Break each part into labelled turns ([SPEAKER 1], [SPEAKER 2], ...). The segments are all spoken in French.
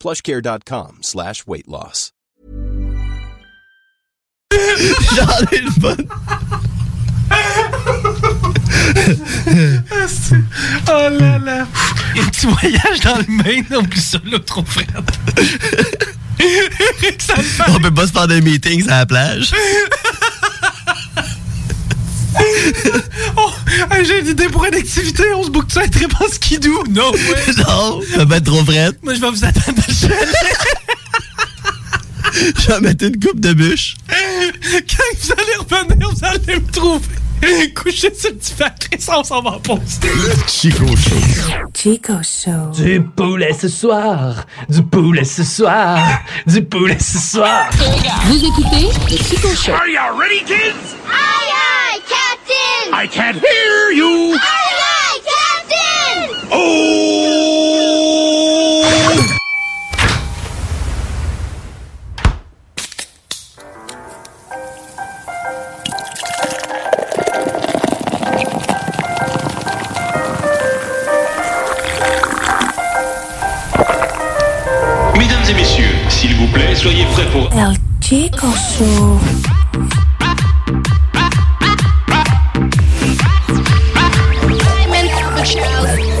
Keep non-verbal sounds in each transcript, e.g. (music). [SPEAKER 1] plushcare.com slash weight loss.
[SPEAKER 2] J'en ai une bonne.
[SPEAKER 3] Oh là là!
[SPEAKER 2] Et tu voyages dans le Maine, oublie ça, là, trop frère.
[SPEAKER 3] (laughs) ça me fait.
[SPEAKER 2] On peut pas se faire des meetings à la plage.
[SPEAKER 3] (laughs) Oh, hey, j'ai une idée pour une activité, on se boucle ça un trip en skidoo. Non, ouais.
[SPEAKER 2] non, ça va être trop frais.
[SPEAKER 3] Moi, je vais vous attendre à chalet
[SPEAKER 2] (laughs) Je vais mettre une coupe de bûche.
[SPEAKER 3] Quand vous allez revenir, vous allez me trouver. Couché sur le divan, Chris, on s'en va en pause.
[SPEAKER 2] Chico Show.
[SPEAKER 4] Chico Show.
[SPEAKER 5] Du poulet ce soir, du poulet ce soir, du poulet ce soir.
[SPEAKER 6] Vous écoutez le Chico Show.
[SPEAKER 7] Are you ready, kids?
[SPEAKER 8] Aye, aye, Captain!
[SPEAKER 7] I can't hear you.
[SPEAKER 8] Aye, aye, Captain!
[SPEAKER 7] Oh!
[SPEAKER 9] Mesdames et messieurs, s'il vous plaît, soyez prêts pour
[SPEAKER 4] El Chico Show.
[SPEAKER 8] I'm in the show.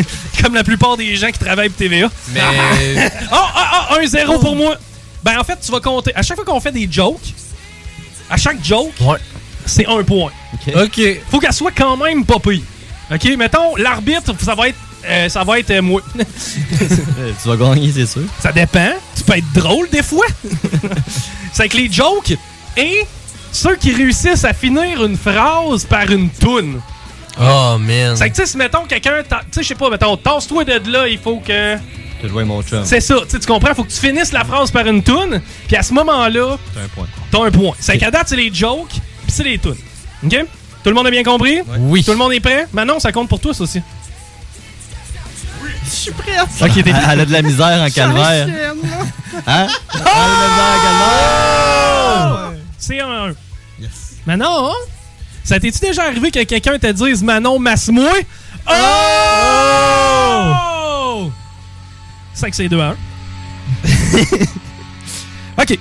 [SPEAKER 3] Comme la plupart des gens qui travaillent pour TVA.
[SPEAKER 2] Mais. Oh.
[SPEAKER 3] Oh, (laughs) ah, ah, 1-0 pour moi. Ben, en fait, tu vas compter. À chaque fois qu'on fait des jokes, à chaque joke,
[SPEAKER 2] ouais.
[SPEAKER 3] c'est un point.
[SPEAKER 2] Ok.
[SPEAKER 3] Faut qu'elle soit quand même pas pire. OK, mettons, l'arbitre, ça va être. euh, ça va être euh,
[SPEAKER 2] (laughs)
[SPEAKER 3] moi.
[SPEAKER 2] Euh, Tu vas gagner, c'est sûr.
[SPEAKER 3] Ça dépend. Tu peux être drôle des
[SPEAKER 2] (laughs)
[SPEAKER 3] fois. c'est avec les jokes et ceux qui réussissent à finir une phrase par une toune.
[SPEAKER 10] Ah,
[SPEAKER 2] Oh man.
[SPEAKER 3] C'est que, tu sais, si mettons quelqu'un, ta- tu sais, je sais pas, mettons, tasse-toi de là, il faut que.
[SPEAKER 2] T'as joué mon chum.
[SPEAKER 3] C'est ça, tu sais, tu comprends? Faut que tu finisses la phrase par une toune, puis à ce moment-là,
[SPEAKER 2] C'est un point.
[SPEAKER 3] t'as un point. C'est qu'à date, c'est les jokes, puis c'est les tunes. OK? Tout le monde a bien compris?
[SPEAKER 2] Oui.
[SPEAKER 3] Tout le monde est prêt? Manon, ça compte pour tous aussi.
[SPEAKER 2] Ok, t'es- Ah, Elle elle a de la misère en calvaire. Hein? Ah! Elle a de la misère en calvaire.
[SPEAKER 3] C'est un 1. Manon, hein? ça t'es-tu déjà arrivé que quelqu'un te dise Manon, masse-moi? Oh!
[SPEAKER 2] (laughs)
[SPEAKER 3] C'est que c'est 2 à 1. OK.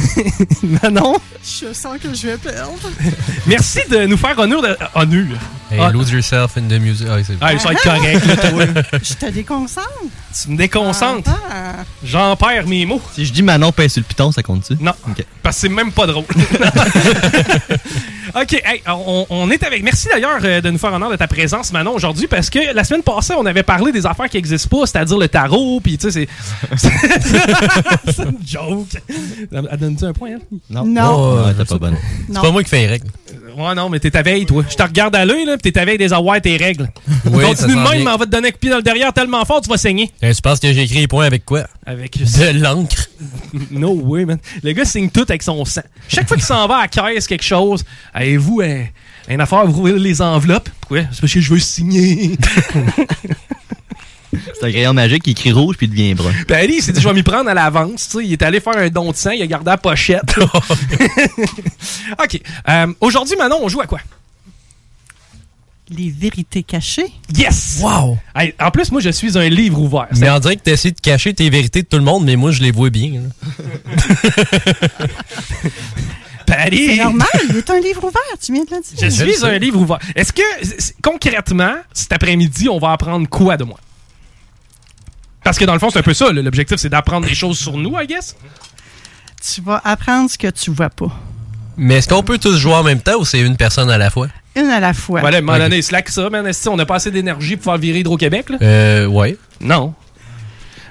[SPEAKER 3] (laughs) Manon,
[SPEAKER 11] Je sens que je vais perdre.
[SPEAKER 3] merci de nous faire honneur. De... euh, Honneur.
[SPEAKER 10] Hey,
[SPEAKER 3] Ah,
[SPEAKER 10] lose yourself in the music. Ah, c'est
[SPEAKER 3] ah, il va être correct. là, t'as-
[SPEAKER 11] (laughs) Je te déconcentre.
[SPEAKER 3] tu me déconcentres.
[SPEAKER 11] Ah,
[SPEAKER 3] J'en perds mes mots.
[SPEAKER 2] Si je dis Manon pèse sur le piton, ça compte-tu?
[SPEAKER 3] Non. Parce que c'est même pas drôle. (laughs) OK, hey, on, on est avec. Merci d'ailleurs euh, de nous faire honneur de ta présence, Manon, aujourd'hui, parce que la semaine passée, on avait parlé des affaires qui n'existent pas, c'est-à-dire le tarot, puis tu sais, c'est.
[SPEAKER 11] (laughs)
[SPEAKER 3] c'est une (laughs) joke. Elle donne-tu un point, hein? elle?
[SPEAKER 2] Non.
[SPEAKER 11] Non.
[SPEAKER 2] Oh, ouais, t'es pas bonne.
[SPEAKER 11] C'est Non. pas moi
[SPEAKER 3] qui fais les règles. Euh, Ouais, non, mais t'es ta veille, toi. Je te regarde à l'œil, là, pis t'es ta veille des awards, tes règles.
[SPEAKER 10] Oui, ça
[SPEAKER 3] Continue de
[SPEAKER 10] sent
[SPEAKER 3] même,
[SPEAKER 10] bien.
[SPEAKER 3] mais on va te donner un coup de pied dans le derrière tellement fort, tu vas saigner.
[SPEAKER 10] Hey, tu penses que j'ai écrit les points avec quoi?
[SPEAKER 3] Avec
[SPEAKER 10] de l'encre.
[SPEAKER 3] No way, man. Le gars signe tout avec son sang. Chaque fois qu'il s'en va à la caisse, quelque chose, avez-vous un, une affaire, vous roulez les enveloppes? Pourquoi? C'est parce que je veux
[SPEAKER 10] (laughs)
[SPEAKER 3] signer.
[SPEAKER 2] C'est un crayon magique qui écrit rouge puis il devient brun.
[SPEAKER 3] Puis Ben, Ali, il s'est dit, je vais m'y prendre à l'avance. Tu sais, il est allé faire un don de sang, il a gardé la
[SPEAKER 10] (laughs)
[SPEAKER 3] pochette. OK. Euh, Aujourd'hui, Manon, on joue à quoi?
[SPEAKER 11] les vérités cachées.
[SPEAKER 3] Yes!
[SPEAKER 10] Wow!
[SPEAKER 3] Hey, en plus, moi, je suis un livre ouvert.
[SPEAKER 10] Mais on dirait que tu essaies de cacher tes vérités de tout le monde, mais moi, je les vois bien.
[SPEAKER 11] ah.
[SPEAKER 3] Paris!
[SPEAKER 11] C'est normal, il est un livre ouvert, tu viens de le dire.
[SPEAKER 3] Je suis un livre ouvert. Est-ce que, c- c- concrètement, cet après-midi, on va apprendre quoi de moi? Parce que dans le fond, c'est un peu ça. là. L'objectif, c'est d'apprendre des choses sur nous, I guess.
[SPEAKER 11] Tu vas apprendre ce que tu vois pas.
[SPEAKER 10] Mais est-ce qu'on peut tous jouer en même temps ou c'est une personne à la fois?
[SPEAKER 11] Une à la fois.
[SPEAKER 3] Voilà, à un moment
[SPEAKER 10] Ok.
[SPEAKER 3] donné, slack ça, man. Esti, on a pas assez d'énergie pour faire virer Hydro-Québec, là?
[SPEAKER 10] Euh, ouais.
[SPEAKER 3] Non.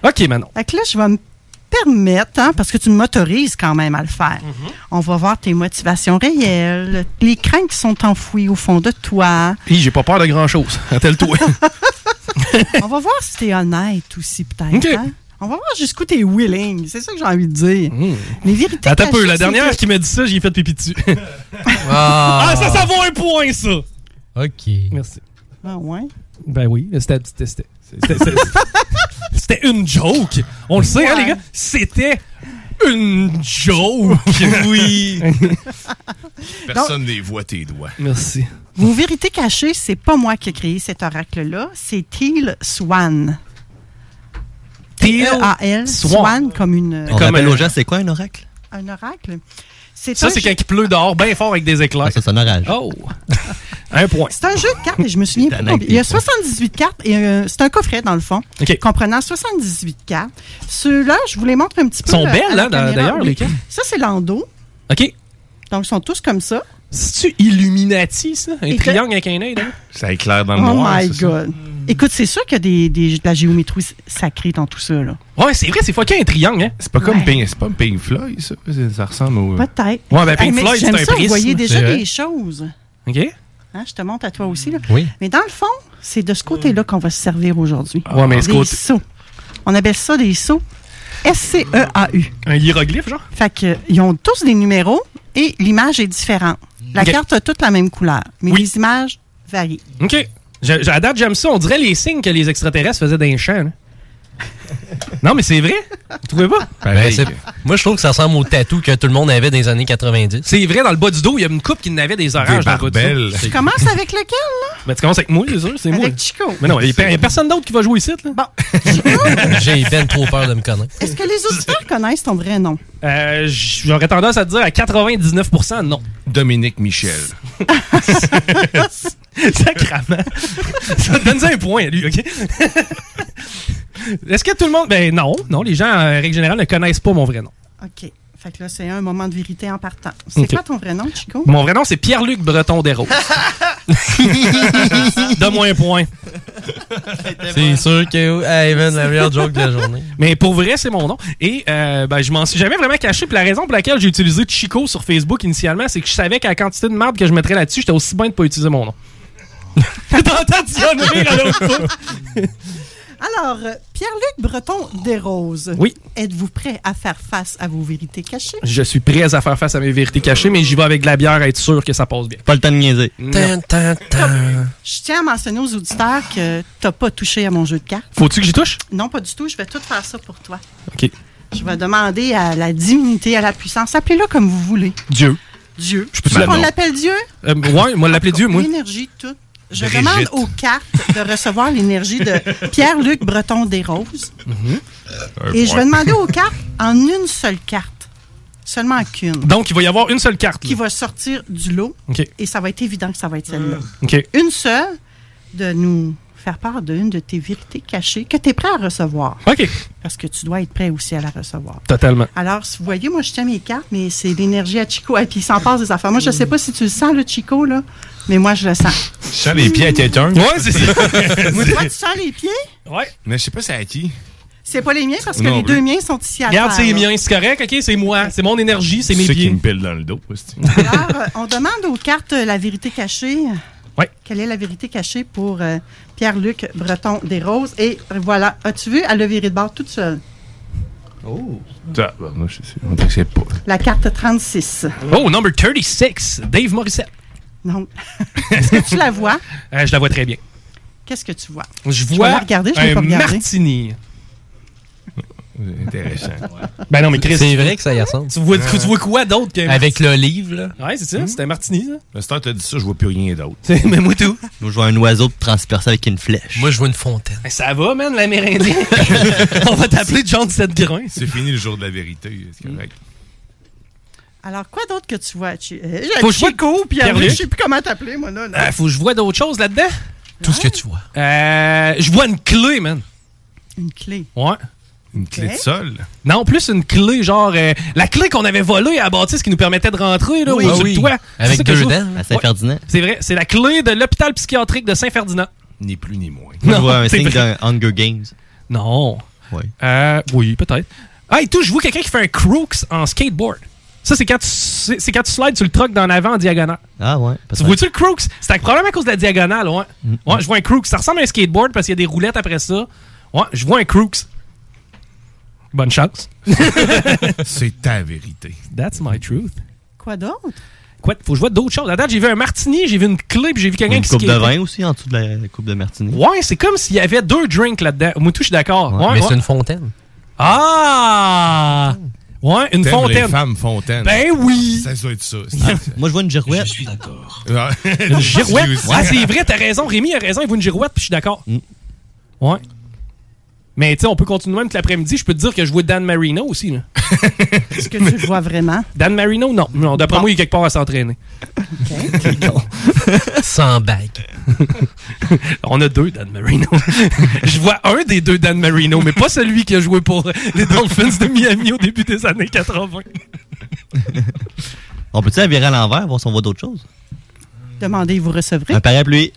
[SPEAKER 3] OK, Manon.
[SPEAKER 11] Fait que là, je vais me permettre, hein, parce que tu m'autorises quand même à le faire.
[SPEAKER 3] Mm-hmm.
[SPEAKER 11] On va voir tes motivations réelles, les craintes qui sont enfouies au fond de
[SPEAKER 3] (laughs)
[SPEAKER 11] toi.
[SPEAKER 3] Puis j'ai pas peur de grand-chose. (laughs) Attelle-toi.
[SPEAKER 11] On va voir si t'es honnête aussi, peut-être.
[SPEAKER 3] OK.
[SPEAKER 11] hein. On va voir jusqu'où t'es willing. C'est ça que j'ai envie de dire. Les vérités.
[SPEAKER 3] Mm. Attends un peu,
[SPEAKER 11] cachées,
[SPEAKER 3] la
[SPEAKER 11] c'est
[SPEAKER 3] dernière
[SPEAKER 11] que-
[SPEAKER 3] qui m'a dit ça, j'ai fait pipi dessus.
[SPEAKER 10] Ah.
[SPEAKER 3] ah, ça, ça vaut un point, ça!
[SPEAKER 10] OK.
[SPEAKER 3] Merci.
[SPEAKER 11] Ah ouais?
[SPEAKER 3] Ben oui, c'était un petit test. C'était- c'était- C'était une joke. On le sait, hein, les gars? C'était une
[SPEAKER 11] (laughs)
[SPEAKER 3] joke. (laughs)
[SPEAKER 12] Oui.
[SPEAKER 11] Personne
[SPEAKER 12] ne voit tes doigts.
[SPEAKER 3] Merci.
[SPEAKER 11] Vos vérités cachées, c'est pas moi qui ai créé cet oracle-là, c'est Teal Swan.
[SPEAKER 3] Teal
[SPEAKER 11] T-E-A-L,
[SPEAKER 3] Swan.
[SPEAKER 11] Swan, comme une,
[SPEAKER 2] On
[SPEAKER 3] Comme euh,
[SPEAKER 2] rappelle
[SPEAKER 3] un-
[SPEAKER 2] aux gens, c'est quoi un oracle?
[SPEAKER 11] un oracle. C'est
[SPEAKER 3] Ça,
[SPEAKER 11] un
[SPEAKER 3] c'est
[SPEAKER 11] jeu-
[SPEAKER 3] quand il pleut dehors, bien fort avec des éclairs.
[SPEAKER 2] ça, c'est un orage.
[SPEAKER 3] Oh! (laughs) un point.
[SPEAKER 11] C'est un jeu de cartes, et je me
[SPEAKER 3] (laughs)
[SPEAKER 11] souviens plus
[SPEAKER 3] Titanic,
[SPEAKER 11] combien. Il y a
[SPEAKER 3] des fois.
[SPEAKER 11] 78 cartes, et euh, c'est un coffret, dans le fond, comprenant 78 cartes. Ceux-là, je vous les montre un petit peu.
[SPEAKER 3] Ils sont
[SPEAKER 11] euh, à
[SPEAKER 3] belles,
[SPEAKER 11] la
[SPEAKER 3] hein,
[SPEAKER 11] caméra.
[SPEAKER 3] d'ailleurs,
[SPEAKER 11] Oui.
[SPEAKER 3] les cartes.
[SPEAKER 11] Ça, c'est l'ando.
[SPEAKER 3] OK.
[SPEAKER 11] Donc, ils sont tous comme ça.
[SPEAKER 3] C'est-tu Illuminati, ça? Un
[SPEAKER 11] Et que-
[SPEAKER 3] triangle avec un œil, là?
[SPEAKER 12] Ça éclaire dans le
[SPEAKER 11] Oh
[SPEAKER 12] noir.
[SPEAKER 11] my
[SPEAKER 12] c'est ça?
[SPEAKER 11] God. Écoute, c'est sûr qu'il y a des, des- de la géométrie s- sacrée dans tout ça, là.
[SPEAKER 3] Ouais, c'est vrai, c'est fucking un triangle, hein?
[SPEAKER 12] C'est pas comme
[SPEAKER 11] Ouais.
[SPEAKER 12] Pink, c'est pas Pink Floyd, ça. Ça- Ça ressemble au.
[SPEAKER 11] Peut-être.
[SPEAKER 12] Ouais, ben, Pink
[SPEAKER 11] mais
[SPEAKER 12] Floyd,
[SPEAKER 11] j'aime
[SPEAKER 12] c'est un
[SPEAKER 11] ça, Vous
[SPEAKER 12] prisme.
[SPEAKER 11] voyez déjà
[SPEAKER 12] C'est vrai.
[SPEAKER 11] des choses.
[SPEAKER 3] OK?
[SPEAKER 11] Hein, je te montre à toi aussi. Là.
[SPEAKER 3] Oui.
[SPEAKER 11] Mais dans le fond, c'est de ce côté-là qu'on va se servir aujourd'hui.
[SPEAKER 3] Ouais, mais ce
[SPEAKER 11] des
[SPEAKER 3] côté-
[SPEAKER 11] sauts. On appelle ça des sauts S-C-E-A-U.
[SPEAKER 3] Un hiéroglyphe, genre?
[SPEAKER 11] Fait que, euh, ils ont tous des numéros et l'image est différente. La
[SPEAKER 3] Ok.
[SPEAKER 11] carte a toute la même couleur, mais les images varient.
[SPEAKER 3] OK. Je- je- à date, j'aime ça. On dirait les signes que les extraterrestres faisaient dans les champs, là. Non, mais c'est vrai. Vous trouvez pas?
[SPEAKER 10] Ben, c'est- moi, je trouve que ça ressemble au tatou que tout le monde avait dans les années 90.
[SPEAKER 3] C'est vrai, dans le bas du dos, il y a une coupe qui n'avait des oranges dans le bas du dos.
[SPEAKER 11] Tu
[SPEAKER 12] (laughs)
[SPEAKER 11] commences avec lequel, là?
[SPEAKER 3] Ben, tu commences avec moi, les sûr, c'est moi.
[SPEAKER 11] Avec Chico.
[SPEAKER 3] Mais non, il n'y a personne d'autre qui va jouer ici, là.
[SPEAKER 11] (laughs)
[SPEAKER 10] (laughs) J'ai ben trop peur de me connaître.
[SPEAKER 11] Est-ce que les auditeurs connaissent ton vrai nom?
[SPEAKER 3] Euh, J'aurais tendance à te dire à 99% non.
[SPEAKER 12] Dominique
[SPEAKER 3] (laughs)
[SPEAKER 12] Michel.
[SPEAKER 3] Sacrament. Ça te donne un point à lui, OK? Est-ce que tout le monde. Ben non, non, les gens, en règle générale, ne connaissent pas mon vrai nom.
[SPEAKER 11] OK. Fait que là, c'est un moment de vérité en partant. C'est
[SPEAKER 3] Ok.
[SPEAKER 11] quoi ton vrai nom, Chico?
[SPEAKER 3] Mon vrai nom, c'est Pierre-Luc Breton
[SPEAKER 10] (laughs)
[SPEAKER 3] des Roses. Donne-moi un point.
[SPEAKER 10] C'est sûr que. oh, Hey, man, la meilleure joke de la journée.
[SPEAKER 3] (laughs) Mais pour vrai, c'est mon nom. Et euh, ben, je m'en suis jamais vraiment caché. Puis la raison pour laquelle j'ai utilisé Chico sur Facebook initialement, c'est que je savais qu'à la quantité de merde que je mettrais là-dessus, j'étais aussi bien de pas utiliser mon nom. T'entends Diane rire à l'autre bout?
[SPEAKER 11] (laughs) Alors, euh, Pierre-Luc Breton des Roses.
[SPEAKER 3] Oui.
[SPEAKER 11] Êtes-vous prêt à faire face à vos vérités cachées?
[SPEAKER 3] Je suis prêt à faire face à mes vérités cachées, mais j'y vais avec de la bière à être sûr que ça passe bien.
[SPEAKER 2] Pas le temps de niaiser.
[SPEAKER 3] Non.
[SPEAKER 11] Je tiens à mentionner aux auditeurs que t'as pas touché à mon jeu de cartes.
[SPEAKER 3] Faut-tu que j'y touche?
[SPEAKER 11] Non, pas du tout. Je vais tout faire ça pour toi.
[SPEAKER 3] OK.
[SPEAKER 11] Je vais demander à la divinité, à la puissance. Appelez-la comme vous voulez.
[SPEAKER 3] Dieu.
[SPEAKER 11] Dieu.
[SPEAKER 3] Je peux-tu
[SPEAKER 11] Tu veux
[SPEAKER 3] l'appeler?
[SPEAKER 11] qu'on l'appelle Dieu?
[SPEAKER 3] Euh, ouais, moi, l'appeler Dieu, moi.
[SPEAKER 11] L'énergie, tout. Je
[SPEAKER 3] Brigitte.
[SPEAKER 11] demande aux cartes de recevoir l'énergie de Pierre-Luc
[SPEAKER 3] Mhm.
[SPEAKER 11] Breton des Roses. Et je vais demander aux cartes en une seule carte Seulement qu'une.
[SPEAKER 3] Donc, il va y avoir une seule carte.
[SPEAKER 11] Qui va sortir du lot.
[SPEAKER 3] OK.
[SPEAKER 11] Et ça va être évident que ça va être celle-là.
[SPEAKER 3] OK.
[SPEAKER 11] Une seule de nous faire part d'une de tes vérités cachées que tu es prêt à recevoir.
[SPEAKER 3] OK.
[SPEAKER 11] Parce que tu dois être prêt aussi à la recevoir.
[SPEAKER 3] Totalement.
[SPEAKER 11] Alors, si vous voyez, moi, je tiens mes cartes, mais c'est l'énergie à Chico. Et puis, il s'en passe des affaires. Moi, je sais pas si tu le sens, le Chico, là, mais moi, je le
[SPEAKER 3] (laughs)
[SPEAKER 11] sens.
[SPEAKER 12] Je sens les pieds à quelqu'un.
[SPEAKER 3] Ouais,
[SPEAKER 12] (laughs)
[SPEAKER 3] c'est ça.
[SPEAKER 11] Moi, toi, tu sens les pieds?
[SPEAKER 3] Ouais.
[SPEAKER 12] Mais je sais pas c'est à qui.
[SPEAKER 11] C'est pas les miens parce que
[SPEAKER 12] Non
[SPEAKER 11] les
[SPEAKER 12] plus.
[SPEAKER 11] deux miens sont ici à
[SPEAKER 3] Regarde,
[SPEAKER 11] terre,
[SPEAKER 3] c'est les
[SPEAKER 11] là.
[SPEAKER 3] miens, c'est correct, ok? C'est moi, c'est mon énergie, c'est mes
[SPEAKER 12] Ceux qui
[SPEAKER 3] pieds.
[SPEAKER 12] me pile dans le dos. hostie.
[SPEAKER 11] Alors, euh, on demande aux cartes euh, la vérité cachée.
[SPEAKER 3] Oui.
[SPEAKER 11] Quelle est la vérité cachée pour euh, Pierre-Luc Breton des Roses? Et voilà, as-tu vu, elle a viré de bord toute seule.
[SPEAKER 3] Oh.
[SPEAKER 12] Tabarnouche, je sais- On t'accepte pas.
[SPEAKER 11] La carte 36.
[SPEAKER 3] Oh, number 36, Dave Morissette.
[SPEAKER 11] Non. (laughs) Est-ce que tu la vois?
[SPEAKER 3] (laughs) Euh, je la vois très bien.
[SPEAKER 11] Qu'est-ce que tu vois?
[SPEAKER 3] Je
[SPEAKER 11] vais
[SPEAKER 3] vois
[SPEAKER 11] la regarder, je
[SPEAKER 3] un
[SPEAKER 11] l'ai pas regardé.
[SPEAKER 3] martini.
[SPEAKER 12] Intéressant.
[SPEAKER 3] (laughs) Ben non, mais Chris,
[SPEAKER 10] C'est
[SPEAKER 3] tu-
[SPEAKER 10] vrai que ça y ressemble.
[SPEAKER 3] Tu vois, tu vois quoi d'autre qu'un
[SPEAKER 10] Avec
[SPEAKER 3] martini?
[SPEAKER 10] l'olive, là.
[SPEAKER 3] Ouais, c'est ça, c'est un martini, ça.
[SPEAKER 12] Le star t'a dit ça, je vois plus rien d'autre.
[SPEAKER 3] Mais moi, tout.
[SPEAKER 2] Moi, je vois un oiseau transpercé avec une flèche.
[SPEAKER 10] Moi, je vois une fontaine.
[SPEAKER 3] Ben, ça va, (laughs) man,
[SPEAKER 10] (laughs)
[SPEAKER 3] l'amérindien. On va t'appeler John 7 grains.
[SPEAKER 12] C'est fini le jour de la vérité, c'est correct.
[SPEAKER 11] Alors, quoi d'autre que tu vois? Chi- euh,
[SPEAKER 3] Faut que je vois-
[SPEAKER 11] Chico, Pierre-Luc,
[SPEAKER 3] Pierre-Luc.
[SPEAKER 11] je sais plus comment t'appeler, moi, là. là.
[SPEAKER 3] Euh, faut que je vois d'autres choses là-dedans.
[SPEAKER 10] Tout ce que tu vois.
[SPEAKER 3] Euh, je vois une clé, man.
[SPEAKER 11] Une clé.
[SPEAKER 3] Ouais.
[SPEAKER 12] Une clé de sol.
[SPEAKER 3] Non, plus une clé, genre euh, la clé qu'on avait volée à la bâtisse qui nous permettait de rentrer là,
[SPEAKER 10] Oui.
[SPEAKER 3] au-dessus
[SPEAKER 10] Ah
[SPEAKER 3] de
[SPEAKER 10] oui.
[SPEAKER 3] toi. C'est
[SPEAKER 10] Avec
[SPEAKER 3] ça que
[SPEAKER 10] deux
[SPEAKER 3] je vois.
[SPEAKER 10] dents,
[SPEAKER 2] À
[SPEAKER 3] Ouais,
[SPEAKER 2] Saint-Ferdinand.
[SPEAKER 3] c'est vrai, c'est la clé de l'hôpital psychiatrique de Saint-Ferdinand.
[SPEAKER 12] Ni plus ni moins.
[SPEAKER 2] Moi, je vois un
[SPEAKER 3] c'est
[SPEAKER 2] signe
[SPEAKER 3] vrai.
[SPEAKER 2] d'un Hunger Games.
[SPEAKER 3] Non.
[SPEAKER 2] Ouais.
[SPEAKER 3] Euh, oui, peut-être. Ah, et tout, je vois quelqu'un qui fait un crooks en skateboard. Ça, c'est quand, tu- c'est c'est quand tu slides sur le truck d'en avant en diagonale.
[SPEAKER 2] Ah ouais. Mm.
[SPEAKER 3] Tu vois-tu le crooks? C'est un problème à cause de la diagonale, ouais. Ouais, je vois un crooks. Ça ressemble à un skateboard parce qu'il y a des roulettes après ça. Ouais, je vois un crooks. Bonne
[SPEAKER 2] (laughs)
[SPEAKER 3] chance.
[SPEAKER 12] C'est ta vérité.
[SPEAKER 3] That's my truth.
[SPEAKER 11] Quoi d'autre?
[SPEAKER 3] Quoi? Faut que je vois d'autres choses. À date, j'ai vu un martini, j'ai vu une clé, puis j'ai vu quelqu'un
[SPEAKER 2] Une
[SPEAKER 3] qui
[SPEAKER 2] coupe de
[SPEAKER 3] skatait.
[SPEAKER 2] vin aussi en dessous de la coupe de martini.
[SPEAKER 3] Ouais, c'est comme s'il y avait deux drinks là-dedans. Moutou, je suis d'accord. Ouais,
[SPEAKER 10] mais
[SPEAKER 3] ouais.
[SPEAKER 10] c'est une fontaine.
[SPEAKER 3] Ah! Ouais, une
[SPEAKER 12] T'aimes Les
[SPEAKER 3] fontaine.
[SPEAKER 12] femmes fontaines.
[SPEAKER 3] Ben oui!
[SPEAKER 12] Ça doit être ça.
[SPEAKER 2] (laughs) Moi, je vois une girouette.
[SPEAKER 12] (laughs)
[SPEAKER 10] suis d'accord.
[SPEAKER 3] Une girouette. Ah, c'est vrai, t'as raison. Rémi a raison, il veut une girouette, puis je suis d'accord.
[SPEAKER 2] Mm.
[SPEAKER 3] Ouais. Mais tu sais, on peut continuer même que l'après-midi. Je peux te dire que je vois Dan Marino aussi. là.
[SPEAKER 11] Est-ce que tu le vois vraiment?
[SPEAKER 3] Dan Marino, non. Non, d'après moi, il est quelque part à s'entraîner.
[SPEAKER 10] Sans bague.
[SPEAKER 3] On a deux Dan Marino. je vois un des deux Dan Marino, mais pas celui qui a joué pour les Dolphins de Miami au début des années 80.
[SPEAKER 2] (laughs) On peut-tu la virer à l'envers, voir si on voit d'autres choses?
[SPEAKER 11] Demandez, vous recevrez.
[SPEAKER 2] Un parapluie.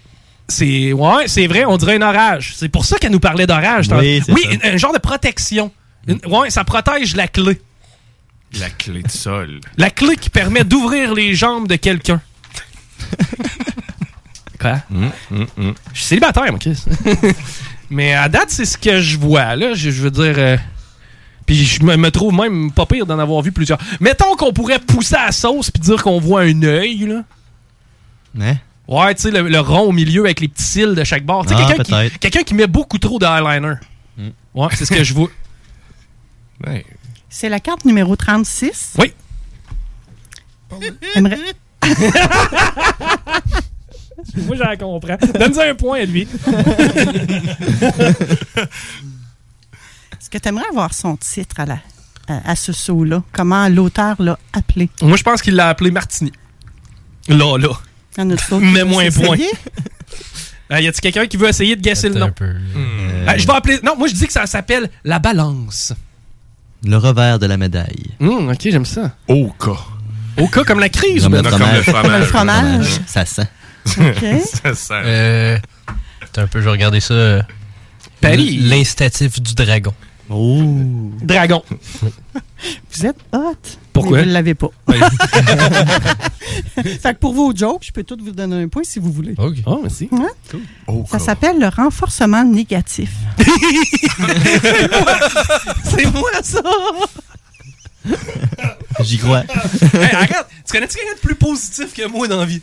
[SPEAKER 3] C'est ouais, c'est vrai, on dirait un orage. C'est pour ça qu'elle nous parlait d'orage. tant-
[SPEAKER 2] Oui, c'est ça.
[SPEAKER 3] un, un genre de protection. Une- ouais, ça protège la clé.
[SPEAKER 12] La clé de sol.
[SPEAKER 3] La clé qui permet d'ouvrir les jambes de quelqu'un. Quoi?
[SPEAKER 12] Hum,
[SPEAKER 3] Je suis célibataire, moi,
[SPEAKER 2] (laughs)
[SPEAKER 3] Chris. Mais à date, c'est ce que je vois, là. Je, je veux dire. euh, Puis je me, me trouve même pas pire d'en avoir vu plusieurs. Mettons qu'on pourrait pousser à la sauce puis dire qu'on voit un œil, là.
[SPEAKER 2] Hein?
[SPEAKER 3] Ouais, tu sais, le, le rond au milieu avec les petits cils de chaque bord. Tu sais,
[SPEAKER 2] Ah,
[SPEAKER 3] quelqu'un qui,
[SPEAKER 2] peut-être. Mm.
[SPEAKER 3] quelqu'un qui met beaucoup trop d'eyeliner. Ouais, c'est ce que
[SPEAKER 2] (laughs)
[SPEAKER 3] je vois.
[SPEAKER 12] Ouais.
[SPEAKER 11] C'est la carte numéro 36.
[SPEAKER 3] Oui.
[SPEAKER 11] Aimerais-
[SPEAKER 3] (laughs) Moi, j'en comprends. Donne-nous un point à lui.
[SPEAKER 11] (laughs) Est-ce que tu aimerais avoir son titre à, la, à, à ce saut-là? Comment l'auteur l'a appelé?
[SPEAKER 3] (laughs) Moi, je pense qu'il l'a appelé Martini. Là, là.
[SPEAKER 11] Il y en a d'autres qui
[SPEAKER 3] Mets-moi
[SPEAKER 11] veulent
[SPEAKER 3] un point.
[SPEAKER 11] s'essayer?
[SPEAKER 3] Euh, y a-t-il quelqu'un qui veut essayer de gasser le
[SPEAKER 10] Attends un
[SPEAKER 3] nom?
[SPEAKER 10] peu.
[SPEAKER 12] Hmm.
[SPEAKER 3] Euh, je vais appeler. Non, moi, je dis que ça s'appelle la balance.
[SPEAKER 2] Le revers de la médaille.
[SPEAKER 3] Hum, ok, j'aime ça.
[SPEAKER 12] Au cas.
[SPEAKER 3] Au cas comme la crise,
[SPEAKER 2] Comme
[SPEAKER 3] man.
[SPEAKER 2] Le
[SPEAKER 12] Non, comme le
[SPEAKER 2] fromage.
[SPEAKER 11] Comme le
[SPEAKER 12] fromage.
[SPEAKER 11] fromage.
[SPEAKER 2] Ça sent.
[SPEAKER 11] OK.
[SPEAKER 12] Ça sent.
[SPEAKER 10] Euh. Attends un peu, je vais regarder ça. euh,
[SPEAKER 3] Paris.
[SPEAKER 10] L'instatif du dragon.
[SPEAKER 2] Oh.
[SPEAKER 3] Dragon.
[SPEAKER 11] (laughs) Vous êtes hot.
[SPEAKER 3] Pourquoi?
[SPEAKER 11] Mais vous ne l'avez pas. (laughs) fait que pour vos jokes, je peux toutes vous donner un point si vous voulez.
[SPEAKER 10] OK.
[SPEAKER 3] Oh, merci.
[SPEAKER 12] Au
[SPEAKER 11] Ça
[SPEAKER 12] cas.
[SPEAKER 11] s'appelle le renforcement négatif.
[SPEAKER 3] C'est moi, ça!
[SPEAKER 2] (laughs) J'y
[SPEAKER 3] (laughs)
[SPEAKER 2] crois.
[SPEAKER 3] hey, arrête! Tu connais-tu quelqu'un de plus positif que moi dans la vie?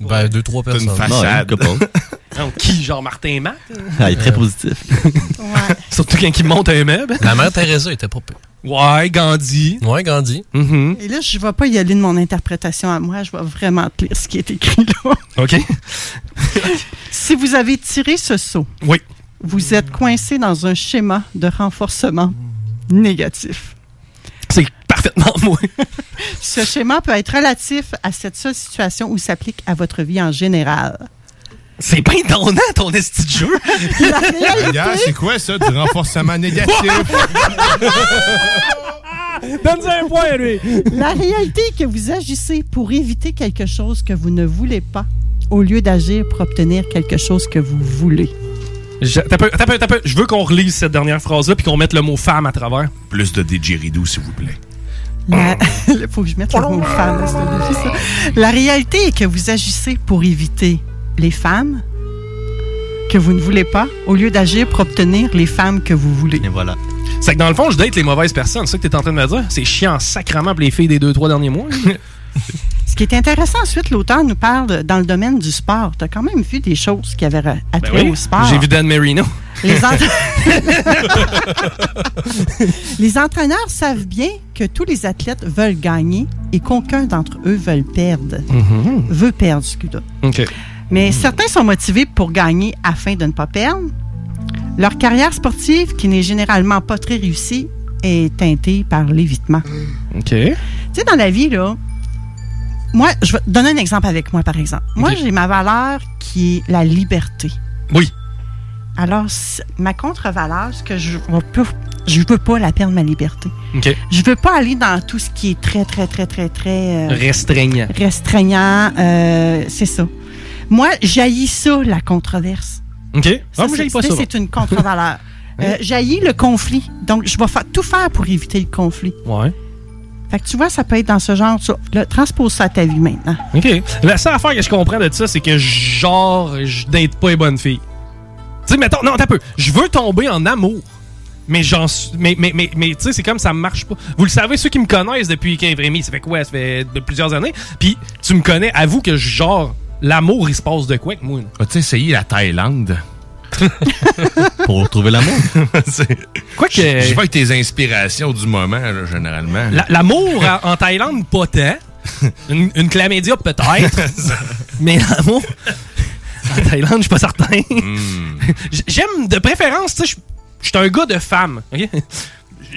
[SPEAKER 10] Ben, deux, trois
[SPEAKER 12] T'as une
[SPEAKER 10] personnes.
[SPEAKER 2] Non, il
[SPEAKER 12] façade.
[SPEAKER 2] coupe
[SPEAKER 10] (laughs)
[SPEAKER 2] pas.
[SPEAKER 3] Non, qui? Genre Martin et Matt?
[SPEAKER 2] Ah, il est très positif.
[SPEAKER 11] Ouais.
[SPEAKER 3] (laughs) Surtout quand il monte un meuble.
[SPEAKER 10] La mère Teresa était pas peu.
[SPEAKER 3] Ouais, Gandhi.
[SPEAKER 10] Ouais, Gandhi.
[SPEAKER 3] Mhm.
[SPEAKER 11] Et là, je ne vais pas y aller de mon interprétation à moi. Je vais vraiment te lire ce qui est écrit là.
[SPEAKER 3] OK.
[SPEAKER 11] (laughs) Si vous avez tiré ce saut,
[SPEAKER 3] Oui.
[SPEAKER 11] vous êtes coincé dans un schéma de renforcement négatif.
[SPEAKER 3] C'est parfaitement moi.
[SPEAKER 11] (laughs) Ce schéma peut être relatif à cette seule situation ou s'applique à votre vie en général.
[SPEAKER 3] C'est pas étonnant, ton esti de jeu.
[SPEAKER 11] La
[SPEAKER 12] Regarde, c'est quoi ça, du renforcement négatif? (laughs)
[SPEAKER 3] Donne-lui un point, lui.
[SPEAKER 11] (laughs) La réalité est que vous agissez pour éviter quelque chose que vous ne voulez pas au lieu d'agir pour obtenir quelque chose que vous voulez.
[SPEAKER 3] Je, t'as peu, t'as peu, t'as peu. Je veux qu'on relise cette dernière phrase-là puis qu'on mette le mot femme à travers.
[SPEAKER 12] Plus de didgeridoo, s'il vous plaît.
[SPEAKER 11] La... (laughs) Faut que je mette le mot femme. là, c'est obligé, ça. La réalité est que vous agissez pour éviter les femmes que vous ne voulez pas au lieu d'agir pour obtenir les femmes que vous voulez.
[SPEAKER 3] Et voilà. C'est que dans le fond, je date les mauvaises personnes. C'est ça que t'es en train de me dire? C'est chiant sacrement pour les filles des deux, trois derniers mois.
[SPEAKER 11] Ce qui est intéressant, ensuite, l'auteur nous parle de- dans le domaine du sport. Tu as quand même vu des choses qui avaient re- attrait au Oh, sport.
[SPEAKER 3] Ben J'ai vu Dan Marino. (laughs)
[SPEAKER 11] Les, entra- (laughs) Les entraîneurs savent bien que tous les athlètes veulent gagner et qu'aucun d'entre eux veulent perdre.
[SPEAKER 3] Mhm.
[SPEAKER 11] Veut perdre, excuse-moi.
[SPEAKER 3] OK.
[SPEAKER 11] Mais certains sont motivés pour gagner afin de ne pas perdre. Leur carrière sportive, qui n'est généralement pas très réussie, est teintée par l'évitement.
[SPEAKER 3] OK.
[SPEAKER 11] Tu sais, dans la vie, là, moi, je vais te donner un exemple avec moi, par exemple. Moi, j'ai ma valeur qui est la liberté.
[SPEAKER 3] Oui.
[SPEAKER 11] Alors, c- ma contre-valeur, ce que je ne peux, je veux pas la perdre, ma liberté.
[SPEAKER 3] OK.
[SPEAKER 11] Je veux pas aller dans tout ce qui est très, très, très, très, très... euh,
[SPEAKER 3] Restreignant.
[SPEAKER 11] restreignant, euh, c'est ça. Moi, j'haïs ça, la controverse.
[SPEAKER 3] OK.
[SPEAKER 11] Ça,
[SPEAKER 3] ah, moi, j'ai
[SPEAKER 11] c'est-
[SPEAKER 3] pas
[SPEAKER 11] ça,
[SPEAKER 3] ça. va.
[SPEAKER 11] c'est une
[SPEAKER 3] (laughs)
[SPEAKER 11] contre-valeur. Euh, j'haïs le conflit. Donc, je vais fa- tout faire pour éviter le conflit.
[SPEAKER 3] Ouais.
[SPEAKER 11] Fait que tu vois, ça peut être dans ce genre. de choses. Là, transpose ça à ta vie maintenant.
[SPEAKER 3] OK. La seule affaire que je comprends de ça, c'est que genre, je date pas les bonnes filles. Tu sais, mettons, non, t'as peu. Je veux tomber en amour. Mais j'en suis- Mais, mais, mais, mais tu sais, c'est comme ça marche pas. Vous le savez, ceux qui me connaissent depuis 15 Rémi, ça fait quoi? Ça fait de- plusieurs années. Puis tu me connais, avoue que genre, l'amour, il se passe de quoi avec moi? là?
[SPEAKER 12] As-tu essayé la Thaïlande? (laughs)
[SPEAKER 3] Pour
[SPEAKER 12] trouver (laughs) l'amour?
[SPEAKER 3] Quoi que.
[SPEAKER 12] Je je vois que tes inspirations du moment, là, généralement.
[SPEAKER 3] Euh, La- L'amour en- en Thaïlande, pas (laughs) tant. Une, une chlamydia, (laughs) peut-être. mais l'amour en Thaïlande, je suis pas certain. Hmm. J- J'aime de préférence, tu sais, je- je suis un gars de femme. ok?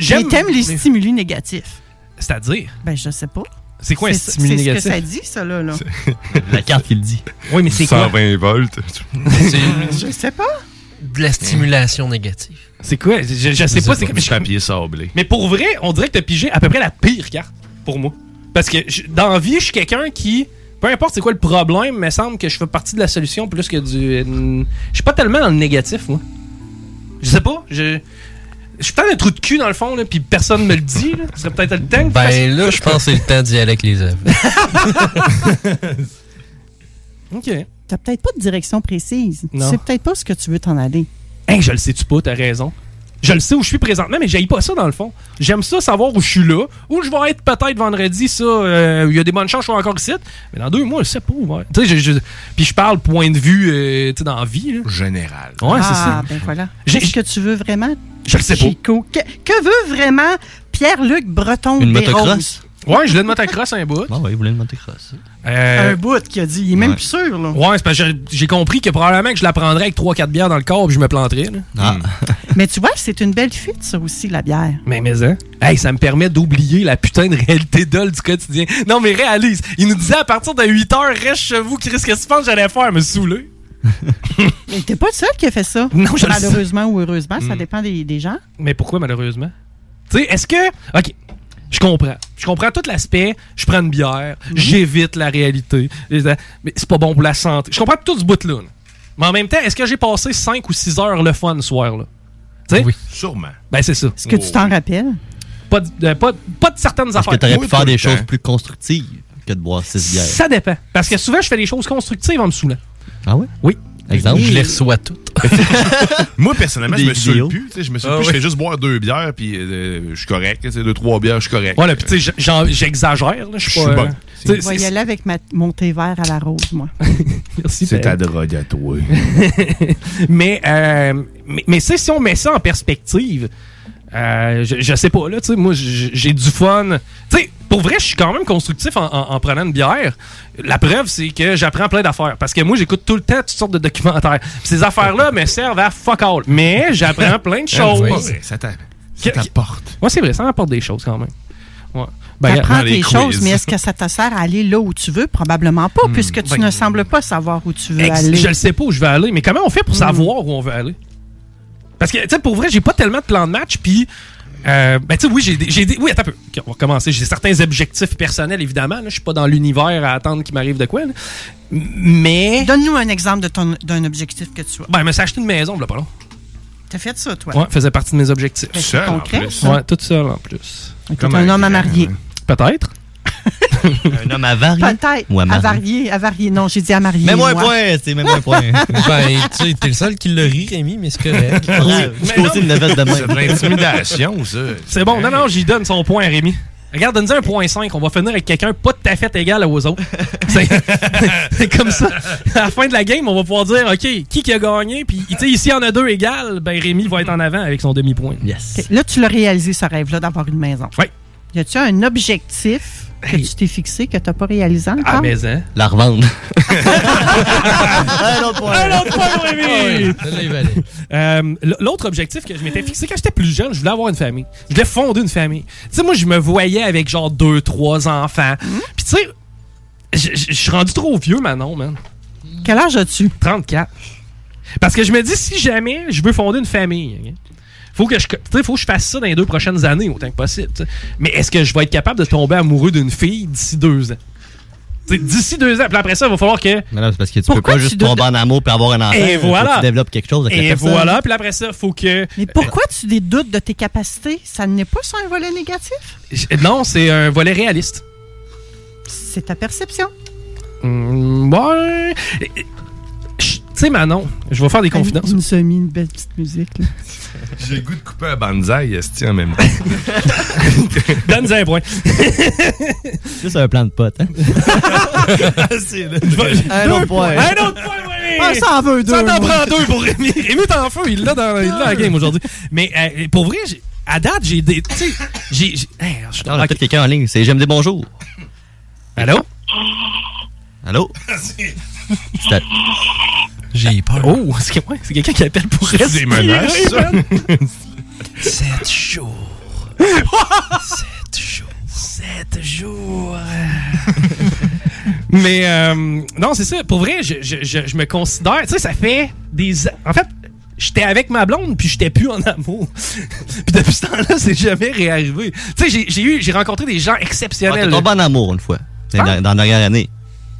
[SPEAKER 11] Mais t'aimes les stimuli négatifs.
[SPEAKER 3] C'est-à-dire?
[SPEAKER 11] Ben, je sais pas.
[SPEAKER 3] C'est quoi un
[SPEAKER 11] ça-
[SPEAKER 3] stimuli négatif?
[SPEAKER 11] C'est ce que ça dit, ça, là. là.
[SPEAKER 3] La carte qui le dit. Oui, mais c'est quoi?
[SPEAKER 12] 120
[SPEAKER 3] (laughs)
[SPEAKER 12] volts.
[SPEAKER 10] (laughs)
[SPEAKER 11] Je sais pas.
[SPEAKER 10] De la stimulation négative.
[SPEAKER 3] C'est quoi? Je, je sais pas. c'est
[SPEAKER 12] Du papier sablé.
[SPEAKER 3] Mais pour vrai, on dirait que t'as pigé à peu près la pire carte pour moi. Parce que je- dans la vie, je suis quelqu'un qui, peu importe c'est quoi le problème, me semble que je fais partie de la solution plus que du. euh, Je suis pas tellement dans le négatif, moi. Je sais pas. Je. Je suis peut-être un trou de cul dans le fond, là, puis personne me le dit. Là. Ce serait peut-être le temps. que
[SPEAKER 10] Ben
[SPEAKER 3] je fasse-
[SPEAKER 10] là, je pense que c'est le temps d'y aller avec les œuvres.
[SPEAKER 3] (laughs) OK.
[SPEAKER 11] T'as peut-être pas de direction précise.
[SPEAKER 3] Non.
[SPEAKER 11] Tu sais peut-être pas ce que tu veux t'en aller.
[SPEAKER 3] Hey, je le sais-tu pas, t'as raison. Je le sais où je suis présentement, mais j'aille pas ça dans le fond. J'aime ça savoir où je suis là, où je vais être peut-être vendredi, ça, euh, il y a des bonnes chances que je sois encore ici. Mais dans deux mois, je sais pas où. ouais. Tu sais, je- je- Puis je parle point de vue, euh, tu sais, dans la vie.
[SPEAKER 12] Général.
[SPEAKER 3] Ouais, c'est
[SPEAKER 11] ah,
[SPEAKER 3] ça.
[SPEAKER 11] ben voilà.
[SPEAKER 3] J'ai-
[SPEAKER 11] Qu'est-ce que tu veux vraiment?
[SPEAKER 3] Je le sais pas.
[SPEAKER 11] Chico? Que, que veut vraiment Pierre-Luc Breton des Roses?
[SPEAKER 3] Ouais, je voulais une motocross un bout. Euh,
[SPEAKER 2] Bon, ouais, il voulait une motocross.
[SPEAKER 11] Un bout qui a dit, il est même plus sûr, là.
[SPEAKER 3] Ouais, c'est parce que j'ai- j'ai compris que probablement que je la prendrais avec 3-4 bières dans le corps puis je me planterais. là.
[SPEAKER 2] Ah.
[SPEAKER 3] Hmm.
[SPEAKER 11] Mais tu vois, c'est une belle fuite, ça aussi, la bière.
[SPEAKER 3] Mais mais hein? Hey, ça me permet d'oublier la putain de réalité d'ol du quotidien. Non mais réalise, il nous disait à partir de 8 h reste chez vous, Chris, qu'est-ce que tu penses que j'allais faire me saouler
[SPEAKER 11] Mais t'es pas le seul qui a fait ça.
[SPEAKER 3] Non, je le sais.
[SPEAKER 11] Malheureusement ou heureusement, ça
[SPEAKER 3] Mm.
[SPEAKER 11] dépend des, des gens.
[SPEAKER 3] Mais pourquoi malheureusement Tu sais, est-ce que OK, je comprends. Je comprends tout l'aspect, je prends une bière, j'évite la réalité. Mais c'est pas bon pour la santé. Je comprends tout ce bout là. Mais en même temps, est-ce que j'ai passé 5 ou 6 heures le fun ce soir là Tu sais
[SPEAKER 12] Sûrement.
[SPEAKER 3] Ben c'est ça. Est-ce
[SPEAKER 11] Que tu t'en rappelles?
[SPEAKER 3] pas de, euh, pas, pas de certaines
[SPEAKER 2] Parce
[SPEAKER 3] affaires.
[SPEAKER 2] que t'aurais pu faire des choses
[SPEAKER 3] plus
[SPEAKER 2] plus constructives que de boire 6 bières.
[SPEAKER 3] Ça dépend. Parce que souvent, je fais des choses constructives en me saoulant.
[SPEAKER 2] Ah ouais?
[SPEAKER 3] Oui.
[SPEAKER 2] Exemple? (laughs)
[SPEAKER 10] Je les reçois toutes.
[SPEAKER 12] Moi, personnellement, je
[SPEAKER 2] Des
[SPEAKER 12] me suis
[SPEAKER 2] vidéos.
[SPEAKER 12] plus. tu sais, Je me suis
[SPEAKER 3] Ah
[SPEAKER 12] plus. Je
[SPEAKER 3] oui.
[SPEAKER 12] fais juste boire deux bières, puis euh, je suis correct. tu sais, Deux, trois bières, je suis correct.
[SPEAKER 3] Voilà, puis tu sais, j'en- j'exagère. là, Je suis
[SPEAKER 12] Je
[SPEAKER 3] pas.
[SPEAKER 12] suis
[SPEAKER 3] euh,
[SPEAKER 12] bon.
[SPEAKER 3] tu sais,
[SPEAKER 11] Je vais y
[SPEAKER 3] c'est-
[SPEAKER 11] aller avec ma, mon thé vert à la rose,
[SPEAKER 3] (laughs)
[SPEAKER 11] moi.
[SPEAKER 3] Merci,
[SPEAKER 12] C'est
[SPEAKER 3] Ben.
[SPEAKER 12] ta drogue à toi.
[SPEAKER 3] mais, euh, mais, mais tu sais, si on met ça en perspective, euh, je, je sais pas, là, tu sais, moi, j- j'ai du fun. Tu sais, pour vrai, je suis quand même constructif en, en- en prenant une bière. La preuve, c'est que j'apprends plein d'affaires. Parce que moi, j'écoute tout le temps toutes sortes de documentaires. Puis ces affaires-là me servent à fuck all. (laughs)
[SPEAKER 2] (laughs)
[SPEAKER 3] Mais j'apprends plein de
[SPEAKER 12] Ah,
[SPEAKER 3] choses.
[SPEAKER 12] oui, Ça t'a- ça t'apporte.
[SPEAKER 3] Moi, c'est vrai, ça m'apporte des choses quand même. Ouais. Ben,
[SPEAKER 11] T'apprends des choses, mais est-ce que ça te sert à aller là où tu veux? Probablement pas, puisque tu
[SPEAKER 3] Ben,
[SPEAKER 11] ne sembles pas savoir où tu veux
[SPEAKER 3] Ex-
[SPEAKER 11] aller. Hmm.
[SPEAKER 3] Je le sais pas où je vais aller, mais comment on fait pour savoir où on veut aller? Parce que, tu sais, pour vrai, j'ai pas tellement de plan de match, puis. euh, ben, tu sais, oui, j'ai des- j'ai des. Oui, attends un peu. Ok, on va recommencer. J'ai certains objectifs personnels, évidemment. là. Je suis pas dans l'univers à attendre qu'il m'arrive de quoi. là. Mais.
[SPEAKER 11] Donne-nous un exemple de ton- d'un objectif que tu as.
[SPEAKER 3] Ben, je me suis acheté une maison, là, pas long.
[SPEAKER 11] T'as fait ça, toi?
[SPEAKER 3] Ouais, faisait partie de mes objectifs.
[SPEAKER 11] Mais Ben, c'est Seul, en concret, plus. ça.
[SPEAKER 3] Ouais, toute seule, en plus.
[SPEAKER 11] T'es un homme à marier.
[SPEAKER 3] Peut-être.
[SPEAKER 2] Un homme avarié.
[SPEAKER 11] Peut-être.
[SPEAKER 2] Ou à
[SPEAKER 11] à
[SPEAKER 2] marier.
[SPEAKER 11] varier, à varier. Non, j'ai dit à marier.
[SPEAKER 2] (laughs) Mets-moi un
[SPEAKER 11] moi.
[SPEAKER 2] point, c'est mets-moi un point.
[SPEAKER 11] (laughs)
[SPEAKER 10] (laughs) Ben, tu sais, t'es le seul qui le rit, Rémi, mais c'est (laughs)
[SPEAKER 2] (laughs)
[SPEAKER 10] correct.
[SPEAKER 2] Oui, mais
[SPEAKER 10] Je aussi
[SPEAKER 2] non.
[SPEAKER 10] une levette de main.
[SPEAKER 2] C'est de l'intimidation,
[SPEAKER 12] ça.
[SPEAKER 3] C'est bon, non, non, j'y donne son point à Rémi. Regarde, donne-nous un point 5. On va finir avec quelqu'un pas tout à fait égal aux
[SPEAKER 10] (laughs)
[SPEAKER 3] autres. C'est (laughs) c'est comme ça. À la fin de la game, on va pouvoir dire, OK, qui qui a gagné? Puis, tu sais, ici, il y en a deux égales. Ben, Rémi va être en avant avec son demi-point.
[SPEAKER 10] Yes.
[SPEAKER 11] OK. Là, tu l'as réalisé, ce rêve-là, d'avoir une maison.
[SPEAKER 3] Oui.
[SPEAKER 11] Y a-tu un objectif que tu t'es fixé que t'as pas réalisé encore?
[SPEAKER 3] Ah, mais hein.
[SPEAKER 2] La revendre.
[SPEAKER 3] Un autre point. Un autre point, pour Rémi.
[SPEAKER 10] Ah oui, celle-là est valide.
[SPEAKER 3] Euh, l- L'autre objectif que je m'étais fixé quand j'étais plus jeune, je voulais avoir une famille. Je voulais fonder une famille. Tu sais, moi, je me voyais avec genre deux, trois enfants. Puis, tu sais, je- je je suis rendu trop vieux, Manon, man.
[SPEAKER 11] Quel âge as-tu?
[SPEAKER 3] 34. Parce que je me dis, si jamais je veux fonder une famille, ok, faut que je, tu sais, faut que je fasse ça dans les deux prochaines années autant que possible. tu sais. Mais est-ce que je vais être capable de tomber amoureux d'une fille d'ici deux ans? Tu sais, D'ici deux ans, puis après ça, il va falloir que
[SPEAKER 2] Mais non, c'est parce que tu
[SPEAKER 3] Pourquoi
[SPEAKER 2] peux pas
[SPEAKER 3] tu
[SPEAKER 2] juste
[SPEAKER 3] dois-
[SPEAKER 2] tomber en amour puis avoir un enfant.
[SPEAKER 3] Et
[SPEAKER 2] Il faut que
[SPEAKER 3] voilà.
[SPEAKER 2] Tu développes quelque chose avec la
[SPEAKER 3] Et
[SPEAKER 2] personne.
[SPEAKER 3] voilà, puis après ça, faut que.
[SPEAKER 11] Mais pourquoi tu des doutes de tes capacités? Ça n'est pas sur un volet négatif?
[SPEAKER 3] J- Non, c'est un volet réaliste.
[SPEAKER 11] C'est ta perception.
[SPEAKER 3] Hmm, ouais. Et- et- ch- Tu sais, Manon, je vais faire des confidences.
[SPEAKER 11] Il nous a mis une belle petite musique. là.
[SPEAKER 12] J'ai le goût de couper un banzai, esti, en
[SPEAKER 3] (laughs)
[SPEAKER 12] même temps.
[SPEAKER 3] Donne-nous un (laughs) point. (laughs)
[SPEAKER 2] Juste un plan de pote. Hein?
[SPEAKER 3] Je vais-
[SPEAKER 2] Un
[SPEAKER 3] deux
[SPEAKER 2] autre point.
[SPEAKER 3] Un autre point, oui.
[SPEAKER 11] Ah, ça en veut deux,
[SPEAKER 3] Ça t'en
[SPEAKER 11] moi.
[SPEAKER 3] prend deux pour Rémi. Rémi est en feu, il l'a dans il l'a à la game aujourd'hui. Mais euh, pour vrai, j'ai- à date, j'ai des. Tu sais, j'ai. j'ai- hey, je-
[SPEAKER 12] Ah.
[SPEAKER 2] Non, on a Ah, peut-être quelqu'un en ligne. C'est J'aime des bonjours.
[SPEAKER 3] Allô?
[SPEAKER 2] Allô? C'est à-
[SPEAKER 10] J'ai peur.
[SPEAKER 3] Oh, c'est que- ouais, c'est quelqu'un qui appelle pour
[SPEAKER 12] C'est des
[SPEAKER 3] respirer.
[SPEAKER 12] menaces, ça. (laughs)
[SPEAKER 3] man. Sept jours. Sept jours. Sept jours. Mais euh, non, c'est ça. Pour vrai, je, je- je- je me considère. Tu sais, ça fait des. En fait, j'étais avec ma blonde, puis j'étais plus en amour. (laughs) puis depuis ce temps-là, c'est jamais réarrivé. Tu sais, j'ai- j'ai eu, j'ai rencontré des gens
[SPEAKER 2] Ah, T'es
[SPEAKER 3] exceptionnels.
[SPEAKER 2] tombé en amour une fois. C'est
[SPEAKER 3] Ah.
[SPEAKER 2] Dans, dans la dernière année.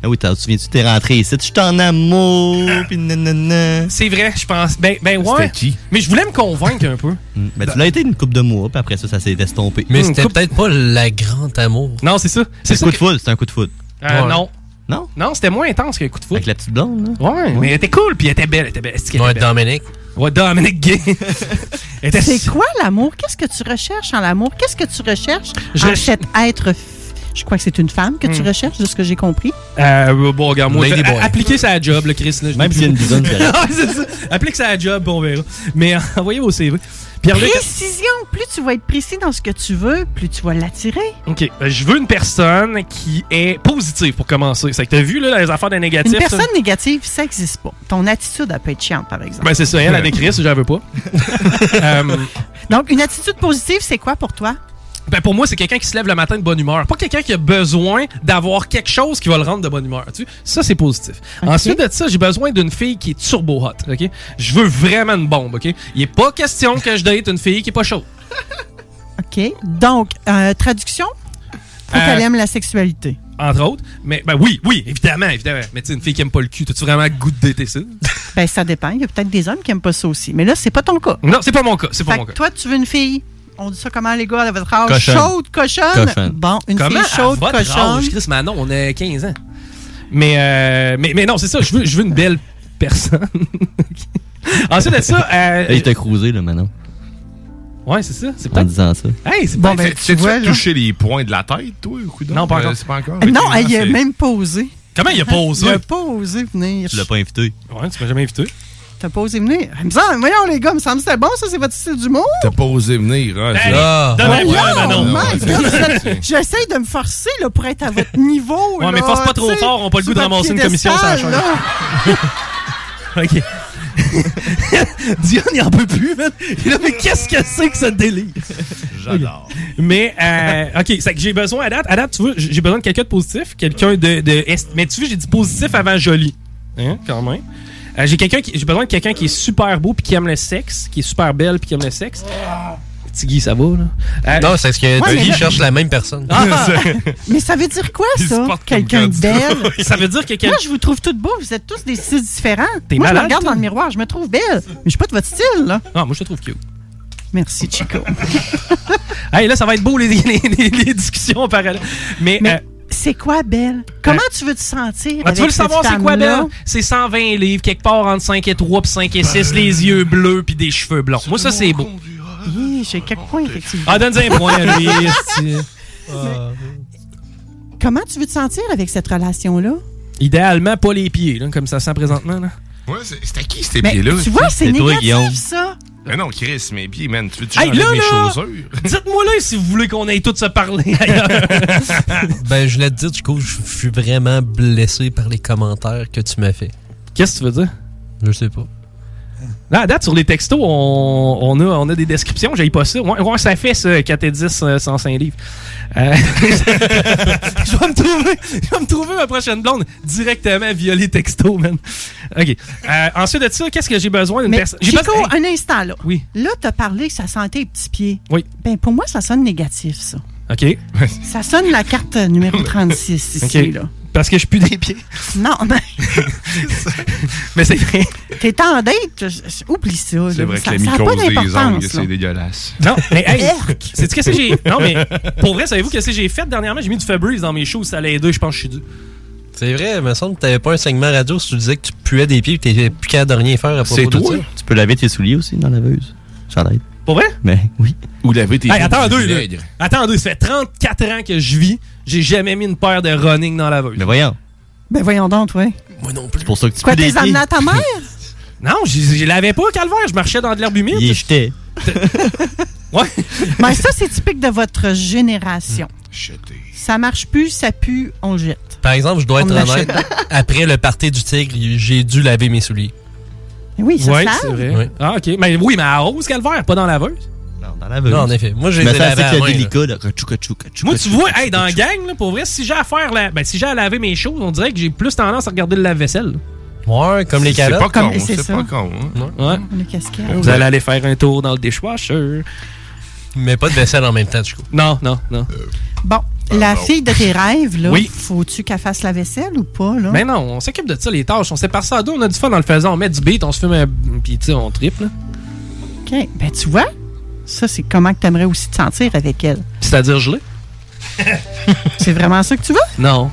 [SPEAKER 2] Ah oui, t'as- tu te souviens-tu, t'es rentré ici. Je suis en amour. Puis nanana.
[SPEAKER 3] c'est vrai, je pense. Ben, ben ouais.
[SPEAKER 2] C'était qui?
[SPEAKER 3] Mais je voulais me convaincre un
[SPEAKER 2] (laughs)
[SPEAKER 3] peu. Hmm,
[SPEAKER 2] Mm. Ben, tu l'as été une coupe de mois, puis après ça, ça s'est estompé.
[SPEAKER 10] Mais c'était peut-être pas la grande amour.
[SPEAKER 3] Non, c'est ça.
[SPEAKER 2] C'est
[SPEAKER 3] ça
[SPEAKER 2] un coup
[SPEAKER 3] que-
[SPEAKER 2] de foudre. C'est un coup de foudre.
[SPEAKER 3] Euh,
[SPEAKER 2] Ouais.
[SPEAKER 3] Non.
[SPEAKER 2] Non?
[SPEAKER 3] Non, c'était moins intense qu'un coup de foot.
[SPEAKER 2] Avec la petite blonde,
[SPEAKER 3] là? Ouais, mais elle était cool, puis elle était belle. Elle était belle. Est-ce qu'elle
[SPEAKER 10] Ouais,
[SPEAKER 3] était belle?
[SPEAKER 10] Dominique.
[SPEAKER 3] Ouais, Dominique
[SPEAKER 2] (laughs)
[SPEAKER 3] Gay. Elle était
[SPEAKER 11] C'est quoi l'amour? Qu'est-ce que tu recherches en l'amour? Qu'est-ce que tu recherches
[SPEAKER 3] Je-
[SPEAKER 11] en cet être... f- Je crois que c'est une femme que tu
[SPEAKER 3] Hmm.
[SPEAKER 11] recherches, de ce que j'ai compris.
[SPEAKER 3] Euh, bon, regarde, moi,
[SPEAKER 10] Lady
[SPEAKER 3] je-
[SPEAKER 10] boy.
[SPEAKER 3] a- appliquez ça à la job, le Chris. là, je
[SPEAKER 2] Même
[SPEAKER 3] dis
[SPEAKER 2] s'il y a une
[SPEAKER 3] plus.
[SPEAKER 2] bisonne, c'est correct.
[SPEAKER 3] (laughs) Ouais, c'est ça. Applique ça à la job, puis on verra. Mais euh, (laughs) envoyez vos CV. Pierre
[SPEAKER 11] Précision! Plus tu vas être précis dans ce que tu veux, plus tu vas l'attirer.
[SPEAKER 3] OK, euh, je veux une personne qui est positive pour commencer. C'est que t'as vu, là, les affaires des négatifs.
[SPEAKER 11] Une
[SPEAKER 3] ça?
[SPEAKER 11] personne négative, ça n'existe pas. Ton attitude, elle peut être chiante, par exemple.
[SPEAKER 3] Ben, c'est ça, elle a décrit, si j'en veux pas. Euh,
[SPEAKER 11] (laughs) Donc, une attitude positive, c'est quoi pour toi?
[SPEAKER 3] ben, pour moi, c'est quelqu'un qui se lève le matin de bonne humeur. Pas quelqu'un qui a besoin d'avoir quelque chose qui va le rendre de bonne humeur. Tu vois? Ça, c'est positif. Ensuite de ça, j'ai besoin d'une fille qui est turbo hot. OK? Je veux vraiment une bombe. OK? Il est pas question que je date une fille qui est pas chaude.
[SPEAKER 11] OK. Donc, euh, traduction, faut
[SPEAKER 3] Euh,
[SPEAKER 11] qu'elle aime la sexualité.
[SPEAKER 3] entre autres. Mais ben oui, oui, évidemment, évidemment. Mais tu sais, une fille qui aime pas le cul, t'as-tu vraiment le goût de dater ça?
[SPEAKER 11] Ben, ça dépend. Il y a peut-être des hommes qui aiment pas ça aussi. Mais là, c'est pas ton cas.
[SPEAKER 3] Non, c'est pas mon cas, c'est pas
[SPEAKER 11] Fait
[SPEAKER 3] mon
[SPEAKER 11] que
[SPEAKER 3] cas.
[SPEAKER 11] toi, tu veux une fille. On dit ça comment, les gars, à votre âge?
[SPEAKER 3] Cochonne.
[SPEAKER 11] Chaude, cochonne. Bon, une
[SPEAKER 3] Comment,
[SPEAKER 11] fille chaude,
[SPEAKER 3] à votre
[SPEAKER 11] cochonne.
[SPEAKER 3] âge, Chris Manon, on a 15 ans. Mais, euh, mais, mais non, c'est ça, je veux, je veux une belle personne. (laughs) Ensuite de
[SPEAKER 2] (laughs)
[SPEAKER 3] ça, euh,
[SPEAKER 2] là. Hey, je t'ai cruisé, là, maintenant.
[SPEAKER 3] ouais, c'est ça, c'est
[SPEAKER 2] En
[SPEAKER 3] peut-être.
[SPEAKER 2] disant ça.
[SPEAKER 3] Hey, c'est
[SPEAKER 11] Bon,
[SPEAKER 3] peut-être-
[SPEAKER 11] ben,
[SPEAKER 3] c'est-
[SPEAKER 11] tu
[SPEAKER 3] c'est-tu
[SPEAKER 11] vois,
[SPEAKER 3] fait
[SPEAKER 11] là.
[SPEAKER 3] toucher?
[SPEAKER 12] Toucher les points de la tête, toi, ou coudonc?
[SPEAKER 3] Non, euh, pas
[SPEAKER 12] Euh,
[SPEAKER 3] encore.
[SPEAKER 12] C'est pas encore.
[SPEAKER 11] Non,
[SPEAKER 12] Ok,
[SPEAKER 11] elle y a
[SPEAKER 12] c'est-
[SPEAKER 11] même pas osé.
[SPEAKER 3] Comment il a pas
[SPEAKER 11] Il
[SPEAKER 3] osé?
[SPEAKER 11] a pas osé venir.
[SPEAKER 2] Tu l'as pas invité.
[SPEAKER 3] Ouais, tu m'as jamais invité.
[SPEAKER 11] T'as pas osé venir. Il me semble, voyons, les gars, il me semble que c'était bon, ça, c'est votre style
[SPEAKER 3] (laughs)
[SPEAKER 11] d'humour.
[SPEAKER 12] T'as pas osé venir, hein?
[SPEAKER 3] Hey,
[SPEAKER 12] c'est-
[SPEAKER 3] donne un
[SPEAKER 11] Voyons,
[SPEAKER 3] point, Manon.
[SPEAKER 12] non,
[SPEAKER 11] my God, vous êtes- J'essaie de me forcer là, pour être à votre niveau.
[SPEAKER 3] Ouais, mais
[SPEAKER 11] là,
[SPEAKER 3] force pas trop
[SPEAKER 11] tu sais,
[SPEAKER 3] fort, on a pas le goût
[SPEAKER 11] sur
[SPEAKER 3] de
[SPEAKER 11] votre
[SPEAKER 3] ramasser une commission, ça
[SPEAKER 11] piédestal,
[SPEAKER 3] change.
[SPEAKER 11] là.
[SPEAKER 3] Ah, OK. (laughs)
[SPEAKER 13] Dion, il en peut plus, man. Il est là, mais qu'est-ce que c'est que ce délire?
[SPEAKER 12] J'adore.
[SPEAKER 3] Mais, euh, OK, c'est que j'ai besoin à date. À date, tu vois, j'ai besoin de quelqu'un de positif, quelqu'un de, de est- Mais tu vois, j'ai dit positif avant joli. Hein, quand même. Euh, j'ai quelqu'un qui- j'ai besoin de quelqu'un qui est super beau puis qui aime le sexe, qui est super belle puis qui aime le sexe. Petit Guy, ça va, là? Euh,
[SPEAKER 10] Non, c'est parce que
[SPEAKER 3] Ouais,
[SPEAKER 10] Guy
[SPEAKER 3] mais-
[SPEAKER 10] cherche la même personne. (laughs)
[SPEAKER 11] Ah! Mais ça veut dire quoi, ça? Quelqu'un de belle?
[SPEAKER 3] Ça veut dire que quelqu'un.
[SPEAKER 11] Moi, je vous trouve toutes beaux. Vous êtes tous des styles différents.
[SPEAKER 3] T'es
[SPEAKER 11] Moi, je me
[SPEAKER 3] malade,
[SPEAKER 11] regarde
[SPEAKER 3] toi?
[SPEAKER 11] dans le miroir. Je me trouve belle. Mais je suis pas de votre style, là.
[SPEAKER 3] Non, moi, je te trouve cute.
[SPEAKER 11] Merci, Chico.
[SPEAKER 3] (laughs) hey, là, ça va être beau, les, les- les- les discussions parallèles. Mais. euh,
[SPEAKER 11] C'est quoi, belle? Comment tu veux te sentir?
[SPEAKER 3] Hein? Ah, tu veux
[SPEAKER 11] avec
[SPEAKER 3] le savoir,
[SPEAKER 11] cette
[SPEAKER 3] c'est quoi,
[SPEAKER 11] femme-là?
[SPEAKER 3] Ben? C'est 120 livres, quelque part entre 5 et 3 puis 5 et 6, les yeux bleus puis des cheveux blonds. Moi, ça, c'est beau.
[SPEAKER 11] Hi, J'ai quelques points, effectivement.
[SPEAKER 3] Ah,
[SPEAKER 11] (laughs)
[SPEAKER 3] donne-y un point à (laughs) lui. esti. Ah.
[SPEAKER 11] Comment tu veux te sentir avec cette relation-là?
[SPEAKER 3] Idéalement, pas les pieds, là, comme ça sent présentement. Là.
[SPEAKER 12] Ouais, c'est c'était qui ces
[SPEAKER 3] Mais
[SPEAKER 12] pieds-là?
[SPEAKER 3] tu vois, c'est C'est toi, négatif, Guillaume.
[SPEAKER 11] ça.
[SPEAKER 12] Mais non, Chris, mes pieds, man. Tu veux que
[SPEAKER 3] Hey,
[SPEAKER 12] j'enlève
[SPEAKER 3] là,
[SPEAKER 12] mes
[SPEAKER 3] là!
[SPEAKER 12] chaussures?
[SPEAKER 3] Dites-moi là si vous voulez qu'on aille tous se parler (laughs) ailleurs.
[SPEAKER 10] ben, je voulais te dire, du coup, je suis vraiment blessé par les commentaires que tu m'as fait.
[SPEAKER 3] Qu'est-ce que tu veux dire?
[SPEAKER 10] Je sais pas.
[SPEAKER 3] Là, à date, sur les textos, on, on a, on a des descriptions. J'ai pas ça. Ouais, ouais, ça fait ça, 4 et 10, euh, 105 livres. Euh, (laughs) je, vais me trouver, je vais me trouver ma prochaine blonde directement via les textos, man. OK. Euh, ensuite de ça, qu'est-ce que j'ai besoin d'une
[SPEAKER 11] Mais
[SPEAKER 3] personne? J'ai
[SPEAKER 11] Chico,
[SPEAKER 3] besoin-
[SPEAKER 11] un instant, là.
[SPEAKER 3] Oui.
[SPEAKER 11] Là, t'as parlé que ça sentait les petits pieds.
[SPEAKER 3] Oui.
[SPEAKER 11] Ben, pour moi, ça sonne négatif, ça.
[SPEAKER 3] Hey. OK.
[SPEAKER 11] Ça sonne la carte euh,
[SPEAKER 3] (laughs)
[SPEAKER 11] numéro 36 ici,
[SPEAKER 3] OK.
[SPEAKER 11] là.
[SPEAKER 3] Parce que je pue des pieds.
[SPEAKER 11] Non, (laughs) mais
[SPEAKER 3] Mais c'est vrai.
[SPEAKER 11] t'es en date. je- je- Oublie ça. là.
[SPEAKER 12] C'est vrai
[SPEAKER 11] ça,
[SPEAKER 12] que les
[SPEAKER 11] ça a
[SPEAKER 12] mycoses
[SPEAKER 11] pas
[SPEAKER 12] des
[SPEAKER 11] d'importance,
[SPEAKER 12] ongles,
[SPEAKER 11] là. Eh,
[SPEAKER 12] c'est dégueulasse.
[SPEAKER 3] Non, mais hey,
[SPEAKER 11] Erk.
[SPEAKER 3] c'est qu'est-ce que j'ai Non mais pour vrai, savez-vous qu'est-ce que j'ai fait dernièrement J'ai mis du Febreze dans mes choses, ça allait aider, je pense que je suis dû.
[SPEAKER 10] C'est vrai, il me semble que t'avais pas un segment radio si tu disais que tu puais des pieds et t'étais plus capable de rien faire à propos de ça.
[SPEAKER 14] Tu peux laver tes souliers aussi dans la laveuse. Ça l'aide.
[SPEAKER 3] Pour vrai
[SPEAKER 2] Ben,
[SPEAKER 14] Mais oui.
[SPEAKER 12] Ou laver tes
[SPEAKER 3] Hey, attendez, là. Attendez, ça fait 34 ans que je vis, j'ai jamais mis une paire de running dans la veuse. Mais
[SPEAKER 14] voyons.
[SPEAKER 11] Ben, voyons donc, ouais.
[SPEAKER 10] Moi non plus.
[SPEAKER 14] C'est pour ça que tu
[SPEAKER 11] Quoi,
[SPEAKER 14] peux
[SPEAKER 11] t'es amené à ta mère?
[SPEAKER 3] Non, je je l'avais pas calvaire, je marchais dans de l'herbe humide.
[SPEAKER 14] Il jetait.
[SPEAKER 11] Mais Ben, ça, c'est typique de votre génération. Ça marche plus, ça pue, on le jette.
[SPEAKER 10] Par exemple, je dois
[SPEAKER 11] On
[SPEAKER 10] être
[SPEAKER 11] l'achète.
[SPEAKER 10] honnête, après le party du tigre, j'ai dû laver mes souliers.
[SPEAKER 11] Oui,
[SPEAKER 10] ça
[SPEAKER 3] ouais,
[SPEAKER 10] se lave.
[SPEAKER 3] c'est vrai.
[SPEAKER 10] Oui.
[SPEAKER 3] Ah ok, mais oui, mais à hausse calvaire, pas dans la veuse.
[SPEAKER 14] Non, dans la veuse.
[SPEAKER 10] Non, en effet. Moi, je
[SPEAKER 14] Mais
[SPEAKER 10] les ai
[SPEAKER 14] ça,
[SPEAKER 10] lavés à
[SPEAKER 14] c'est
[SPEAKER 10] main, là.
[SPEAKER 14] que délicat, là. Tchou, tchou, tchou,
[SPEAKER 3] Moi, tu
[SPEAKER 14] tchou,
[SPEAKER 3] vois,
[SPEAKER 14] tchou,
[SPEAKER 3] hey, dans la
[SPEAKER 14] tchou.
[SPEAKER 3] gang, là, pour vrai, si j'ai à faire la... ben, si j'ai à laver mes choses, on dirait que j'ai plus tendance à regarder le lave-vaisselle.
[SPEAKER 10] Ouais, comme les
[SPEAKER 3] C'est- c'est
[SPEAKER 10] carottes.
[SPEAKER 3] pas con, Comme- c'est c'est ça. pas
[SPEAKER 12] con.
[SPEAKER 3] Ouais.
[SPEAKER 11] Le casquette.
[SPEAKER 3] Vous allez aller faire un tour dans le déchoir,
[SPEAKER 10] Mais pas de vaisselle en même temps, du coup.
[SPEAKER 3] Non, non, non.
[SPEAKER 11] Bon, la
[SPEAKER 3] bon.
[SPEAKER 11] fille de tes rêves, là,
[SPEAKER 3] Oui.
[SPEAKER 11] faut-tu qu'elle fasse la vaisselle ou pas, là?
[SPEAKER 3] Mais Ben non, on s'occupe de ça, les tâches. On sépare ça à deux, on a du fun en le faisant. On met du beat, on se fume un. Puis, tu sais, on triple. là.
[SPEAKER 11] OK. Ben, tu vois, ça, c'est comment que t'aimerais aussi te sentir avec elle.
[SPEAKER 3] C'est-à-dire gelé?
[SPEAKER 11] (laughs) C'est vraiment ça que tu veux?
[SPEAKER 3] Non.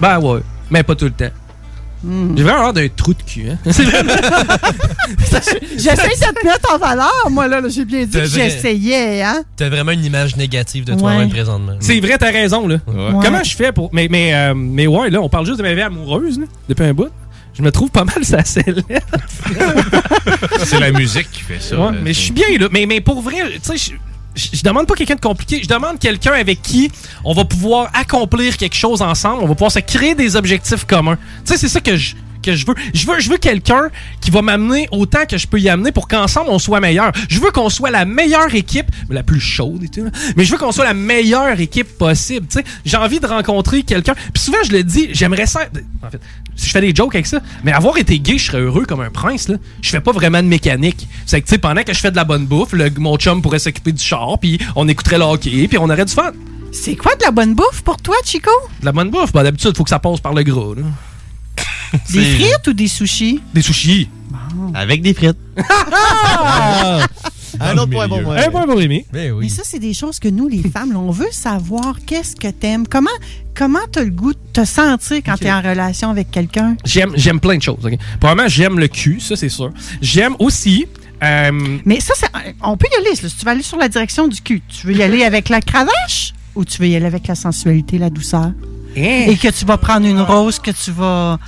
[SPEAKER 3] Ben ouais. Mais pas tout le temps.
[SPEAKER 11] Hmm.
[SPEAKER 3] J'ai vraiment l'air d'un trou de
[SPEAKER 11] (laughs)
[SPEAKER 3] cul, hein. C'est vraiment-
[SPEAKER 11] J'essaie de te mettre en valeur, moi, là. là, J'ai bien dit
[SPEAKER 10] C'est
[SPEAKER 11] que
[SPEAKER 10] vrai.
[SPEAKER 11] j'essayais, hein?
[SPEAKER 10] T'as vraiment une image négative de toi-même présentement.
[SPEAKER 3] C'est vrai, t'as raison, là.
[SPEAKER 10] Ouais.
[SPEAKER 3] Comment je fais pour. Mais, mais, euh, mais ouais, là, on parle juste de ma vie amoureuse, là, depuis un bout. Je me trouve pas mal, ça célèbre.
[SPEAKER 12] C'est la musique (laughs) qui fait ça. euh?
[SPEAKER 3] Ouais,
[SPEAKER 12] là,
[SPEAKER 3] mais je
[SPEAKER 12] c'est-
[SPEAKER 3] suis bien là. Mais, mais pour vrai, tu sais, je- je je demande pas quelqu'un de compliqué. Je demande quelqu'un avec qui on va pouvoir accomplir quelque chose ensemble. On va pouvoir se créer des objectifs communs. Tu sais, c'est ça que je que je veux. Je veux, je veux quelqu'un qui va m'amener autant que je peux y amener pour qu'ensemble on soit meilleur. Je veux qu'on soit la meilleure équipe, mais la plus chaude et tout. là. Mais je veux qu'on soit la meilleure équipe possible. Tu sais, j'ai envie de rencontrer quelqu'un. Puis souvent je le dis, j'aimerais ça. En fait, si je fais des jokes avec ça, mais avoir été gay, je serais heureux comme un prince. Là. Je fais pas vraiment de mécanique. C'est que, tu sais, pendant que je fais de la bonne bouffe, le- mon chum pourrait s'occuper du char, puis on écouterait le hockey, puis on aurait du fun.
[SPEAKER 11] C'est quoi de la bonne bouffe pour toi, Chico?
[SPEAKER 3] De la bonne bouffe, ben, d'habitude, faut que ça passe par le gros.
[SPEAKER 14] (laughs)
[SPEAKER 3] Là.
[SPEAKER 11] Des frites ou des sushis?
[SPEAKER 3] Des sushis.
[SPEAKER 14] Avec des frites.
[SPEAKER 11] Ah!
[SPEAKER 14] (laughs) Un autre point Ben pour moi.
[SPEAKER 3] Un point pour Rémi.
[SPEAKER 11] Mais ça, c'est des choses que nous,
[SPEAKER 12] (laughs)
[SPEAKER 11] les femmes, là, on veut savoir qu'est-ce que t'aimes. Comment comment t'as le goût de te sentir quand t'es en relation avec quelqu'un?
[SPEAKER 3] J'aime, j'aime plein de choses. ok? Premièrement, j'aime le cul, ça c'est sûr. J'aime aussi. euh,
[SPEAKER 11] Mais ça, c'est- on peut y aller. là. Si tu veux aller sur la direction du cul, tu veux y aller avec la cravache ou tu veux y aller avec la sensualité, la douceur?
[SPEAKER 3] Eh.
[SPEAKER 11] Et que tu vas prendre une rose, que tu vas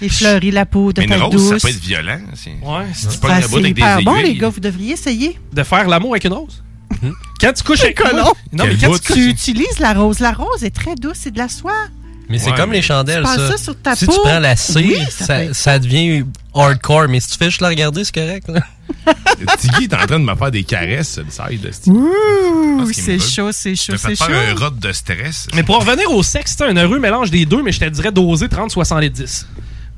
[SPEAKER 11] effleurer la peau de
[SPEAKER 12] Mais une
[SPEAKER 11] ta
[SPEAKER 12] rose,
[SPEAKER 11] douce.
[SPEAKER 12] ça peut être violent. C'est
[SPEAKER 3] ouais,
[SPEAKER 12] c'est
[SPEAKER 11] Ben,
[SPEAKER 12] pas une
[SPEAKER 11] c'est
[SPEAKER 12] boîte avec des
[SPEAKER 11] hyper bon, les
[SPEAKER 12] aiguilles. Hmm?
[SPEAKER 11] gars. Vous devriez essayer.
[SPEAKER 3] de faire l'amour avec une rose. Quand tu couches avec
[SPEAKER 11] colon.
[SPEAKER 3] Non, mais
[SPEAKER 12] Quel
[SPEAKER 3] quand
[SPEAKER 12] bout,
[SPEAKER 11] Tu
[SPEAKER 3] tu couches.
[SPEAKER 11] utilises la rose. La rose est très douce, c'est de la soie.
[SPEAKER 10] Mais c'est
[SPEAKER 2] Ouais,
[SPEAKER 10] comme
[SPEAKER 2] mais-
[SPEAKER 10] les chandelles,
[SPEAKER 11] Tu
[SPEAKER 10] ça.
[SPEAKER 11] prends ça sur ta
[SPEAKER 10] si tu
[SPEAKER 11] peau?
[SPEAKER 10] prends la cire,
[SPEAKER 11] Oui, ça
[SPEAKER 10] ça,
[SPEAKER 11] fait
[SPEAKER 10] ça devient hardcore. Mais si tu fais juste la regarder, c'est correct. là.
[SPEAKER 12] Tiggy est en train de me faire des caresses, le side.
[SPEAKER 11] Ouh,
[SPEAKER 12] qu'il Ah, me
[SPEAKER 11] c'est
[SPEAKER 12] veut.
[SPEAKER 11] chaud, c'est chaud,
[SPEAKER 12] Me
[SPEAKER 11] c'est
[SPEAKER 12] fait
[SPEAKER 11] chaud.
[SPEAKER 12] faire un rot de stress.
[SPEAKER 3] Mais pour revenir au sexe, c'est un heureux mélange des deux, mais je te dirais doser 30-70.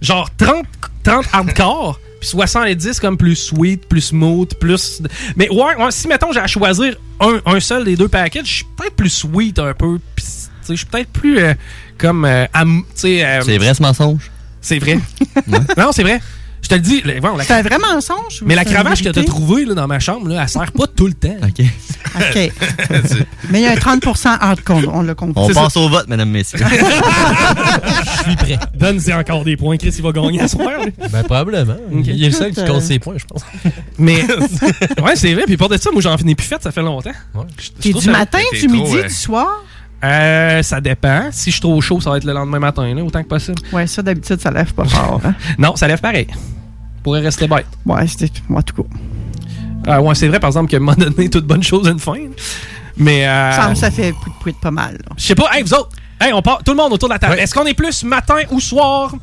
[SPEAKER 3] Genre 30, 30 (laughs) hardcore, puis 70 comme plus sweet, plus smooth, plus. Mais ouais, ouais, si mettons j'ai à choisir un, un seul des deux packages, je suis peut-être plus sweet un peu, puis tu sais, je suis peut-être plus euh, comme. euh, am- tu sais, euh,
[SPEAKER 2] C'est vrai ce mensonge?
[SPEAKER 3] C'est vrai. (laughs) non, c'est vrai. Je te le dis. le- bon, la-
[SPEAKER 11] C'est un vrai mensonge. ou
[SPEAKER 3] Mais la
[SPEAKER 11] c'est
[SPEAKER 3] cravache que
[SPEAKER 11] vérité?
[SPEAKER 3] t'as trouvée là, dans ma chambre, là, elle sert pas tout le temps.
[SPEAKER 2] OK.
[SPEAKER 3] (laughs)
[SPEAKER 2] (laughs)
[SPEAKER 11] OK. Mais il y a un 30 hardcore, on l'a compris.
[SPEAKER 2] On passe au vote, mesdames, messieurs.
[SPEAKER 3] (laughs) Je suis prêt. Donne-y encore des points. Chris, il va gagner à soir. lui. (laughs)
[SPEAKER 10] ben, probablement. Il est le seul qui
[SPEAKER 3] Écoute,
[SPEAKER 10] compte
[SPEAKER 3] euh,
[SPEAKER 10] ses points, je pense.
[SPEAKER 3] (laughs)
[SPEAKER 10] (laughs)
[SPEAKER 3] Mais ouais, c'est vrai. Puis pour de ça, moi, j'en finis plus fait, ça fait longtemps. Je- je
[SPEAKER 11] T'es
[SPEAKER 3] trouve
[SPEAKER 11] du
[SPEAKER 3] ça-
[SPEAKER 11] matin, du midi, du soir?
[SPEAKER 3] Euh, ça dépend. Si je suis trop chaud, ça va être le lendemain matin, là, autant que possible.
[SPEAKER 11] Ouais, ça d'habitude, ça lève pas fort. hein.
[SPEAKER 3] (laughs) Non, ça lève pareil. Pourrait rester bête.
[SPEAKER 11] Ouais, c'était moi tout court.
[SPEAKER 3] Ah ouais, c'est vrai, par exemple, que m'a donné toute bonne chose a une fin. Mais euh,
[SPEAKER 11] Ça me- ça fait pout pout pas mal. là.
[SPEAKER 3] je sais pas. Hey, vous autres. Hey, on part. Tout le monde autour de la table. Est-ce qu'on est plus matin ou soir?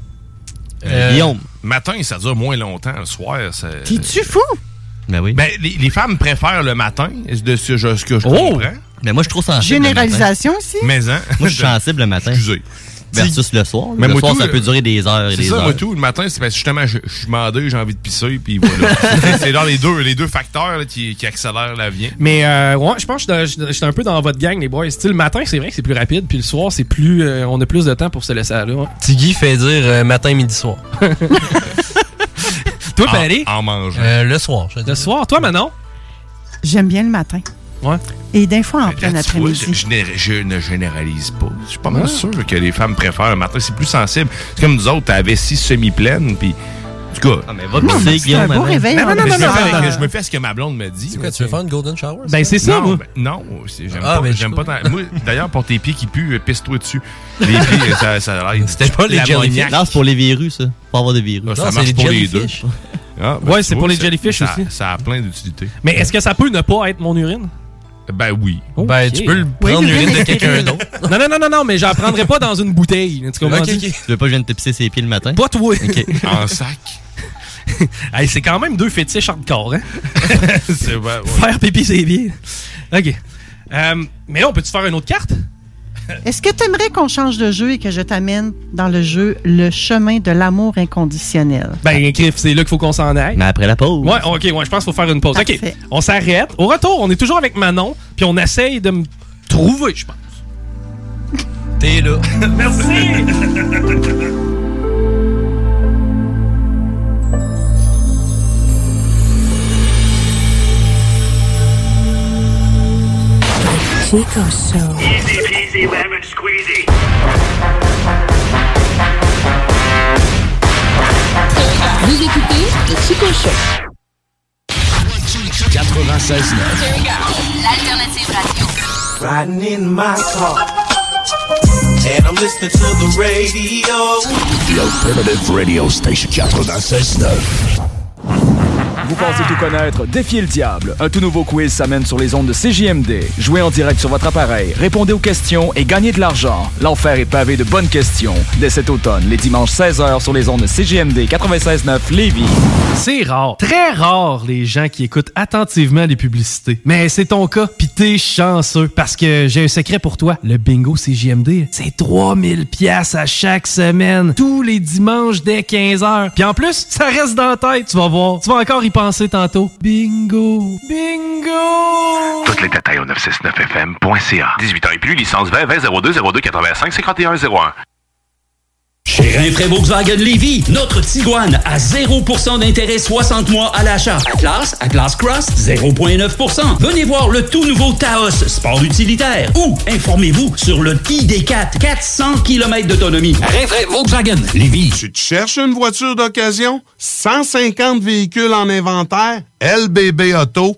[SPEAKER 2] Euh,
[SPEAKER 12] Guillaume. Euh, Matin, ça dure moins longtemps. Le soir, ça.
[SPEAKER 11] T'es-tu fou?
[SPEAKER 2] Ben oui.
[SPEAKER 12] Ben, les, les femmes préfèrent le matin, de ce, je- ce que je comprends.
[SPEAKER 2] Mais Oh! Ben, moi, je trouve ça
[SPEAKER 11] Généralisation ici?
[SPEAKER 12] Mais, hein?
[SPEAKER 2] Moi, je suis sensible le matin.
[SPEAKER 12] Excusez.
[SPEAKER 2] Versus le soir.
[SPEAKER 12] Mais
[SPEAKER 2] le
[SPEAKER 12] moi
[SPEAKER 2] soir,
[SPEAKER 12] tout,
[SPEAKER 2] ça
[SPEAKER 12] le-
[SPEAKER 2] peut durer des heures et
[SPEAKER 12] C'est
[SPEAKER 2] des
[SPEAKER 12] ça,
[SPEAKER 2] heures.
[SPEAKER 12] moi tout. Le matin, c'est parce que justement, je, je suis mandé, j'ai envie de pisser, puis voilà. (laughs) C'est- c'est dans les deux, les deux facteurs là, qui, qui accélèrent la vie.
[SPEAKER 3] Mais euh, ouais, je pense que je suis dans- je suis un peu dans votre gang, les boys. Tu sais, le matin, c'est vrai que c'est plus rapide, puis le soir, c'est plus. euh, on a plus de temps pour se laisser aller. ouais.
[SPEAKER 10] Tiggy fait dire euh, matin, midi, (laughs) soir.
[SPEAKER 3] Toi, Paris?
[SPEAKER 12] En mangeant.
[SPEAKER 10] Euh, le soir, je
[SPEAKER 3] Le soir, toi, Manon?
[SPEAKER 11] J'aime bien le matin.
[SPEAKER 3] Ouais.
[SPEAKER 11] Et des fois en
[SPEAKER 12] Là,
[SPEAKER 11] plein
[SPEAKER 12] tu vois, je,
[SPEAKER 11] après-midi.
[SPEAKER 12] je n'ai- je ne généralise pas. Je suis pas mal
[SPEAKER 11] Ah.
[SPEAKER 12] sûr que les femmes préfèrent le matin. C'est plus sensible. C'est comme nous autres, t'as la vessie semi-pleine, puis. En tout cas.
[SPEAKER 2] mais
[SPEAKER 3] va te Non, pisser, Ah, mais c'est Guillaume, un beau maintenant. réveil,
[SPEAKER 10] hein,
[SPEAKER 12] Non, non, non,
[SPEAKER 3] en
[SPEAKER 12] non,
[SPEAKER 3] même
[SPEAKER 12] non,
[SPEAKER 3] temps.
[SPEAKER 12] non,
[SPEAKER 3] Ah,
[SPEAKER 12] non,
[SPEAKER 3] non.
[SPEAKER 12] Je me fais ce que ma blonde me dit.
[SPEAKER 10] euh, quoi, tu veux faire une golden shower?
[SPEAKER 3] Ben, c'est ça,
[SPEAKER 12] non,
[SPEAKER 3] moi.
[SPEAKER 12] ben, non, c'est- j'aime
[SPEAKER 10] Ah,
[SPEAKER 12] pas.
[SPEAKER 10] ben, je
[SPEAKER 12] J'aime
[SPEAKER 10] sais
[SPEAKER 12] pas. tant- Moi, d'ailleurs, pour tes pieds qui puent, euh, pisse-toi dessus.
[SPEAKER 3] (laughs)
[SPEAKER 12] Les pieds, ça, ça l'aide.
[SPEAKER 2] C'était pas les jellyfish. Non, c'est pour les virus, ça. Pour avoir des virus.
[SPEAKER 12] Ah, ça marche pour les deux. (laughs) Ah, ben,
[SPEAKER 3] Ouais,
[SPEAKER 12] tu
[SPEAKER 3] c'est
[SPEAKER 12] vois,
[SPEAKER 3] pour les
[SPEAKER 12] ça-
[SPEAKER 3] jellyfish
[SPEAKER 12] ça-
[SPEAKER 3] aussi.
[SPEAKER 12] Ça a plein d'utilités.
[SPEAKER 3] Mais est-ce que ça peut ne pas être mon urine?
[SPEAKER 12] Ben oui.
[SPEAKER 10] Ben, tu peux le prendre
[SPEAKER 3] Oui,
[SPEAKER 10] l'urine
[SPEAKER 3] l'urine
[SPEAKER 10] de
[SPEAKER 3] est
[SPEAKER 10] quelqu'un
[SPEAKER 3] stérile.
[SPEAKER 10] d'autre.
[SPEAKER 3] (laughs) Non, non, non, non, non, mais j'en prendrai pas dans une bouteille. Tu comprends?
[SPEAKER 10] Ok, ok.
[SPEAKER 2] Tu veux pas que je vienne te pisser ses pieds le matin?
[SPEAKER 3] Pas toi. (laughs)
[SPEAKER 2] OK.
[SPEAKER 12] En sac.
[SPEAKER 3] Hey, c'est quand même deux fétiches hardcore, hein?
[SPEAKER 15] (laughs)
[SPEAKER 3] (laughs)
[SPEAKER 12] C'est vrai, ouais.
[SPEAKER 3] Faire pipi, c'est bien. OK. Euh, mais là, on peut-tu faire une autre carte?
[SPEAKER 11] Est-ce que tu aimerais qu'on change de jeu et que je t'amène dans le jeu Le chemin de l'amour inconditionnel?
[SPEAKER 3] Ben, Griff, c'est là qu'il faut qu'on s'en aille.
[SPEAKER 2] Ah. Mais après la pause.
[SPEAKER 3] Ouais, ok, ouais, je pense qu'il faut faire une pause.
[SPEAKER 11] Parfait.
[SPEAKER 3] Ok, on s'arrête. Au retour, on est toujours avec Manon, puis on essaye de me trouver, je pense.
[SPEAKER 10] T'es là.
[SPEAKER 16] (laughs)
[SPEAKER 15] Merci.
[SPEAKER 4] Chico Show.
[SPEAKER 15] Easy peasy lemon squeezy.
[SPEAKER 8] Vous écoutez le Chico Show.
[SPEAKER 15] 96
[SPEAKER 8] L'alternative radio.
[SPEAKER 15] Riding in my car. And I'm listening to the radio.
[SPEAKER 17] The Alternative Radio Station 969.
[SPEAKER 18] Vous pensez tout connaître? Défiez le diable. Un tout nouveau quiz s'amène sur les ondes de CJMD. Jouez en direct sur votre appareil, répondez aux questions et gagnez de l'argent. L'enfer est pavé de bonnes questions. Dès cet automne, les dimanches 16h sur les ondes de CJMD 96.9 Lévis.
[SPEAKER 3] C'est rare, très rare les gens qui écoutent attentivement les publicités. Mais c'est ton cas, pis t'es chanceux, parce que j'ai un secret pour toi. Le bingo CJMD, c'est 3000 pièces à chaque semaine, tous les dimanches dès 15h. Puis en plus, ça reste dans la tête, tu vas voir. Tu vas encore y penser tantôt. Bingo, bingo!
[SPEAKER 9] Toutes les détails au 969fm.ca. 18 ans et plus, licence 20 20 02 02 85 51 01.
[SPEAKER 19] Chez Rinfraie Volkswagen Lévy, notre Tiguan à 0% d'intérêt 60 mois à l'achat. Atlas, Atlas Cross, 0,9%. Venez voir le tout nouveau Taos, sport utilitaire. Ou informez-vous sur le ID4, 400 km d'autonomie. Rinfraie Volkswagen Lévy.
[SPEAKER 16] Tu te cherches une voiture d'occasion? 150 véhicules en inventaire? LBB Auto.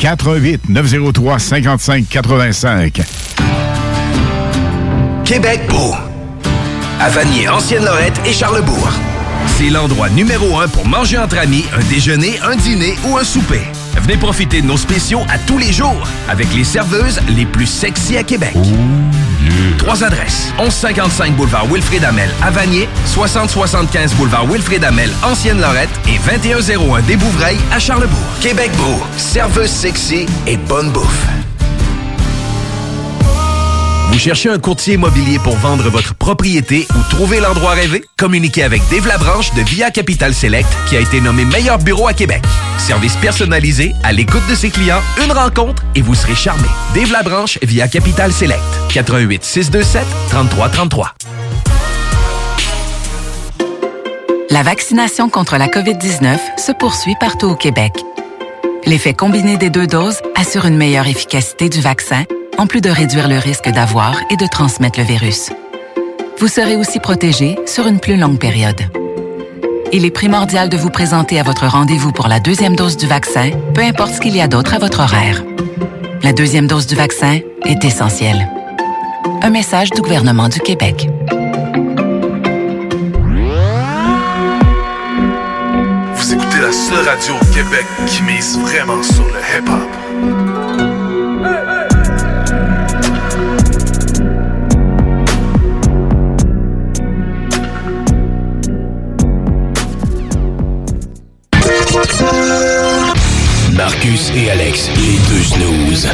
[SPEAKER 16] 418 903 55 85.
[SPEAKER 20] Québec beau. À Vanier, Ancienne-Lorette et Charlebourg. C'est l'endroit numéro un pour manger entre amis, un déjeuner, un dîner ou un souper. Venez profiter de nos spéciaux à tous les jours avec les serveuses les plus sexy à Québec. Trois adresses. 1155 boulevard Wilfrid Amel à Vanier, 6075 boulevard Wilfrid Amel, Ancienne-Lorette et 2101 des Bouvrailles à Charlebourg. Québec beau, serveuse sexy et bonne bouffe. Vous cherchez un courtier immobilier pour vendre votre propriété ou trouver l'endroit rêvé? Communiquez avec Dave Labranche de Via Capital Select qui a été nommé meilleur bureau à Québec. Service personnalisé, à l'écoute de ses clients, une rencontre et vous serez charmé. Dave Labranche via Capital Select. 88 627 3333.
[SPEAKER 21] La vaccination contre la COVID-19 se poursuit partout au Québec. L'effet combiné des deux doses assure une meilleure efficacité du vaccin, en plus de réduire le risque d'avoir et de transmettre le virus. Vous serez aussi protégé sur une plus longue période. Il est primordial de vous présenter à votre rendez-vous pour la deuxième dose du vaccin, peu importe ce qu'il y a d'autre à votre horaire. La deuxième dose du vaccin est essentielle. Un message du gouvernement du Québec.
[SPEAKER 22] Vous écoutez la seule radio au Québec qui mise vraiment sur le hip-hop.
[SPEAKER 17] Marcus et Alex, les deux snooze.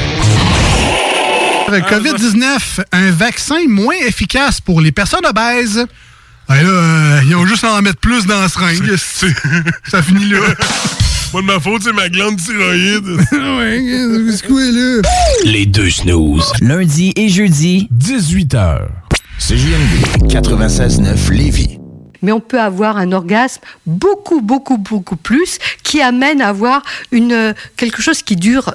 [SPEAKER 23] COVID-19, un vaccin moins efficace pour les personnes obèses. Ouais, là, euh, ils ont juste à en mettre plus dans la seringue. (laughs) Ça finit là.
[SPEAKER 12] Pas de ma faute, c'est ma glande thyroïde.
[SPEAKER 23] (laughs) ouais, c'est quoi, là?
[SPEAKER 17] Les deux snooze. Lundi et jeudi, 18h. CJMD 96.9 Lévis.
[SPEAKER 24] mais on peut avoir un orgasme beaucoup, beaucoup, beaucoup plus qui amène à avoir une, euh, quelque chose qui dure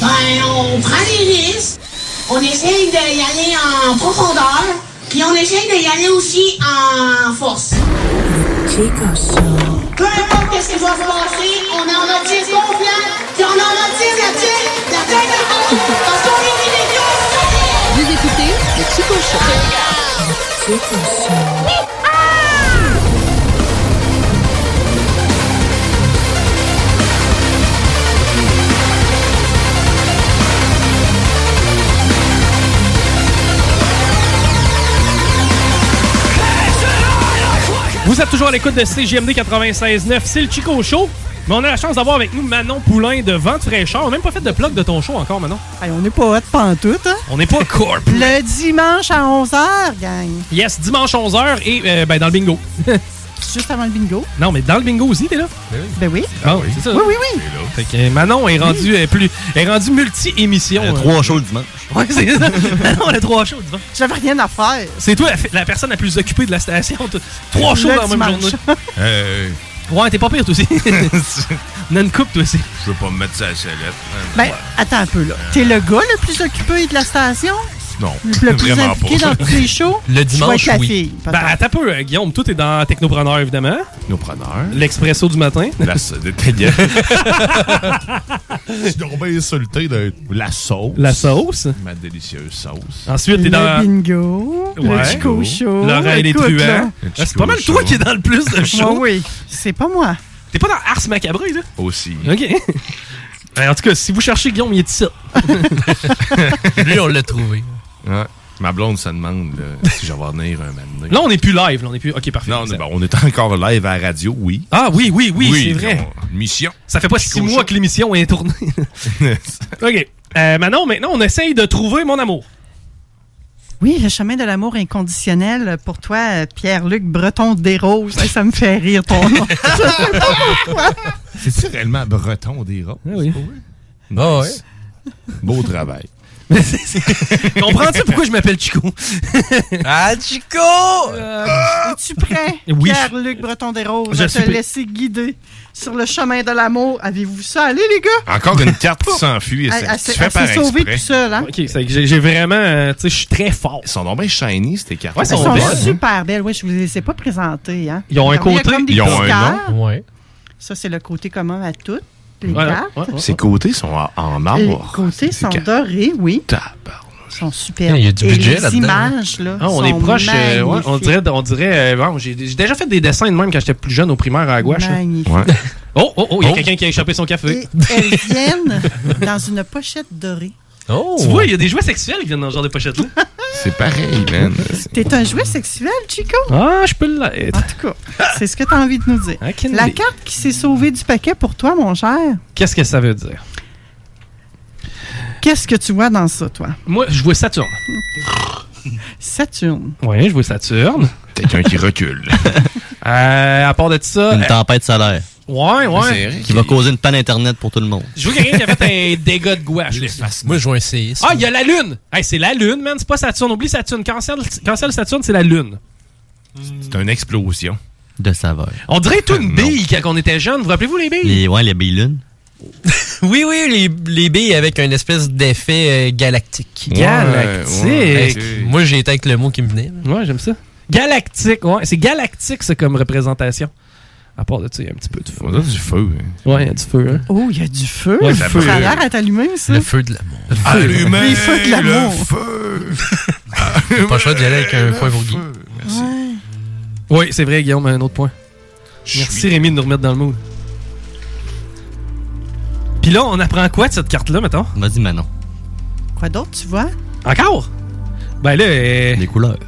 [SPEAKER 25] Ben, on prend des risques, on essaye d'y aller en profondeur, puis on essaye d'y aller aussi en force. Peu importe qu'est-ce qui va se passer, on en a 10 confiants, puis on en a 10 là-dessus, la tête en haut, parce qu'on est des idiots.
[SPEAKER 8] Vous écoutez le Chico Show.
[SPEAKER 3] Vous êtes toujours à l'écoute de CGMD 96.9, c'est le Chico Show. Mais on a la chance d'avoir avec nous Manon Poulain de Vente Fraîcheur. On n'a même pas fait de plug de ton show encore, Manon.
[SPEAKER 11] Hey, on n'est pas hot pantoute, hein?
[SPEAKER 3] On n'est pas corp.
[SPEAKER 11] Le dimanche à 11h, gang.
[SPEAKER 3] Yes, dimanche 11h et euh, ben, dans
[SPEAKER 11] (laughs)
[SPEAKER 3] le bingo.
[SPEAKER 11] Juste avant le bingo.
[SPEAKER 3] non, mais dans le bingo aussi, t'es là?
[SPEAKER 11] Ben oui.
[SPEAKER 3] Ah oui, c'est ça.
[SPEAKER 11] Oui, oui, oui.
[SPEAKER 3] Fait que Manon est rendu euh, plus est rendu multi-émission.
[SPEAKER 11] a trois
[SPEAKER 3] shows le dimanche. Ouais, c'est ça. (laughs) Manon, elle a trois shows le dimanche.
[SPEAKER 11] J'avais rien à faire.
[SPEAKER 3] C'est toi la, la personne la plus occupée de la station. T'as Trois
[SPEAKER 11] Le
[SPEAKER 3] shows dans la même
[SPEAKER 11] dimanche.
[SPEAKER 3] journée.
[SPEAKER 12] Euh,
[SPEAKER 3] Ouais, t'es pas pire,
[SPEAKER 12] (laughs)
[SPEAKER 3] toi aussi. On a une coupe, toi aussi.
[SPEAKER 12] Je veux pas me mettre ça à la sellette.
[SPEAKER 11] Ben, attends un peu, là. T'es le gars le plus occupé de la station?
[SPEAKER 12] Non,
[SPEAKER 11] Le plus
[SPEAKER 12] vraiment
[SPEAKER 11] impliqué
[SPEAKER 12] pas.
[SPEAKER 11] dans tous les shows?
[SPEAKER 3] Le
[SPEAKER 11] dimanche, Je vais être la oui. fille,
[SPEAKER 3] Ben,
[SPEAKER 11] peut-être.
[SPEAKER 3] attends un peu, euh, Guillaume. Tout est dans Technopreneur, évidemment.
[SPEAKER 12] Technopreneur.
[SPEAKER 3] L'Expresso du matin. (laughs)
[SPEAKER 12] La sauce de ta gueule. Je suis donc bien insulté de la sauce.
[SPEAKER 3] La sauce.
[SPEAKER 12] Ma délicieuse sauce.
[SPEAKER 3] Ensuite, t'es dans. Oh.
[SPEAKER 11] Le bingo, le
[SPEAKER 12] Oh.
[SPEAKER 11] Chico Show.
[SPEAKER 3] L'oreille des
[SPEAKER 11] Écoute, là.
[SPEAKER 3] truands. Ah, C'est pas mal toi qui es dans le
[SPEAKER 11] (laughs)
[SPEAKER 3] plus de
[SPEAKER 11] Ah
[SPEAKER 3] shows.
[SPEAKER 11] oui, c'est pas moi.
[SPEAKER 3] T'es pas dans Ars Macabre, là?
[SPEAKER 12] Aussi.
[SPEAKER 3] OK. Ouais, Ben, En tout cas, si vous cherchez Guillaume, il est ici.
[SPEAKER 12] (laughs) Lui, on l'a trouvé. Ouais. Ma blonde se demande là, si je vais venir un matin.
[SPEAKER 3] Là, on n'est plus live. Là, on est plus... OK, parfait.
[SPEAKER 12] Non, on est, ben, on est encore live à la radio, oui.
[SPEAKER 3] Ah oui, oui, oui, c'est vrai.
[SPEAKER 12] on- une mission.
[SPEAKER 3] Ça fait pas six mois que l'émission
[SPEAKER 12] (laughs)
[SPEAKER 3] est tournée. OK. Euh, Manon, maintenant, on essaye de trouver mon amour.
[SPEAKER 11] Oui, le chemin de l'amour inconditionnel pour toi, euh, Pierre-Luc Breton des Roses. Ça, ça me fait rire ton nom. (laughs)
[SPEAKER 12] (laughs) C'est-tu réellement breton des roses? Oui.
[SPEAKER 10] Ah ouais.
[SPEAKER 12] Beau travail.
[SPEAKER 3] (laughs) Comprends-tu pourquoi je m'appelle Chico?
[SPEAKER 10] (laughs) ah,
[SPEAKER 11] Chico! Euh, Es-tu prêt?
[SPEAKER 3] Oui.
[SPEAKER 11] Pierre-Luc Breton des Roses,
[SPEAKER 12] Je
[SPEAKER 11] je
[SPEAKER 12] suis
[SPEAKER 11] te
[SPEAKER 12] prêt.
[SPEAKER 11] laisser guider sur le chemin de l'amour. Avez-vous vu ça? Allez, les gars! (laughs)
[SPEAKER 12] Encore une carte qui s'enfuit.
[SPEAKER 11] Elle-
[SPEAKER 12] c'est-
[SPEAKER 11] elle
[SPEAKER 12] Tu
[SPEAKER 11] s'est-
[SPEAKER 12] fais
[SPEAKER 11] elle
[SPEAKER 12] par
[SPEAKER 11] s'est sauvée
[SPEAKER 12] exprès.
[SPEAKER 11] tout seul, hein?
[SPEAKER 3] OK, c'est que j'ai j'ai vraiment... euh, Tu sais, je suis très fort.
[SPEAKER 12] Ils sont donc bien shiny, ces cartes.
[SPEAKER 3] Ouais,
[SPEAKER 11] Elles
[SPEAKER 3] ils sont
[SPEAKER 11] sont
[SPEAKER 3] belles, hein?
[SPEAKER 11] super belles. Oui, je vous les ai pas présentées. Hein?
[SPEAKER 3] Ils ont un
[SPEAKER 11] Alors, il y a
[SPEAKER 3] côté-
[SPEAKER 11] comme des
[SPEAKER 12] Ils ont
[SPEAKER 11] petits
[SPEAKER 12] un
[SPEAKER 11] cœurs.
[SPEAKER 12] nom. Ouais.
[SPEAKER 11] Ça, c'est le côté commun à toutes les
[SPEAKER 12] Ouais,
[SPEAKER 11] cartes.
[SPEAKER 12] ouais, ouais. Ces côtés sont en, en
[SPEAKER 11] Les
[SPEAKER 12] or.
[SPEAKER 11] côtés sont
[SPEAKER 12] cartes.
[SPEAKER 11] dorés, oui. Ils sont superbes.
[SPEAKER 12] Il y a du
[SPEAKER 11] Et
[SPEAKER 12] budget
[SPEAKER 11] les
[SPEAKER 12] là-dedans.
[SPEAKER 11] images, là,
[SPEAKER 3] Ah, on
[SPEAKER 11] sont
[SPEAKER 3] est proche. euh, ouais, on
[SPEAKER 11] magnifiques.
[SPEAKER 3] dirait. On dirait euh, bon, j'ai j'ai déjà fait des dessins de même quand j'étais plus jeune au primaire à gouache. là.
[SPEAKER 11] Magnifique.
[SPEAKER 3] (laughs) Oh, oh, oh, il y a quelqu'un qui a échappé son café.
[SPEAKER 11] Elles viennent dans une pochette dorée.
[SPEAKER 3] Oh. Tu vois, il y a des jouets sexuels qui viennent dans ce genre de pochette-là.
[SPEAKER 12] C'est pareil, man.
[SPEAKER 11] T'es un jouet sexuel, Chico?
[SPEAKER 3] Ah, je peux l'être.
[SPEAKER 11] En tout cas, c'est ce que t'as envie de nous dire.
[SPEAKER 3] can
[SPEAKER 11] La
[SPEAKER 3] be.
[SPEAKER 11] carte qui s'est sauvée du paquet pour toi, mon cher,
[SPEAKER 3] Qu'est-ce que ça veut dire?
[SPEAKER 11] qu'est-ce que tu vois dans ça, toi?
[SPEAKER 3] Moi, je vois Saturne.
[SPEAKER 11] Saturne.
[SPEAKER 3] Oui, je vois Saturne.
[SPEAKER 12] Quelqu'un qui
[SPEAKER 2] (laughs)
[SPEAKER 12] recule.
[SPEAKER 3] à part de ça.
[SPEAKER 2] Une
[SPEAKER 3] euh,
[SPEAKER 2] tempête solaire.
[SPEAKER 3] (laughs) Ouais, ouais.
[SPEAKER 2] Qui va causer une panne Internet pour tout le monde.
[SPEAKER 3] Je vois quelqu'un qui a fait un dégât de gouache. aussi.
[SPEAKER 10] Moi, je vois un séisme.
[SPEAKER 3] Ah, il y a la Lune! Hey, c'est la Lune, man. C'est pas Saturne. Oublie Saturne. Cancel, cancel Saturne, c'est la Lune.
[SPEAKER 12] C'est une explosion.
[SPEAKER 2] De saveur.
[SPEAKER 3] On dirait tout une bille quand on était jeune. Vous rappelez-vous les billes?
[SPEAKER 2] Les, ouais, les billunes.
[SPEAKER 10] Oui, oui, les, les billes avec une espèce d'effet euh, galactique.
[SPEAKER 3] Ouais, Galactique. ouais, c'est-
[SPEAKER 10] moi, j'ai été avec le mot qui me venait.
[SPEAKER 3] Ouais, j'aime ça. Galactique, ouais. C'est galactique, ça, comme représentation. À part de ça, il y a un petit peu de feu.
[SPEAKER 12] On a du feu. hein.
[SPEAKER 3] Ouais, il y a du feu. Hein.
[SPEAKER 11] Oh, il y a du feu.
[SPEAKER 3] Ouais, le
[SPEAKER 11] ça
[SPEAKER 3] feu.
[SPEAKER 11] a l'air à t'allumer, ça.
[SPEAKER 10] Le feu de l'amour.
[SPEAKER 12] Allumez
[SPEAKER 11] Les feux de l'amour.
[SPEAKER 10] Pas le choix d'y aller avec un point pour Guy.
[SPEAKER 3] Oui, c'est vrai, Guillaume, un autre point. Merci, Rémi, de nous remettre dans le mood. Puis là, on apprend quoi de cette carte-là, mettons?
[SPEAKER 2] Vas-y, Manon.
[SPEAKER 11] Quoi d'autre, tu vois?
[SPEAKER 3] Encore? Ben là... Les
[SPEAKER 2] couleurs.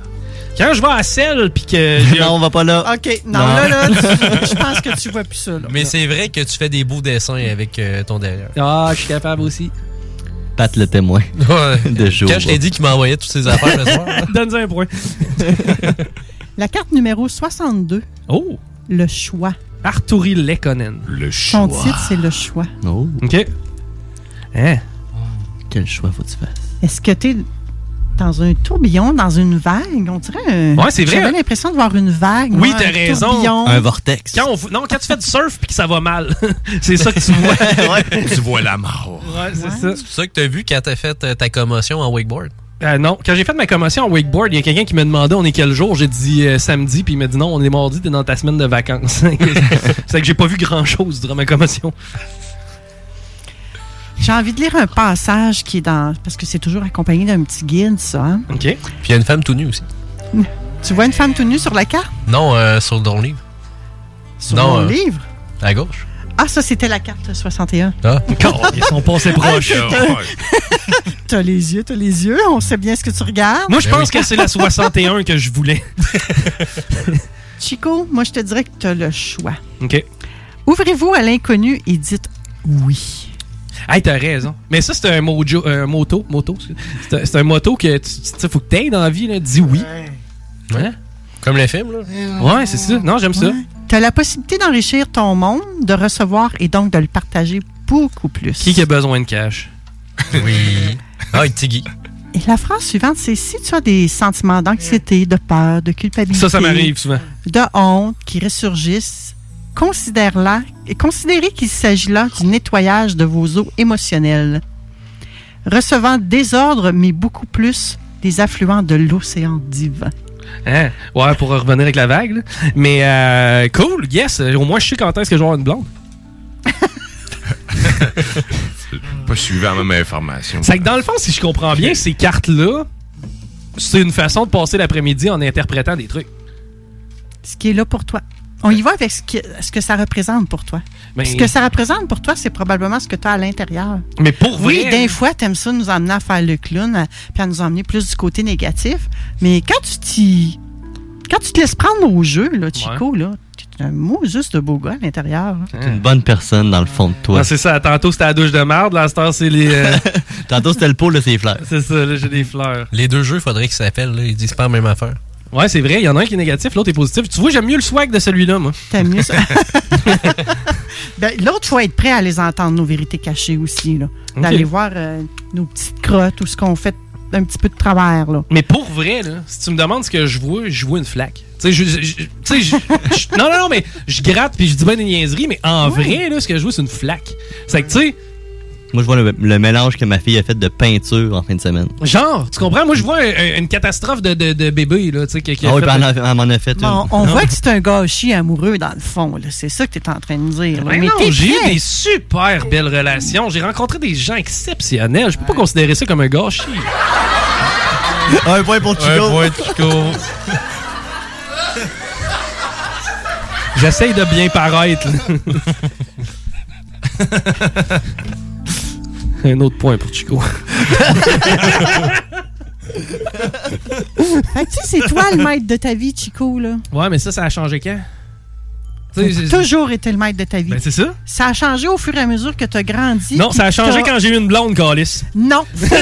[SPEAKER 3] Quand je vais à Celle, puis
[SPEAKER 10] (laughs)
[SPEAKER 3] que... j'ai un-
[SPEAKER 2] on va pas là.
[SPEAKER 11] OK, non,
[SPEAKER 3] Non.
[SPEAKER 11] là, là, tu- je pense que tu vois plus ça. là.
[SPEAKER 10] Mais c'est vrai que tu fais des beaux dessins avec euh, ton
[SPEAKER 3] (laughs)
[SPEAKER 10] derrière.
[SPEAKER 3] Ah, je suis capable aussi.
[SPEAKER 2] Pat le
[SPEAKER 10] (laughs)
[SPEAKER 2] témoin. (laughs) De jour.
[SPEAKER 10] Quand je t'ai dit qu'il m'envoyait
[SPEAKER 11] (laughs)
[SPEAKER 10] toutes ces affaires le soir.
[SPEAKER 3] (laughs) Donne-nous un point.
[SPEAKER 11] La carte numéro 62,
[SPEAKER 3] Oh!
[SPEAKER 11] le choix.
[SPEAKER 3] Arturi Lekkonen.
[SPEAKER 12] Le
[SPEAKER 11] Son titre, c'est le choix.
[SPEAKER 2] Oh.
[SPEAKER 3] OK. Hein?
[SPEAKER 2] Quel choix faut-tu faire?
[SPEAKER 11] Est-ce que t'es dans un tourbillon, dans une vague? On dirait un...
[SPEAKER 3] Ouais, c'est vrai.
[SPEAKER 11] J'avais l'impression de voir une vague.
[SPEAKER 3] Oui,
[SPEAKER 11] moi,
[SPEAKER 3] t'as
[SPEAKER 11] un
[SPEAKER 3] raison. Euh,
[SPEAKER 11] tourbillon.
[SPEAKER 2] vortex.
[SPEAKER 3] Quand on f- Non, quand tu fais du surf puis que ça va mal, (laughs) c'est ça
[SPEAKER 10] (laughs)
[SPEAKER 3] que tu vois. (laughs)
[SPEAKER 12] Tu vois la mort.
[SPEAKER 3] Ouais, c'est ça.
[SPEAKER 10] C'est pour ça que t'as vu quand t'as fait euh, ta commotion en wakeboard.
[SPEAKER 3] Euh, non, quand j'ai fait ma commotion en wakeboard, il y a quelqu'un qui m'a demandé on est quel jour. J'ai dit euh, samedi, puis il m'a dit non, on est mardi, t'es dans ta semaine de vacances. (laughs) c'est que j'ai pas vu grand chose durant ma commotion.
[SPEAKER 11] J'ai envie de lire un passage qui est dans... Parce que c'est toujours accompagné d'un petit guide, ça. hein.
[SPEAKER 3] OK. Puis
[SPEAKER 10] il y a une femme tout nue aussi.
[SPEAKER 11] Tu vois une femme tout nue sur la carte?
[SPEAKER 10] Non, euh, sur ton livre.
[SPEAKER 11] Sur
[SPEAKER 10] Non,
[SPEAKER 11] mon
[SPEAKER 10] euh,
[SPEAKER 11] livre?
[SPEAKER 10] À gauche.
[SPEAKER 11] Ah, ça, c'était la carte 61.
[SPEAKER 10] Ah.
[SPEAKER 3] Ils sont passés proches.
[SPEAKER 11] (laughs) T'as les yeux, t'as les yeux. On sait bien ce que tu regardes.
[SPEAKER 3] Moi, je pense que c'est la 61 que je voulais.
[SPEAKER 11] (laughs)
[SPEAKER 3] (laughs)
[SPEAKER 11] Chico, moi, je te dirais que t'as le choix.
[SPEAKER 3] OK.
[SPEAKER 11] Ouvrez-vous à l'inconnu et dites oui.
[SPEAKER 3] Hey, t'as raison. Mais ça, c'est un mojo, un moto, moto. excuse. C'est un- c'est un moto que tu tu sais, faut que t'ailles dans la vie, là. Dis oui. Hein?
[SPEAKER 10] Comme le film, là.
[SPEAKER 3] Ouais, c'est ça. Non, j'aime ça.
[SPEAKER 11] T'as la possibilité d'enrichir ton monde, de recevoir et donc de le partager beaucoup plus.
[SPEAKER 3] Qui qui a besoin de cash?
[SPEAKER 10] (laughs) Oui. Ah, et Tiggy.
[SPEAKER 11] Et la phrase suivante, c'est si tu as des sentiments d'anxiété, de peur, de culpabilité,
[SPEAKER 3] Ça, ça m'arrive souvent.
[SPEAKER 11] de honte qui ressurgissent, considère-la et considérez qu'il s'agit là du nettoyage de vos eaux émotionnelles, recevant désordre, mais beaucoup plus des affluents de l'océan divin.
[SPEAKER 3] Hein? Ouais, pour revenir avec la vague. là. Mais euh, cool, yes. Au moins, je sais quand est-ce que je vais avoir une blonde.
[SPEAKER 12] Pas suivi la même information.
[SPEAKER 3] C'est que dans le fond, si je comprends bien, ces cartes-là, c'est une façon de passer l'après-midi en interprétant des trucs.
[SPEAKER 11] Ce qui est là pour toi. On y va avec ce, qui- ce que ça représente pour toi.
[SPEAKER 3] Ben-
[SPEAKER 11] ce que ça représente pour toi, c'est probablement ce que tu as à l'intérieur.
[SPEAKER 3] Mais pour
[SPEAKER 11] Oui,
[SPEAKER 3] vrai-
[SPEAKER 11] des fois, t'aimes ça nous emmener à faire le clown, à- puis à nous emmener plus du côté négatif. Mais quand tu t'y. Quand tu te laisses prendre au jeu, là, Chico, là, t'es un mot juste de beau gars à l'intérieur. hein.
[SPEAKER 2] Une bonne personne dans le fond de toi.
[SPEAKER 3] Non, Ah, c'est ça. Tantôt, c'était la douche de marde. Là, à cette heure, c'est les. euh,
[SPEAKER 2] (laughs) Tantôt, c'était le pot, là, c'est les fleurs.
[SPEAKER 3] c'est ça, là, j'ai des fleurs.
[SPEAKER 10] Les deux jeux, faudrait qu'ils s'appellent. là. Ils disent pas la même affaire.
[SPEAKER 3] Ouais, c'est vrai. Il y en a un qui est négatif, l'autre est positif. Tu vois, j'aime mieux le swag de celui-là, moi.
[SPEAKER 11] T'aimes mieux ça? Ben, L'autre, faut être prêt à les entendre, nos vérités cachées aussi. là.
[SPEAKER 3] Ok.
[SPEAKER 11] D'aller voir euh, nos petites crottes ou ce qu'on fait un petit peu de travers. Là.
[SPEAKER 3] (laughs) Mais pour vrai, là, si tu me demandes ce que je vois, je vois une flaque. Tu sais, je- je- je- tu sais, je- je- non, non, non, mais je gratte puis je dis ben des niaiseries, mais en vrai, là, ce que je vois, c'est une flaque. C'est que, tu sais,
[SPEAKER 2] Moi, je vois le, le mélange que ma fille a fait de peinture en fin de semaine.
[SPEAKER 3] genre, tu comprends? Moi, je vois un- un- une catastrophe de, de, de bébé, là, tu sais, qui, qui a
[SPEAKER 2] Ah oui,
[SPEAKER 3] fait-
[SPEAKER 2] puis elle, en a- elle m'en a fait une.
[SPEAKER 11] Bon, on voit que c'est un gâchis amoureux dans le fond. là. C'est ça que tu es en train de dire. là.
[SPEAKER 3] Ben
[SPEAKER 11] Mais
[SPEAKER 3] non,
[SPEAKER 11] t'es
[SPEAKER 3] j'ai eu
[SPEAKER 11] prêt.
[SPEAKER 3] des super belles relations. J'ai rencontré des gens exceptionnels. Je peux pas considérer ça comme un gâchis.
[SPEAKER 2] un point pour
[SPEAKER 3] Chico. Un point Chico. J'essaye de bien paraître. là. un autre point pour
[SPEAKER 11] (laughs)
[SPEAKER 3] Chico.
[SPEAKER 11] Fait que, tu sais, c'est toi le maître de ta vie, Chico. Là.
[SPEAKER 3] ouais, mais ça, ça a changé quand? Tu sais,
[SPEAKER 11] T'as
[SPEAKER 3] c'est-
[SPEAKER 11] toujours été le maître de ta vie.
[SPEAKER 3] Ben, c'est ça.
[SPEAKER 11] Ça a changé au fur et à mesure que tu as grandi.
[SPEAKER 3] Non,
[SPEAKER 11] puis
[SPEAKER 3] ça a changé
[SPEAKER 11] t'as-
[SPEAKER 3] quand j'ai eu une blonde, Calis. (laughs)
[SPEAKER 11] Non. Ça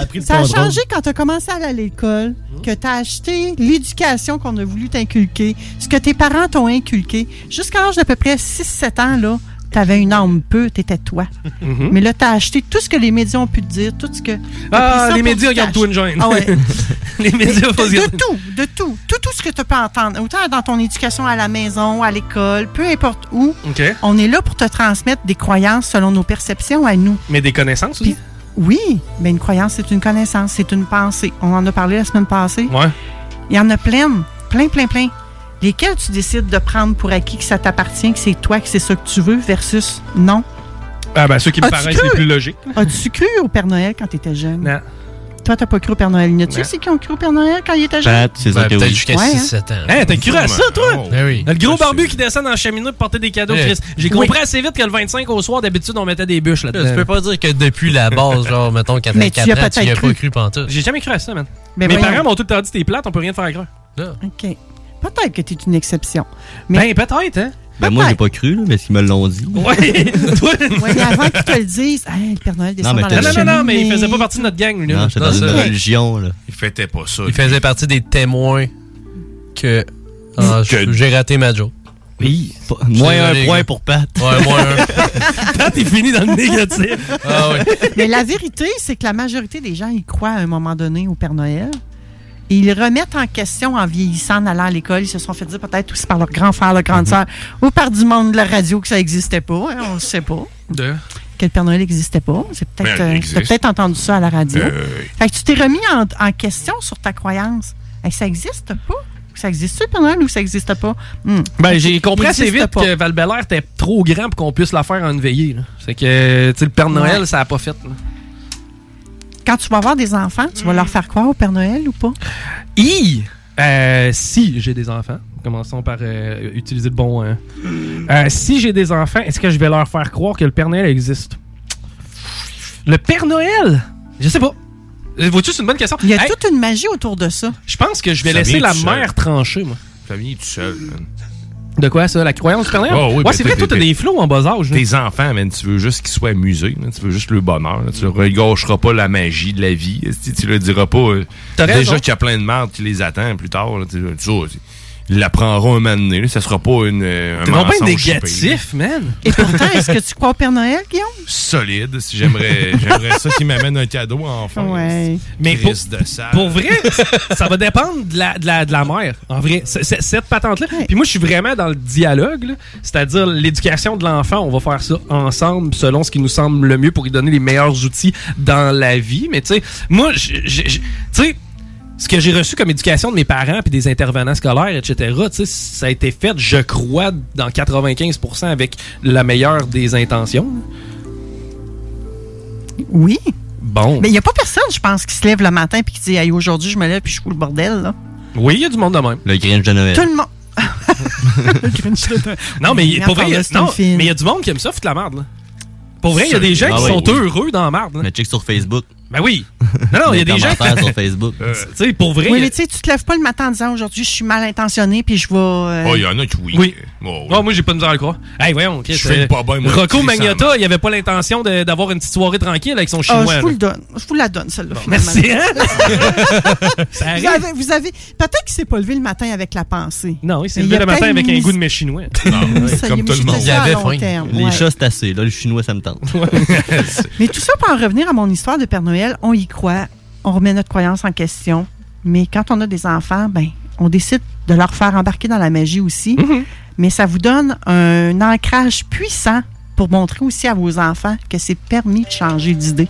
[SPEAKER 11] a
[SPEAKER 3] contrôle.
[SPEAKER 11] changé quand tu as commencé à aller à l'école,
[SPEAKER 3] Hum.
[SPEAKER 11] que tu as acheté l'éducation qu'on a voulu t'inculquer, ce que tes parents t'ont inculqué. Jusqu'à l'âge d'à peu près 6-7 ans, là, tu avais une âme peu, tu étais toi.
[SPEAKER 3] Mhm.
[SPEAKER 11] Mais là, tu as acheté tout ce que les médias ont pu te dire, tout ce que. t'as pris
[SPEAKER 3] Ah,
[SPEAKER 11] ça
[SPEAKER 3] les
[SPEAKER 11] pour
[SPEAKER 3] médias,
[SPEAKER 11] du cash.
[SPEAKER 3] regarde-toi une joint.
[SPEAKER 11] Ah ouais.
[SPEAKER 3] (laughs) les médias, faut se
[SPEAKER 11] De
[SPEAKER 3] garder-
[SPEAKER 11] tout, de tout, tout, tout ce que tu peux entendre, autant dans ton éducation à la maison, à l'école, peu importe où,
[SPEAKER 3] OK.
[SPEAKER 11] on est là pour te transmettre des croyances selon nos perceptions à nous.
[SPEAKER 3] Mais des connaissances aussi.
[SPEAKER 11] Oui, mais une croyance, c'est une connaissance, c'est une pensée. On en a parlé la semaine passée.
[SPEAKER 3] Ouais.
[SPEAKER 11] Il y en a plein, plein, plein, plein. Lesquels tu décides de prendre pour acquis que ça t'appartient, que c'est toi, que c'est ça que tu veux, versus non.
[SPEAKER 3] Ah, ben, ceux qui me
[SPEAKER 11] As-tu
[SPEAKER 3] paraissent les
[SPEAKER 11] cru-
[SPEAKER 3] plus logiques.
[SPEAKER 11] As-tu cru au Père Noël quand tu étais jeune?
[SPEAKER 3] Non.
[SPEAKER 11] Toi, t'as pas cru au Père Noël. Y en a-tu
[SPEAKER 3] Non.
[SPEAKER 11] aussi qui ont cru au Père Noël quand ils étaient jeunes?
[SPEAKER 3] Ben,
[SPEAKER 10] peut-être jusqu'à
[SPEAKER 11] Ouais,
[SPEAKER 10] 6-7 ans.
[SPEAKER 3] Hein, t'as cru à ça, toi?
[SPEAKER 10] Ben oui.
[SPEAKER 3] Le gros barbu qui descend dans la cheminée pour porter des cadeaux,
[SPEAKER 10] Ouais.
[SPEAKER 3] Chris. J'ai
[SPEAKER 10] Oui.
[SPEAKER 3] compris assez vite que le 25 au soir, d'habitude, on mettait des bûches là-dedans.
[SPEAKER 10] Tu peux pas dire que depuis la base, genre, mettons, quand
[SPEAKER 3] Mais
[SPEAKER 10] t'as
[SPEAKER 3] tu
[SPEAKER 10] 4
[SPEAKER 3] y as
[SPEAKER 10] ans, tu y as
[SPEAKER 3] peut-être
[SPEAKER 10] pas
[SPEAKER 3] cru.
[SPEAKER 10] cru pantoute.
[SPEAKER 3] J'ai jamais cru à ça, man.
[SPEAKER 11] Mais
[SPEAKER 3] Mes
[SPEAKER 11] voyons.
[SPEAKER 3] parents m'ont tout le temps dit t'es plate, on peut rien te faire croire.
[SPEAKER 11] OK. Peut-être que t'es une exception.
[SPEAKER 3] Ben, peut-être, hein?
[SPEAKER 2] Ben, moi, j'ai pas cru, là, mais ils me l'ont dit.
[SPEAKER 3] Ouais, toi.
[SPEAKER 11] (laughs) (laughs) Ouais, mais avant qu'ils te le disent, Hey, le Père Noël descend
[SPEAKER 2] mais
[SPEAKER 11] dans
[SPEAKER 2] t'as-
[SPEAKER 11] la
[SPEAKER 2] Non, non,
[SPEAKER 3] Non, non, mais il
[SPEAKER 11] cheminée.
[SPEAKER 3] faisait pas partie de notre gang, lui. là.
[SPEAKER 2] Non, j'étais dans une
[SPEAKER 10] ça.
[SPEAKER 2] religion, là.
[SPEAKER 12] Il fêtait pas ça.
[SPEAKER 10] Il faisait partie des témoins que, ah, je- j'ai raté ma joke.
[SPEAKER 2] Oui. Moins un point pour Pat.
[SPEAKER 10] Ouais,
[SPEAKER 11] (laughs)
[SPEAKER 10] moins un.
[SPEAKER 3] (laughs) Pat, il finit dans le négatif.
[SPEAKER 10] Ah oui.
[SPEAKER 11] Mais la vérité, c'est que la majorité des gens y croient à un moment donné au Père Noël. Et ils le remettent en question en vieillissant, en allant à l'école. Ils se sont fait dire peut-être aussi par leur grand frère, leur grande sœur,
[SPEAKER 3] Mhm.
[SPEAKER 11] ou par du monde de la radio que ça n'existait pas. hein, on ne sait pas.
[SPEAKER 3] De.
[SPEAKER 11] Que le Père Noël n'existait pas. C'est peut-être,
[SPEAKER 3] Mais il
[SPEAKER 11] euh,
[SPEAKER 3] existe.
[SPEAKER 11] t'as peut-être entendu ça à la radio.
[SPEAKER 3] Euh, oui.
[SPEAKER 11] Fait que tu t'es remis en, en question sur ta croyance. Hey, ça existe pas? Ça existe, le Père Noël, ou ça n'existe pas? Hmm.
[SPEAKER 3] Ben, j'ai compris
[SPEAKER 11] Il
[SPEAKER 3] assez
[SPEAKER 11] existe
[SPEAKER 3] vite
[SPEAKER 11] pas.
[SPEAKER 3] que Valbelair était trop grand pour qu'on puisse la faire en une veillée. là. C'est que, tu sais, le Père Noël,
[SPEAKER 11] Ouais.
[SPEAKER 3] ça a pas fait. là.
[SPEAKER 11] Quand tu vas avoir des enfants, tu vas leur faire croire au Père Noël ou pas?
[SPEAKER 3] I. Euh, si j'ai des enfants, commençons par euh, utiliser le bon. euh, euh, si j'ai des enfants, est-ce que je vais leur faire croire que le Père Noël existe Le Père Noël Je sais pas. Euh, Vois-tu, c'est une bonne question.
[SPEAKER 11] Il y a
[SPEAKER 3] Hey,
[SPEAKER 11] toute une magie autour de ça.
[SPEAKER 3] Je pense que je vais
[SPEAKER 12] Ça
[SPEAKER 3] laisser
[SPEAKER 12] vient
[SPEAKER 3] la
[SPEAKER 12] tout seul.
[SPEAKER 3] mère trancher, moi.
[SPEAKER 12] Famille tout seul, man.
[SPEAKER 3] De quoi ça La croyance du Père Noël
[SPEAKER 12] Oh, oui,
[SPEAKER 3] Ouais, c'est vrai, toi, t'as des flots en bas âge. hein.
[SPEAKER 12] Tes enfants, man, tu veux juste qu'ils soient amusés. man. Tu veux juste le bonheur. là. Tu leur gâcheras pas la magie de la vie. esti. Tu leur diras pas. euh,
[SPEAKER 3] T'as raison.
[SPEAKER 12] déjà qu'il y a plein de merde qui les attend plus tard. là. Tu- tu- tu- Ils l'apprendront un moment donné. là. Ça sera pas une, euh, un
[SPEAKER 3] T'es non pas
[SPEAKER 12] mensonge chipé, là.
[SPEAKER 3] négatif, man.
[SPEAKER 11] Et pourtant, est-ce que tu crois au Père Noël, Guillaume?
[SPEAKER 12] Solide. si J'aimerais (laughs) j'aimerais ça qu'ils m'amènent un cadeau en fin.
[SPEAKER 11] Ouais.
[SPEAKER 3] Mais pour,
[SPEAKER 12] Crise de sale.
[SPEAKER 3] pour vrai, ça va dépendre de la, de la, de la mère. En vrai, C- c- cette patente-là. Puis moi, je suis vraiment dans le dialogue, là. c'est-à-dire l'éducation de l'enfant. On va faire ça ensemble selon ce qui nous semble le mieux pour lui donner les meilleurs outils dans la vie. Mais tu sais, moi, je- je- je- tu sais, ce que j'ai reçu comme éducation de mes parents puis des intervenants scolaires, etc., tu sais, ça a été fait, je crois, dans 95% avec la meilleure des intentions.
[SPEAKER 11] Oui.
[SPEAKER 3] Bon.
[SPEAKER 11] Mais il n'y a pas personne, je pense, qui se lève le matin et qui dit Hey, aujourd'hui, je me lève puis je fous le bordel. Là.
[SPEAKER 3] Oui, il y a du monde de même.
[SPEAKER 2] Le Grinch de Noël.
[SPEAKER 11] Tout le monde.
[SPEAKER 3] (laughs) Non, mais
[SPEAKER 11] Mais
[SPEAKER 3] pour vrai,
[SPEAKER 11] encore là,
[SPEAKER 3] il-
[SPEAKER 11] c'est
[SPEAKER 3] non,
[SPEAKER 11] un film.
[SPEAKER 3] mais il y a du monde qui aime ça, foutre la merde. là. Pour vrai, il y a des gens
[SPEAKER 2] Ah
[SPEAKER 3] qui sont heureux dans la merde. là.
[SPEAKER 2] Mais check sur Facebook.
[SPEAKER 3] Ben oui. Non, non, il y a des gens
[SPEAKER 2] commentaires
[SPEAKER 3] qui.
[SPEAKER 2] sur Facebook.
[SPEAKER 3] (laughs) Tu sais, pour vrai.
[SPEAKER 11] Oui, mais tu sais, tu te lèves pas le matin en disant aujourd'hui, je suis mal intentionné puis je vais. euh,
[SPEAKER 12] Oh, il y en a qui oui.
[SPEAKER 3] Oui.
[SPEAKER 12] Oh,
[SPEAKER 3] Ah, moi, j'ai pas de misère à le croire. Hey, voyons, Chris,
[SPEAKER 12] Je fais
[SPEAKER 3] euh,
[SPEAKER 12] pas bien, moi,
[SPEAKER 3] Rocco
[SPEAKER 12] Chris,
[SPEAKER 3] Magnata, il avait pas l'intention de- d'avoir une petite soirée tranquille avec son
[SPEAKER 11] Ah,
[SPEAKER 3] chinois.
[SPEAKER 11] je vous
[SPEAKER 3] là.
[SPEAKER 11] le donne. Je vous la donne, celle-là. finalement.
[SPEAKER 3] Merci, hein? Ça
[SPEAKER 11] vous,
[SPEAKER 3] arrive.
[SPEAKER 11] avez, vous avez- Peut-être qu'il s'est pas levé le matin avec la pensée.
[SPEAKER 3] Non, il s'est
[SPEAKER 11] Mais
[SPEAKER 3] levé
[SPEAKER 11] a
[SPEAKER 3] le matin
[SPEAKER 11] peut-être
[SPEAKER 3] avec un
[SPEAKER 11] mis-
[SPEAKER 3] goût de
[SPEAKER 12] (laughs)
[SPEAKER 3] mets chinois.
[SPEAKER 12] Ah,
[SPEAKER 11] (laughs) Ça, il a comme mis tout le juste monde. ça à long terme,
[SPEAKER 2] Les
[SPEAKER 11] ouais.
[SPEAKER 2] chats, c'est assez. Là, le chinois, ça me tente. (laughs)
[SPEAKER 11] Mais tout ça pour en revenir à mon histoire de Père Noël, on y croit, on remet notre croyance en question. Mais quand on a des enfants, ben, on décide de leur faire embarquer dans la magie aussi.
[SPEAKER 3] Mhm.
[SPEAKER 11] Mais ça vous donne un ancrage puissant pour montrer aussi à vos enfants que c'est permis de changer d'idée.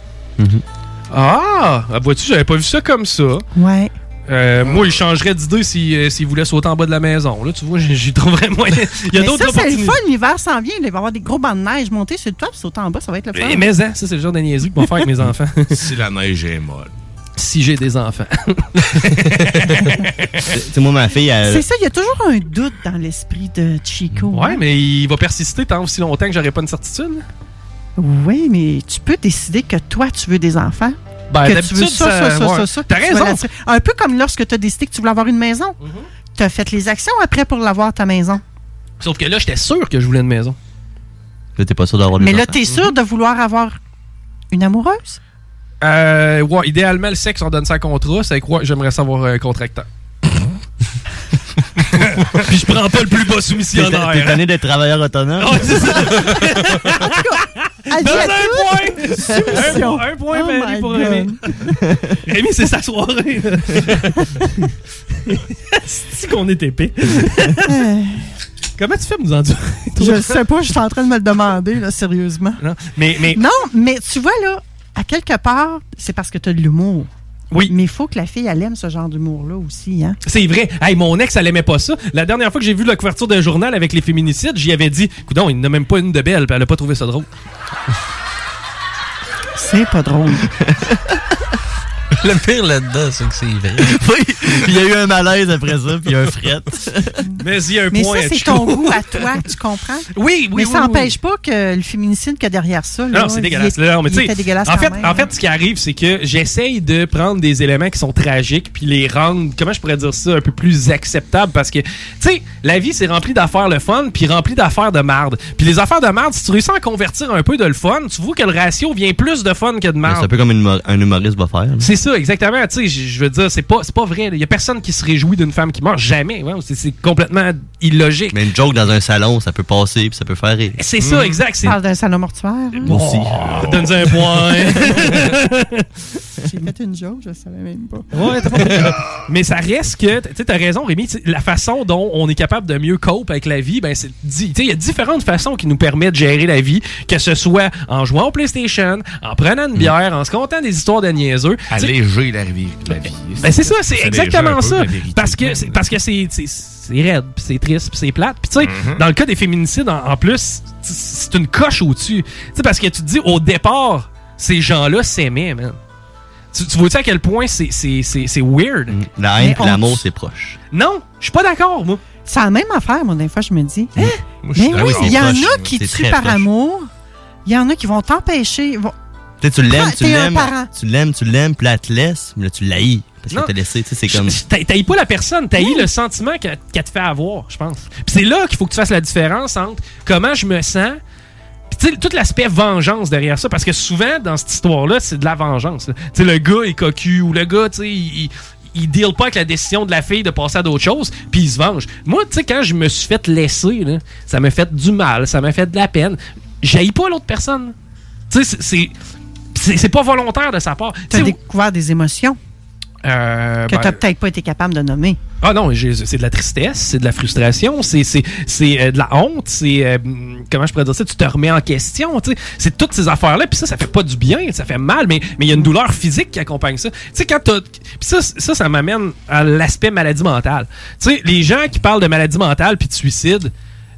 [SPEAKER 3] Ah, ah, vois-tu, j'avais pas vu ça comme ça.
[SPEAKER 11] Ouais.
[SPEAKER 3] Euh, Moi, il changerait d'idée s'il euh, s'il voulait sauter en bas de la maison. Là, tu vois, j'y j'y trouverais moyen. Il y a
[SPEAKER 11] Mais ça,
[SPEAKER 3] d'autres
[SPEAKER 11] c'est le
[SPEAKER 3] opportunités.
[SPEAKER 11] fun, l'hiver s'en vient, il va y avoir des gros bancs de neige montés sur le toit, puis sauter en bas, ça va être le fun.
[SPEAKER 3] Eh, Mais hein, ça, c'est le genre de niaiserie qu'on va faire avec mes enfants.
[SPEAKER 12] Ah. (laughs) Si la neige est molle.
[SPEAKER 3] Si j'ai des
[SPEAKER 2] (laughs)
[SPEAKER 3] enfants.
[SPEAKER 2] C'est moi, ma fille, elle.
[SPEAKER 11] C'est ça, il y a toujours un doute dans l'esprit de Chico.
[SPEAKER 3] Ouais,
[SPEAKER 11] hein.
[SPEAKER 3] mais il va persister tant aussi longtemps que j'aurai pas une certitude.
[SPEAKER 11] Oui, mais tu peux décider que toi, tu veux des enfants.
[SPEAKER 3] Ben,
[SPEAKER 11] que tu
[SPEAKER 3] d'habitude,
[SPEAKER 11] veux ça, ça,
[SPEAKER 3] ça-
[SPEAKER 11] ça, ça,
[SPEAKER 3] ouais.
[SPEAKER 11] ça,
[SPEAKER 3] T'as
[SPEAKER 11] puis tu vas
[SPEAKER 3] raison. Mhm.
[SPEAKER 11] là-dessus. Un peu comme lorsque tu as décidé que tu voulais avoir une maison. Tu as fait les actions après pour l'avoir, ta maison.
[SPEAKER 3] Sauf que là, j'étais sûr que je voulais une maison.
[SPEAKER 2] Là, t'es pas sûr d'avoir des
[SPEAKER 11] mais là,
[SPEAKER 2] enfants.
[SPEAKER 11] tu es sûr de vouloir avoir une amoureuse?
[SPEAKER 3] Euh, ouais, idéalement, le sexe, on donne ça à contrat. C'est quoi? J'aimerais savoir
[SPEAKER 11] (laughs)
[SPEAKER 3] un contractant. Puis je prends pas le plus bas
[SPEAKER 2] T'es
[SPEAKER 3] soumissionnaire.
[SPEAKER 2] t'es tanné d'être travailleur autonome.
[SPEAKER 11] (laughs) Adieu
[SPEAKER 3] Donne
[SPEAKER 11] à
[SPEAKER 3] un point! Un point! Un point,
[SPEAKER 11] Oh
[SPEAKER 3] Valérie,
[SPEAKER 11] my
[SPEAKER 3] pour
[SPEAKER 11] God.
[SPEAKER 3] Rémi. (laughs) Rémi, c'est sa soirée. (laughs) C'est qu'on est épais. (laughs) Comment tu fais pour nous endurer?
[SPEAKER 11] je le sais pas, je suis en train de me le demander, là, sérieusement.
[SPEAKER 3] Non, mais, mais
[SPEAKER 11] Non, mais tu vois, là, à quelque part, c'est parce que tu as de l'humour.
[SPEAKER 3] Oui.
[SPEAKER 11] Mais il faut que la fille, elle aime ce genre d'humour-là aussi, hein?
[SPEAKER 3] C'est vrai. Hey, mon ex, elle aimait pas ça. La dernière fois que j'ai vu la couverture d'un journal avec les féminicides, j'y avais dit, coudon, il n'a même pas une de belle, puis elle a pas trouvé ça drôle. (laughs)
[SPEAKER 11] C'est pas
[SPEAKER 3] (laughs)
[SPEAKER 11] drôle.
[SPEAKER 10] Le pire là-dedans, c'est que c'est vrai.
[SPEAKER 2] (laughs) il y a eu un malaise après ça, puis il y a un fret.
[SPEAKER 3] (laughs) Mais il y a un
[SPEAKER 11] Mais
[SPEAKER 3] point.
[SPEAKER 11] ça, c'est
[SPEAKER 3] Chico.
[SPEAKER 11] ton goût
[SPEAKER 3] (laughs)
[SPEAKER 11] à toi, tu comprends?
[SPEAKER 3] Oui, oui,
[SPEAKER 11] Mais
[SPEAKER 3] oui,
[SPEAKER 11] ça
[SPEAKER 3] oui.
[SPEAKER 11] n'empêche pas que le féminicide qu'il y a derrière ça, là,
[SPEAKER 3] Non, c'est
[SPEAKER 11] il
[SPEAKER 3] dégueulasse.
[SPEAKER 11] est-
[SPEAKER 3] Non, mais
[SPEAKER 11] il
[SPEAKER 3] tu sais,
[SPEAKER 11] était dégueulasse
[SPEAKER 3] en
[SPEAKER 11] quand
[SPEAKER 3] fait,
[SPEAKER 11] même.
[SPEAKER 3] en fait, ce qui arrive, c'est que j'essaye de prendre des éléments qui sont tragiques puis les rendre, comment je pourrais dire ça, un peu plus acceptables parce que, tu sais, la vie, c'est rempli d'affaires le fun puis rempli d'affaires de marde. Puis les affaires de marde, si tu réussis à en convertir un peu de le fun, tu vois que le ratio vient plus de fun que de
[SPEAKER 2] C'est un
[SPEAKER 3] marde.
[SPEAKER 2] peu comme une humor- un humoriste va faire. là.
[SPEAKER 3] C'est ça, exactement. Tu sais, je je veux dire, c'est pas, c'est pas vrai. Il y a personne qui se réjouit d'une femme qui meurt. Jamais. Ouais, c'est- c'est complètement illogique.
[SPEAKER 2] Mais une joke dans un salon, ça peut passer, puis ça peut faire rire.
[SPEAKER 3] C'est ça, exact.
[SPEAKER 11] Tu
[SPEAKER 3] C'est... Euh,
[SPEAKER 11] parles Mm. d'un salon mortuaire. hein?
[SPEAKER 2] Moi
[SPEAKER 3] (laughs)
[SPEAKER 2] aussi.
[SPEAKER 3] Donne-nous un point.
[SPEAKER 11] J'ai fait une joke, je savais même pas.
[SPEAKER 3] Ouais, t'as pas compris. (laughs) Mais ça reste que, tu sais, t'as raison, Rémi, tu sais, la façon dont on est capable de mieux cope avec la vie, ben, c'est, di- tu sais, il y a différentes façons qui nous permettent de gérer la vie, que ce soit en jouant au PlayStation, en prenant une bière, en se contant des histoires de niaiseux. Tu sais,
[SPEAKER 12] Mm. Alléger la vie. La vie.
[SPEAKER 3] ben c'est ça, c'est
[SPEAKER 12] Alléger un
[SPEAKER 3] exactement
[SPEAKER 12] peu
[SPEAKER 3] ça.
[SPEAKER 12] la vérité.
[SPEAKER 3] Parce que c'est parce que c'est c'est- c'est raide, puis c'est triste, puis c'est plate. Puis tu sais, dans le cas des féminicides en, en plus, c'est- c'est une coche au-dessus. Tu sais parce que tu te dis au départ, ces gens-là s'aimaient, man. Tu, tu vois-tu à quel point c'est c'est- c'est c'est weird?
[SPEAKER 2] Mm. La haine
[SPEAKER 11] Mais
[SPEAKER 2] et l'amour, c'est proche.
[SPEAKER 3] Non, je suis pas d'accord, moi.
[SPEAKER 11] C'est la même affaire, moi, des fois, je me dis. Hein?
[SPEAKER 2] je suis-
[SPEAKER 11] Ben
[SPEAKER 2] Ah
[SPEAKER 11] oui,
[SPEAKER 2] oui, c'est
[SPEAKER 11] il y en
[SPEAKER 2] proche,
[SPEAKER 11] a
[SPEAKER 2] oui.
[SPEAKER 11] qui
[SPEAKER 2] C'est
[SPEAKER 11] tuent
[SPEAKER 2] très
[SPEAKER 11] par
[SPEAKER 2] proche.
[SPEAKER 11] amour. Il y en a qui vont t'empêcher. ils vont-
[SPEAKER 2] Tu sais, tu l'aimes,
[SPEAKER 11] Ah,
[SPEAKER 2] tu
[SPEAKER 11] t'es un
[SPEAKER 2] l'aimes,
[SPEAKER 11] parent.
[SPEAKER 2] tu l'aimes, tu l'aimes, puis là, elle te laisse, mais là, tu l'haïs. Parce que
[SPEAKER 3] Non.
[SPEAKER 2] t'as laissé, tu sais, c'est comme.
[SPEAKER 3] T'ha- T'haïs pas la personne, t'haïs le sentiment qu'elle qu'elle te fait avoir, je pense. Puis c'est là qu'il faut que tu fasses la différence entre comment je me sens, puis tu sais, tout l'aspect vengeance derrière ça, parce que souvent, dans cette histoire-là, c'est de la vengeance. là. Tu sais, le gars est cocu, ou le gars, tu sais, il... il il deal pas avec la décision de la fille de passer à d'autres choses, puis il se venge. Moi, tu sais, quand je me suis fait laisser, là, ça m'a fait du mal, ça m'a fait de la peine. J'haïs pas l'autre personne. Tu sais, c'est- c'est- c'est c'est pas volontaire de sa part. Tu
[SPEAKER 11] T'as
[SPEAKER 3] sais,
[SPEAKER 11] découvert des émotions
[SPEAKER 3] euh,
[SPEAKER 11] que
[SPEAKER 3] ben-
[SPEAKER 11] t'as peut-être pas été capable de nommer.
[SPEAKER 3] ah non, j'ai- c'est de la tristesse, c'est de la frustration, c'est c'est- c'est, euh, de la honte, c'est euh, comment je pourrais dire ça, tu te remets en question, tu sais, c'est toutes ces affaires là, puis ça ça fait pas du bien, ça fait mal, mais mais il y a une douleur physique qui accompagne ça. Tu sais quand t'as- puis ça ça ça m'amène à l'aspect maladie mentale. Tu sais les gens qui parlent de maladie mentale puis de suicide,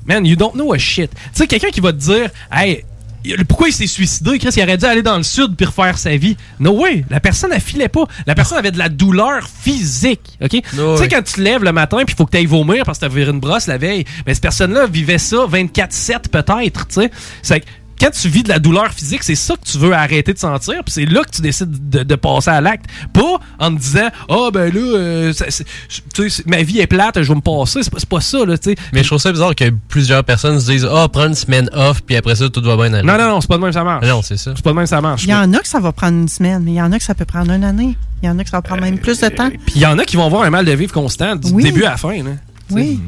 [SPEAKER 3] man, you don't know a shit. Tu sais quelqu'un qui va te dire "Hey, il- pourquoi il s'est suicidé? Chris, il aurait dû aller dans le sud puis refaire sa vie. No way! La personne, elle filait pas. La personne avait de la douleur physique. OK? tu sais,
[SPEAKER 10] way.
[SPEAKER 3] quand tu te lèves le matin puis il faut que tu ailles vomir parce que tu as viré une brosse la veille, mais cette personne-là vivait ça 24-7 peut-être. Tu sais, c'est que quand tu vis de la douleur physique, c'est ça que tu veux arrêter de sentir, puis c'est là que tu décides de, de passer à l'acte. Pas en te disant, ah ben là, euh, ça- c'est- tu sais, c'est- ma vie est plate, je vais me passer. C'est pas, c'est pas ça, là, tu sais.
[SPEAKER 10] Mais je trouve ça bizarre que plusieurs personnes se disent Ah, prends une semaine off, puis après ça, tout va bien aller.
[SPEAKER 3] Non, non, non, c'est pas de même ça marche.
[SPEAKER 10] Non, c'est ça.
[SPEAKER 3] C'est pas de même ça marche.
[SPEAKER 11] Il y en a que ça va prendre une semaine, mais il y en a que ça peut prendre une année. Il y en a que ça va prendre même plus de temps.
[SPEAKER 3] Puis il y en a qui vont avoir un mal de vivre constant du
[SPEAKER 11] Oui.
[SPEAKER 3] début à la fin. Là.
[SPEAKER 11] Oui.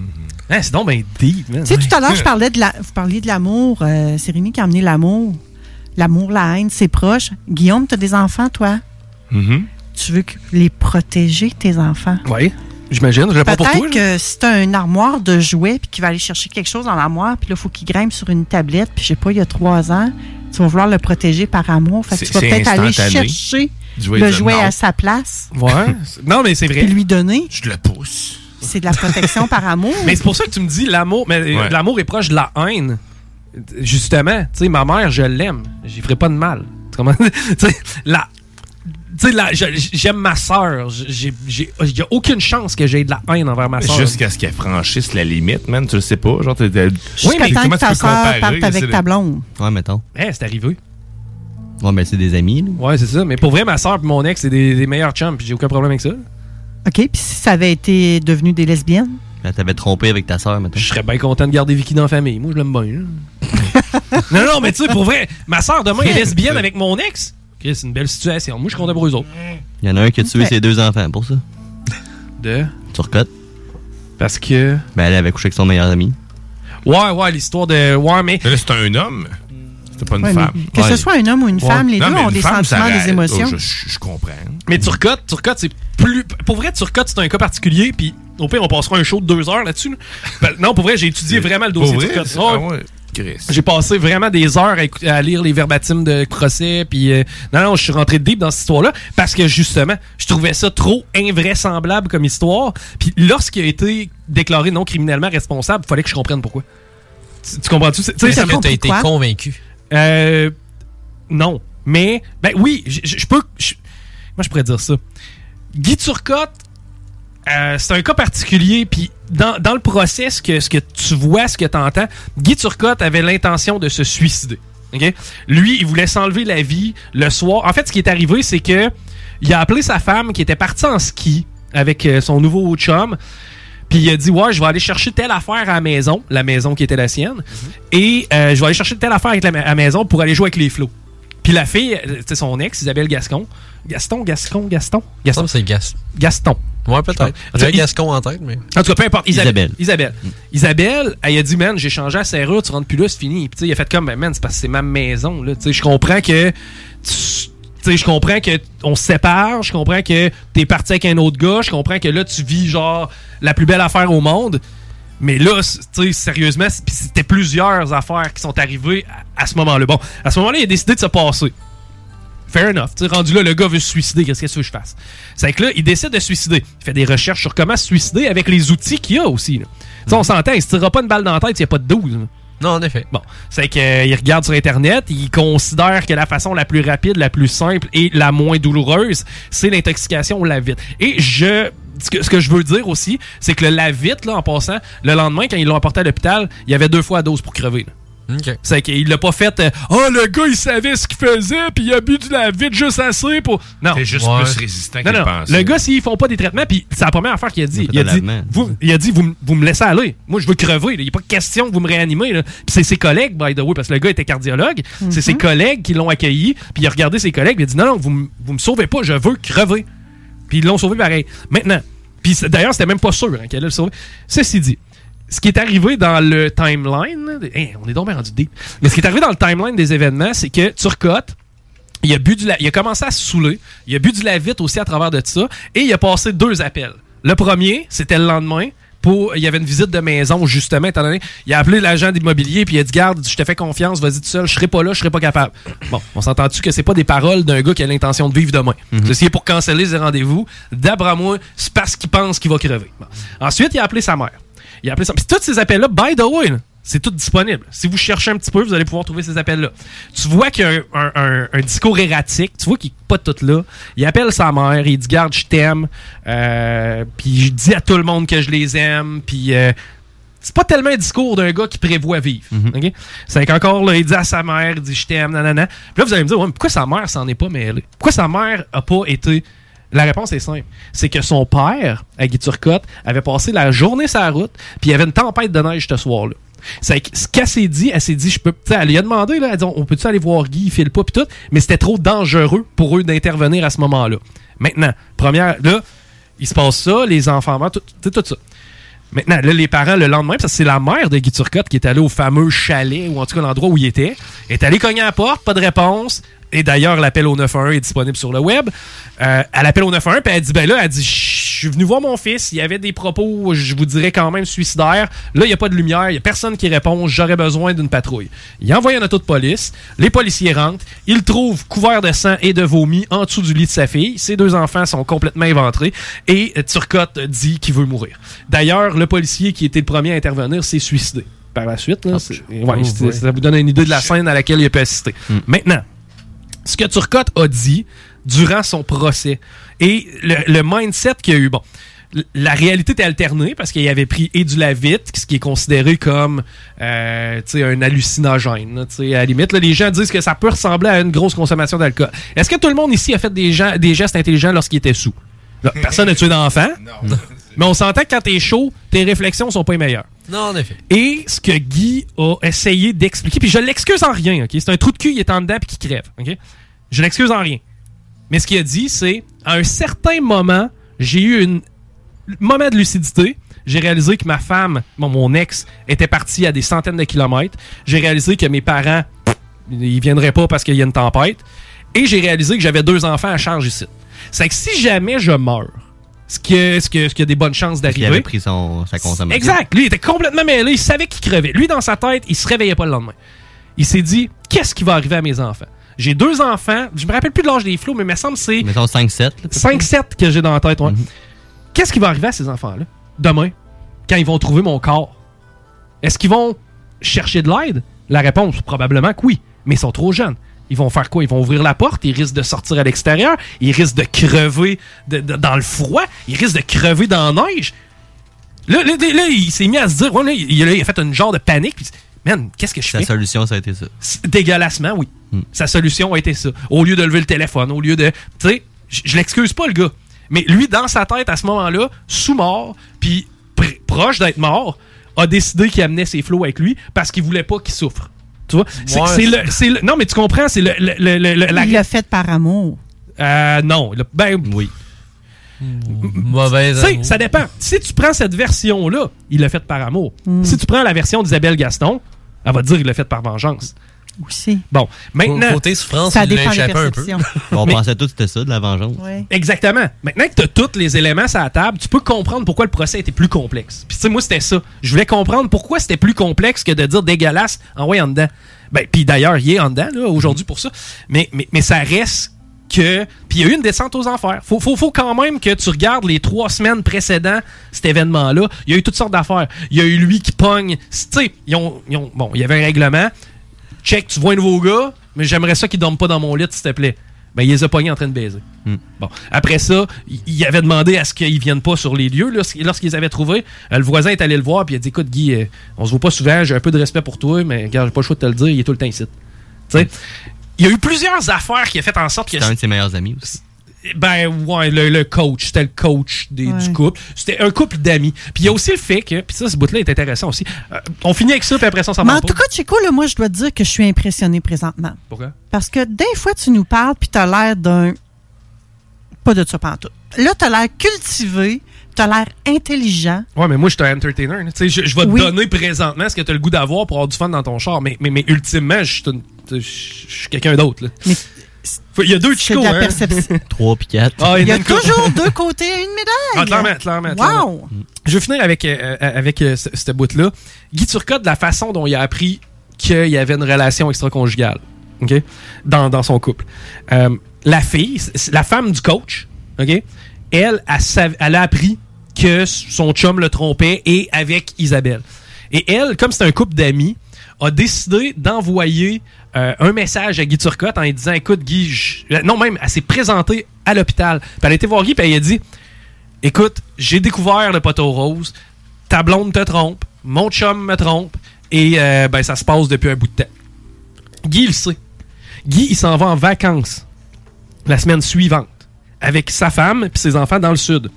[SPEAKER 3] Hein, c'est donc ben deep, man.
[SPEAKER 11] Tu sais, tout à l'heure, je parlais de la, vous parliez de l'amour. Euh, c'est Rémi qui a amené l'amour. L'amour, la haine, c'est proche. Guillaume, tu as des enfants, toi. Tu veux que- les protéger, tes enfants.
[SPEAKER 3] Mm-hmm. Oui, j'imagine. Je l'ai pas pour toi.
[SPEAKER 11] Peut-être que si t'as une armoire de jouets puis qu'il va aller chercher quelque chose dans l'armoire, puis là, il faut qu'il grimpe sur une tablette, puis je sais pas, il y a trois ans, tu vas vouloir le protéger par amour. Fait que
[SPEAKER 3] C'est-
[SPEAKER 11] tu vas
[SPEAKER 3] c'est
[SPEAKER 11] peut-être aller
[SPEAKER 3] instantané.
[SPEAKER 11] chercher
[SPEAKER 3] Du jouet
[SPEAKER 11] le
[SPEAKER 3] de
[SPEAKER 11] jouet
[SPEAKER 3] non.
[SPEAKER 11] à sa place.
[SPEAKER 3] Ouais. (laughs) c'est- Non, mais c'est vrai.
[SPEAKER 11] Puis lui donner.
[SPEAKER 3] Je le pousse.
[SPEAKER 11] C'est de la protection par amour.
[SPEAKER 3] Mais c'est pour ça que tu me dis l'amour, mais euh,
[SPEAKER 11] Ouais.
[SPEAKER 3] l'amour est proche de la haine. Justement, tu sais, ma mère, je l'aime. J'y ferai pas de mal. Tu comprends? (laughs) Tu sais, la. Tu sais, la- je- j'aime ma soeur. Il n'y a aucune chance que j'ai de la haine envers ma soeur.
[SPEAKER 12] Jusqu'à ce qu'elle franchisse la limite, man, tu le sais pas. Genre, t'es- t'es-
[SPEAKER 11] Jusqu'à
[SPEAKER 12] mais
[SPEAKER 11] temps
[SPEAKER 12] comment
[SPEAKER 11] que ta
[SPEAKER 12] tu peux
[SPEAKER 11] sœur
[SPEAKER 12] comparer,
[SPEAKER 11] parte avec
[SPEAKER 12] c'est le-
[SPEAKER 11] ta blonde.
[SPEAKER 14] Ouais, mettons.
[SPEAKER 3] Hey, Eh, c'est arrivé.
[SPEAKER 14] Ouais, mais c'est des amis, là.
[SPEAKER 3] Ouais, c'est ça. Mais pour vrai, ma soeur et mon ex, c'est des, des meilleurs chums. puis J'ai aucun problème avec ça.
[SPEAKER 11] OK, puis si ça avait été devenu des lesbiennes,
[SPEAKER 14] Là, Ah, t'avais trompé avec ta sœur, mettons.
[SPEAKER 3] Je serais bien content de garder Vicky dans la famille. Moi, je l'aime bien.
[SPEAKER 14] (laughs)
[SPEAKER 3] là. non, non, mais tu sais, pour vrai, ma soeur demain est lesbienne avec mon ex. Ok, c'est une belle situation. Moi, je suis content pour eux autres.
[SPEAKER 14] Il y en a un qui a tué
[SPEAKER 3] Ok.
[SPEAKER 14] ses deux enfants pour ça.
[SPEAKER 3] De.
[SPEAKER 14] Turcotte.
[SPEAKER 3] Parce que.
[SPEAKER 14] Ben, elle avait couché avec son meilleur ami.
[SPEAKER 3] Ouais, ouais, l'histoire de. Ouais, mais.
[SPEAKER 12] Mais là, c'est un homme. C'était pas une
[SPEAKER 11] Ouais, mais
[SPEAKER 12] femme.
[SPEAKER 11] que ce soit un homme ou une femme, les deux
[SPEAKER 12] mais
[SPEAKER 11] ont
[SPEAKER 12] une
[SPEAKER 11] des
[SPEAKER 12] femme, ça
[SPEAKER 11] sentiments, des
[SPEAKER 12] aurait-
[SPEAKER 11] émotions.
[SPEAKER 12] Oh, je, je- je comprends.
[SPEAKER 3] Mais Turcotte, Turcotte, c'est plus. Pour vrai, Turcotte, c'est un cas particulier. Puis au pire, on passera un show de deux heures là-dessus. là. Ben, non, pour vrai, j'ai étudié vraiment le
[SPEAKER 12] Pour
[SPEAKER 3] dossier Oh.
[SPEAKER 12] vrai,
[SPEAKER 3] Turcotte.
[SPEAKER 12] c'est-
[SPEAKER 3] Ouais.
[SPEAKER 12] ah ouais, Chris.
[SPEAKER 3] J'ai passé vraiment des heures à, écou- à lire les verbatims de procès, puis euh, non, non, je suis rentré deep dans cette histoire-là parce que justement, je trouvais ça trop invraisemblable comme histoire. Puis lorsqu'il a été déclaré non criminellement responsable, il fallait que je comprenne pourquoi. Tu, tu comprends-tu? C'est- tu sais,
[SPEAKER 10] Est-ce
[SPEAKER 3] ça
[SPEAKER 10] que
[SPEAKER 3] m'a-
[SPEAKER 10] t'as été convaincu?
[SPEAKER 3] Euh, non, mais ben oui, j- j- je peux. je- Moi, je pourrais dire ça. Guy Turcotte, euh, c'est un cas particulier. Puis dans, dans le procès, ce que, ce que tu vois, ce que tu entends, Guy Turcotte avait l'intention de se suicider. ok? Lui, il voulait s'enlever la vie le soir. En fait, ce qui est arrivé, c'est que il a appelé sa femme qui était partie en ski avec euh, son nouveau chum. Puis il a dit Ouais, je vais aller chercher telle affaire à la maison, la maison qui était la
[SPEAKER 10] Mhm.
[SPEAKER 3] sienne, et euh, je vais aller chercher telle affaire avec la ma- à la maison pour aller jouer avec les flots. Puis la fille, euh, c'est son ex, Isabelle Gascon. Gaston, Gascon, Gaston. Gaston, c'est Gaston.
[SPEAKER 10] Ouais, peut-être.
[SPEAKER 3] En tout cas,
[SPEAKER 10] J'ai
[SPEAKER 3] il-
[SPEAKER 10] Gascon en tête, mais.
[SPEAKER 3] en tout cas, peu importe. Isabelle.
[SPEAKER 10] Isabelle.
[SPEAKER 3] Isabelle. Isabelle, elle a dit, man, j'ai changé la serrure, tu rentres plus là, c'est fini. Puis, tu sais, il a fait comme, Ben, man, c'est parce que c'est ma maison, là. Tu sais, je comprends que. tu- Tu sais, je comprends que on se sépare, je comprends que t'es parti avec un autre gars, je comprends que là, tu vis, genre, la plus belle affaire au monde. Mais là, c- tu sais, sérieusement, c'est- puis c'était plusieurs affaires qui sont arrivées à, à ce moment-là. Bon, à ce moment-là, il a décidé de se passer. Fair enough. Tu sais, rendu là, le gars veut se suicider. Qu'est-ce que tu veux que je fasse? C'est que là, il décide de se suicider. Il fait des recherches sur comment se suicider avec les outils qu'il a aussi. là. Tu sais, on s'entend, il se tirera pas une balle dans la tête s'il n'y a pas de 12.
[SPEAKER 10] Non, en effet.
[SPEAKER 3] Bon, c'est qu'il regarde sur Internet, il considère que la façon la plus rapide, la plus simple et la moins douloureuse, c'est l'intoxication au lave-vite. Et je... Ce que, ce que je veux dire aussi, c'est que le lave-vite, là, en passant, le lendemain, quand ils l'ont apporté à l'hôpital, il y avait deux fois la dose pour crever. là. C'est qu'il l'a pas fait. euh, oh, le gars, il savait ce qu'il faisait, puis il a bu de la vite juste assez pour. Non.
[SPEAKER 12] T'es juste Ouais. plus résistant
[SPEAKER 3] Non,
[SPEAKER 12] qu'il
[SPEAKER 3] non.
[SPEAKER 12] pensait.
[SPEAKER 3] Le gars, s'ils font pas des traitements, puis c'est la première affaire qu'il a dit.
[SPEAKER 12] Il a fait
[SPEAKER 3] Il a
[SPEAKER 12] un
[SPEAKER 3] dit,
[SPEAKER 12] lavement.
[SPEAKER 3] vous, il a dit vous, m- vous me laissez aller. Moi, je veux crever. là. Il n'y a pas question que vous me réanimez. là. Puis c'est ses collègues, by the way, parce que le gars était cardiologue. C'est ses collègues qui l'ont accueilli, puis il a regardé ses collègues, puis il a dit non, non, vous, m- vous me sauvez pas, je veux crever. Puis ils l'ont sauvé pareil. Maintenant, puis c'est- d'ailleurs, c'était même pas sûr hein, qu'elle allait le sauver. Ceci dit, ce qui est arrivé dans le timeline, là, de- hein, on est donc bien rendu deep. Mais ce qui est arrivé dans le timeline des événements, c'est que Turcotte, il a, bu du la- il a commencé à se saouler. Il a bu du lavite aussi à travers de ça. Et il a passé deux appels. Le premier, c'était le lendemain. Pour, il y avait une visite de maison, justement, étant donné. Il a appelé l'agent d'immobilier puis il a dit Garde, je te fais confiance, vas-y tout seul, je serai pas là, je serai pas capable. Bon, on s'entend-tu que c'est pas des paroles d'un gars qui a l'intention de vivre demain. Ceci est pour canceller ses rendez-vous. D'après moi, c'est parce qu'il pense qu'il va crever. Bon. Ensuite, il a appelé sa mère. Il a appelé ça. Puis tous ces appels-là, by the way, là, C'est tout disponible. Si vous cherchez un petit peu, vous allez pouvoir trouver ces appels-là. Tu vois qu'il y a un, un- un- un discours erratique. Tu vois qu'il n'est pas tout là. Il appelle sa mère. Il dit Garde, je t'aime. Euh, puis je dis à tout le monde que je les aime. Puis. euh, c'est pas tellement un discours d'un gars qui prévoit vivre. ok? C'est qu'encore, là, il dit à sa mère, il dit je t'aime, nanana. Puis là, vous allez me dire, ouais, mais pourquoi sa mère s'en est pas mêlée? Pourquoi sa mère a pas été. La réponse est simple. C'est que son père, à Guy Turcotte, avait passé la journée sur la route, puis il y avait une tempête de neige ce soir-là. C'est que ce qu'elle s'est dit, elle s'est dit, je peux. tu sais, Elle lui a demandé, là, elle dit, on peut-tu aller voir Guy, il file pas, puis tout, mais c'était trop dangereux pour eux d'intervenir à ce moment-là. Maintenant, première, là, il se passe ça, les enfants meurent, tout, tout- tout ça. Maintenant, là, les parents, le lendemain, parce que c'est la mère de Guy Turcotte qui est allée au fameux chalet, ou en tout cas l'endroit où il était, est allée cogner à la porte, pas de réponse. Et d'ailleurs, l'appel au 911 est disponible sur le web. Euh, elle appelle au 911, puis elle dit, ben là, elle dit, je suis venu voir mon fils, il y avait des propos, je vous dirais quand même, suicidaires. Là, il n'y a pas de lumière, il n'y a personne qui répond, j'aurais besoin d'une patrouille. Il envoie un auto de police, les policiers rentrent, ils le trouvent couvert de sang et de vomi en dessous du lit de sa fille. Ses deux enfants sont complètement éventrés et euh, Turcotte dit qu'il veut mourir. D'ailleurs, le policier qui était le premier à intervenir s'est suicidé par la suite. là. C'est- ouais,
[SPEAKER 2] Oh,
[SPEAKER 3] c'est-
[SPEAKER 2] ouais.
[SPEAKER 3] Ça vous donne une idée de la scène à laquelle il a pu assister. Maintenant, ce que Turcotte a dit durant son procès et le, le mindset qu'il a eu. Bon, l- la réalité était alternée parce qu'il avait pris et du Lavite, ce qui est considéré comme euh, tu sais, un hallucinogène. là, tu sais. à la limite, là, les gens disent que ça peut ressembler à une grosse consommation d'alcool. Est-ce que tout le monde ici a fait des, gens, des gestes intelligents lorsqu'il était sous? Là, personne n'a tué d'enfant. (laughs) Mais on s'entend que quand t'es chaud, tes réflexions sont pas les meilleures.
[SPEAKER 10] Non, en effet.
[SPEAKER 3] Et ce que Guy a essayé d'expliquer, puis je l'excuse en rien, ok? C'est un trou de cul, il est en dedans puis qui crève, ok? Je l'excuse en rien. Mais ce qu'il a dit, c'est à un certain moment, j'ai eu une- un moment de lucidité. J'ai réalisé que ma femme, bon, mon ex, était partie à des centaines de kilomètres. J'ai réalisé que mes parents, pff, ils viendraient pas parce qu'il y a une tempête. Et j'ai réalisé que j'avais deux enfants à charge ici. C'est que si jamais je meurs, ce qui a, ce qui a- ce qui a des bonnes chances
[SPEAKER 14] Il
[SPEAKER 3] d'arriver.
[SPEAKER 14] avait pris son, sa consommation.
[SPEAKER 3] Exact. Lui, il était complètement mêlé. Il savait qu'il crevait. Lui, dans sa tête, il se réveillait pas le lendemain. Il s'est dit qu'est-ce qui va arriver à mes enfants J'ai deux enfants. Je me rappelle plus de l'âge des flots, mais il me semble que c'est
[SPEAKER 14] Mettons 5-7.
[SPEAKER 3] 5-7 que j'ai dans la tête. ouais.
[SPEAKER 14] Mhm.
[SPEAKER 3] Qu'est-ce qui va arriver à ces enfants-là demain quand ils vont trouver mon corps Est-ce qu'ils vont chercher de l'aide La réponse, probablement que oui, mais ils sont trop jeunes. Ils vont faire quoi Ils vont ouvrir la porte, ils risquent de sortir à l'extérieur, ils risquent de crever de- de- dans le froid, ils risquent de crever dans la neige. Là, là, là, là, il s'est mis à se dire, ouais, là, il, il a fait une genre de panique. Puis, man, qu'est-ce que je fais?
[SPEAKER 14] Sa solution, ça a été ça.
[SPEAKER 3] C'est- dégueulassement, oui. Sa solution a été ça. Au lieu de lever le téléphone, au lieu de. Tu sais, j- je l'excuse pas, le gars. Mais lui, dans sa tête, à ce moment-là, sous mort, puis pr- proche d'être mort, a décidé qu'il amenait ses flots avec lui parce qu'il voulait pas qu'il souffre. Tu vois? C'est-
[SPEAKER 11] Ouais.
[SPEAKER 3] c'est le- c'est le- Non, mais tu comprends, c'est le. le, le- le- le- la-
[SPEAKER 11] Il l'a fait par amour.
[SPEAKER 3] Euh, non. le- Ben. Oui.
[SPEAKER 10] Hmm, Mauvaise.
[SPEAKER 3] Tu sais, ça dépend. Si tu prends cette version-là, il l'a faite par amour.
[SPEAKER 10] Hmm.
[SPEAKER 3] Si tu prends la version d'Isabelle Gaston, elle va te dire qu'il l'a faite par vengeance.
[SPEAKER 11] Aussi.
[SPEAKER 3] Bon, maintenant.
[SPEAKER 10] Côté souffrance, Ça il l'a dépend des échappé un peu. perceptions.
[SPEAKER 14] (laughs) On
[SPEAKER 3] Mais-
[SPEAKER 14] pensait tous que c'était ça, de la vengeance.
[SPEAKER 3] Exactement. Maintenant que tu as tous les éléments sur la table, tu peux comprendre pourquoi le procès était plus complexe. Puis tu sais, moi, c'était ça. Je voulais comprendre pourquoi c'était plus complexe que de dire dégueulasse en ouais en dedans. Ben, puis d'ailleurs, il est en dedans, là, aujourd'hui, pour ça. Mais, mais, mais ça reste que... Puis il y a eu une descente aux enfers. Faut, faut, faut quand même que tu regardes les trois semaines précédentes cet événement-là. Il y a eu toutes sortes d'affaires. Il y a eu lui qui pogne... Tu sais, ils ont, ils ont- Bon, il y avait un règlement check, tu vois un nouveau gars, mais j'aimerais ça qu'il dorme pas dans mon lit, s'il te plaît. Ben, il les a pognés en train de baiser. Bon. Après ça, il- il avait demandé à ce qu'ils viennent pas sur les lieux. Lorsqu- Lorsqu'ils les avaient trouvés, euh, le voisin est allé le voir puis il a dit Écoute, Guy, euh, on se voit pas souvent, j'ai un peu de respect pour toi, mais regarde, j'ai pas le choix de te le dire, il est tout le temps ici. Tu sais, il y a eu plusieurs affaires qui ont fait en sorte que.
[SPEAKER 14] C'était un de ses meilleurs amis aussi.
[SPEAKER 3] Ben ouais, le, le coach, c'était le coach des-
[SPEAKER 14] Ouais.
[SPEAKER 3] du couple. C'était un couple d'amis. Puis il y a aussi le fait que, puis ça, ce bout-là est intéressant aussi. Euh, on finit avec ça, puis après ça, on s'en
[SPEAKER 11] Mais
[SPEAKER 3] va
[SPEAKER 11] en tout cas, Chico, là, moi, je dois te dire que je suis impressionnée présentement.
[SPEAKER 3] Pourquoi?
[SPEAKER 11] Parce que des fois, tu nous parles, puis t'as l'air d'un... Pas de ça pantoute. Là, t'as l'air cultivé, t'as l'air intelligent.
[SPEAKER 3] Ouais, mais moi, je suis un entertainer. là. Tu sais, Je, je vais te
[SPEAKER 11] Hein? Oui.
[SPEAKER 3] donner présentement ce que tu as le goût d'avoir pour avoir du fun dans ton char. Mais, mais, mais ultimement, je suis une- je suis quelqu'un d'autre. là. Faut- Il y a deux
[SPEAKER 11] c'est
[SPEAKER 3] chicos.
[SPEAKER 11] de la
[SPEAKER 3] hein.
[SPEAKER 11] perception.
[SPEAKER 14] 3 puis 4.
[SPEAKER 3] Ah,
[SPEAKER 11] Il y a
[SPEAKER 3] en une couple.
[SPEAKER 11] toujours
[SPEAKER 3] (laughs)
[SPEAKER 11] deux côtés à une médaille.
[SPEAKER 3] Ah, clairement, clairement, clairement.
[SPEAKER 11] Wow!
[SPEAKER 3] Je vais finir avec, euh, euh, avec euh, ce, ce bout-là. Guy Turcotte, de la façon dont il a appris qu'il y avait une relation extra-conjugale ok, dans, dans son couple. Euh, la fille, c- c- la femme du coach, ok, elle, elle, sav- elle a appris que son chum le trompait et avec Isabelle. Et elle, comme c'est un couple d'amis, a décidé d'envoyer euh, un message à Guy Turcotte en lui disant Écoute, Guy, je- euh, non, même, elle s'est présentée à l'hôpital. Puis elle a été voir Guy, puis elle a dit Écoute, j'ai découvert le poteau rose, ta blonde te trompe, mon chum me trompe, et euh, ben, ça se passe depuis un bout de temps. Guy, il le sait. Guy, il s'en va en vacances la semaine suivante avec sa femme et ses enfants dans le sud.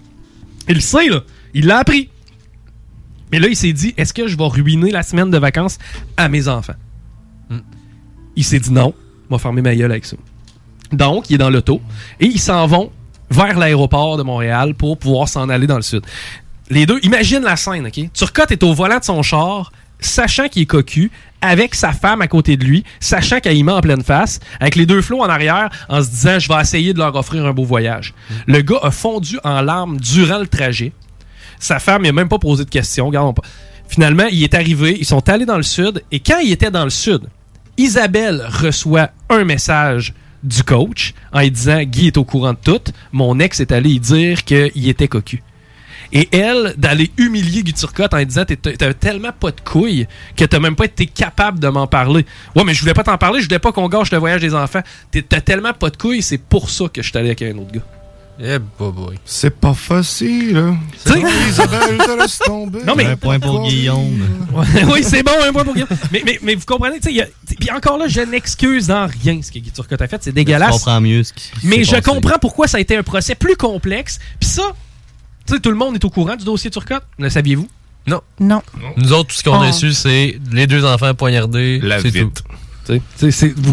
[SPEAKER 3] Il le sait, là. Il l'a appris. Mais là, il s'est dit, est-ce que je vais ruiner la semaine de vacances à mes enfants? Il s'est dit non, m'a fermé ma gueule avec ça. Donc, il est dans l'auto et ils s'en vont vers l'aéroport de Montréal pour pouvoir s'en aller dans le sud. Les deux, imagine la scène, OK? Turcotte est au volant de son char, sachant qu'il est cocu, avec sa femme à côté de lui, sachant qu'elle y met en pleine face, avec les deux flots en arrière, en se disant, je vais essayer de leur offrir un beau voyage. Le gars a fondu en larmes durant le trajet. Sa femme n'a même pas posé de questions. Regardons pas. Finalement, il est arrivé, ils sont allés dans le sud, et quand il était dans le sud, Isabelle reçoit un message du coach en lui disant Guy est au courant de tout, mon ex est allé y dire qu'il était cocu. Et elle, d'aller humilier Guy Turcotte en lui disant T'es- T'as tellement pas de couilles que t'as même pas été capable de m'en parler. Ouais, mais je voulais pas t'en parler, je voulais pas qu'on gâche le voyage des enfants. T'es- T'as tellement pas de couilles, c'est pour ça que je suis allé avec un autre gars.
[SPEAKER 10] Eh, boy, boy.
[SPEAKER 3] C'est pas facile.
[SPEAKER 23] Isabelle, te laisse tomber.
[SPEAKER 3] Non, mais-
[SPEAKER 23] Un point pour
[SPEAKER 14] Guillaume.
[SPEAKER 3] (laughs) oui, c'est bon, un point pour Guillaume. Mais, mais, mais vous comprenez, tu sais, il y a- puis encore là, je n'excuse en rien ce que Guy Turcotte a fait, c'est dégueulasse.
[SPEAKER 14] Je comprends mieux ce qui. s'est
[SPEAKER 3] Mais je
[SPEAKER 14] passé.
[SPEAKER 3] comprends pourquoi ça a été un procès plus complexe. Puis ça, tu sais, tout le monde est au courant du dossier Turcotte. Le saviez-vous?
[SPEAKER 10] Non.
[SPEAKER 11] Non.
[SPEAKER 10] Nous autres, tout ce qu'on
[SPEAKER 3] Ah.
[SPEAKER 10] a su, c'est les deux enfants poignardés. La vite.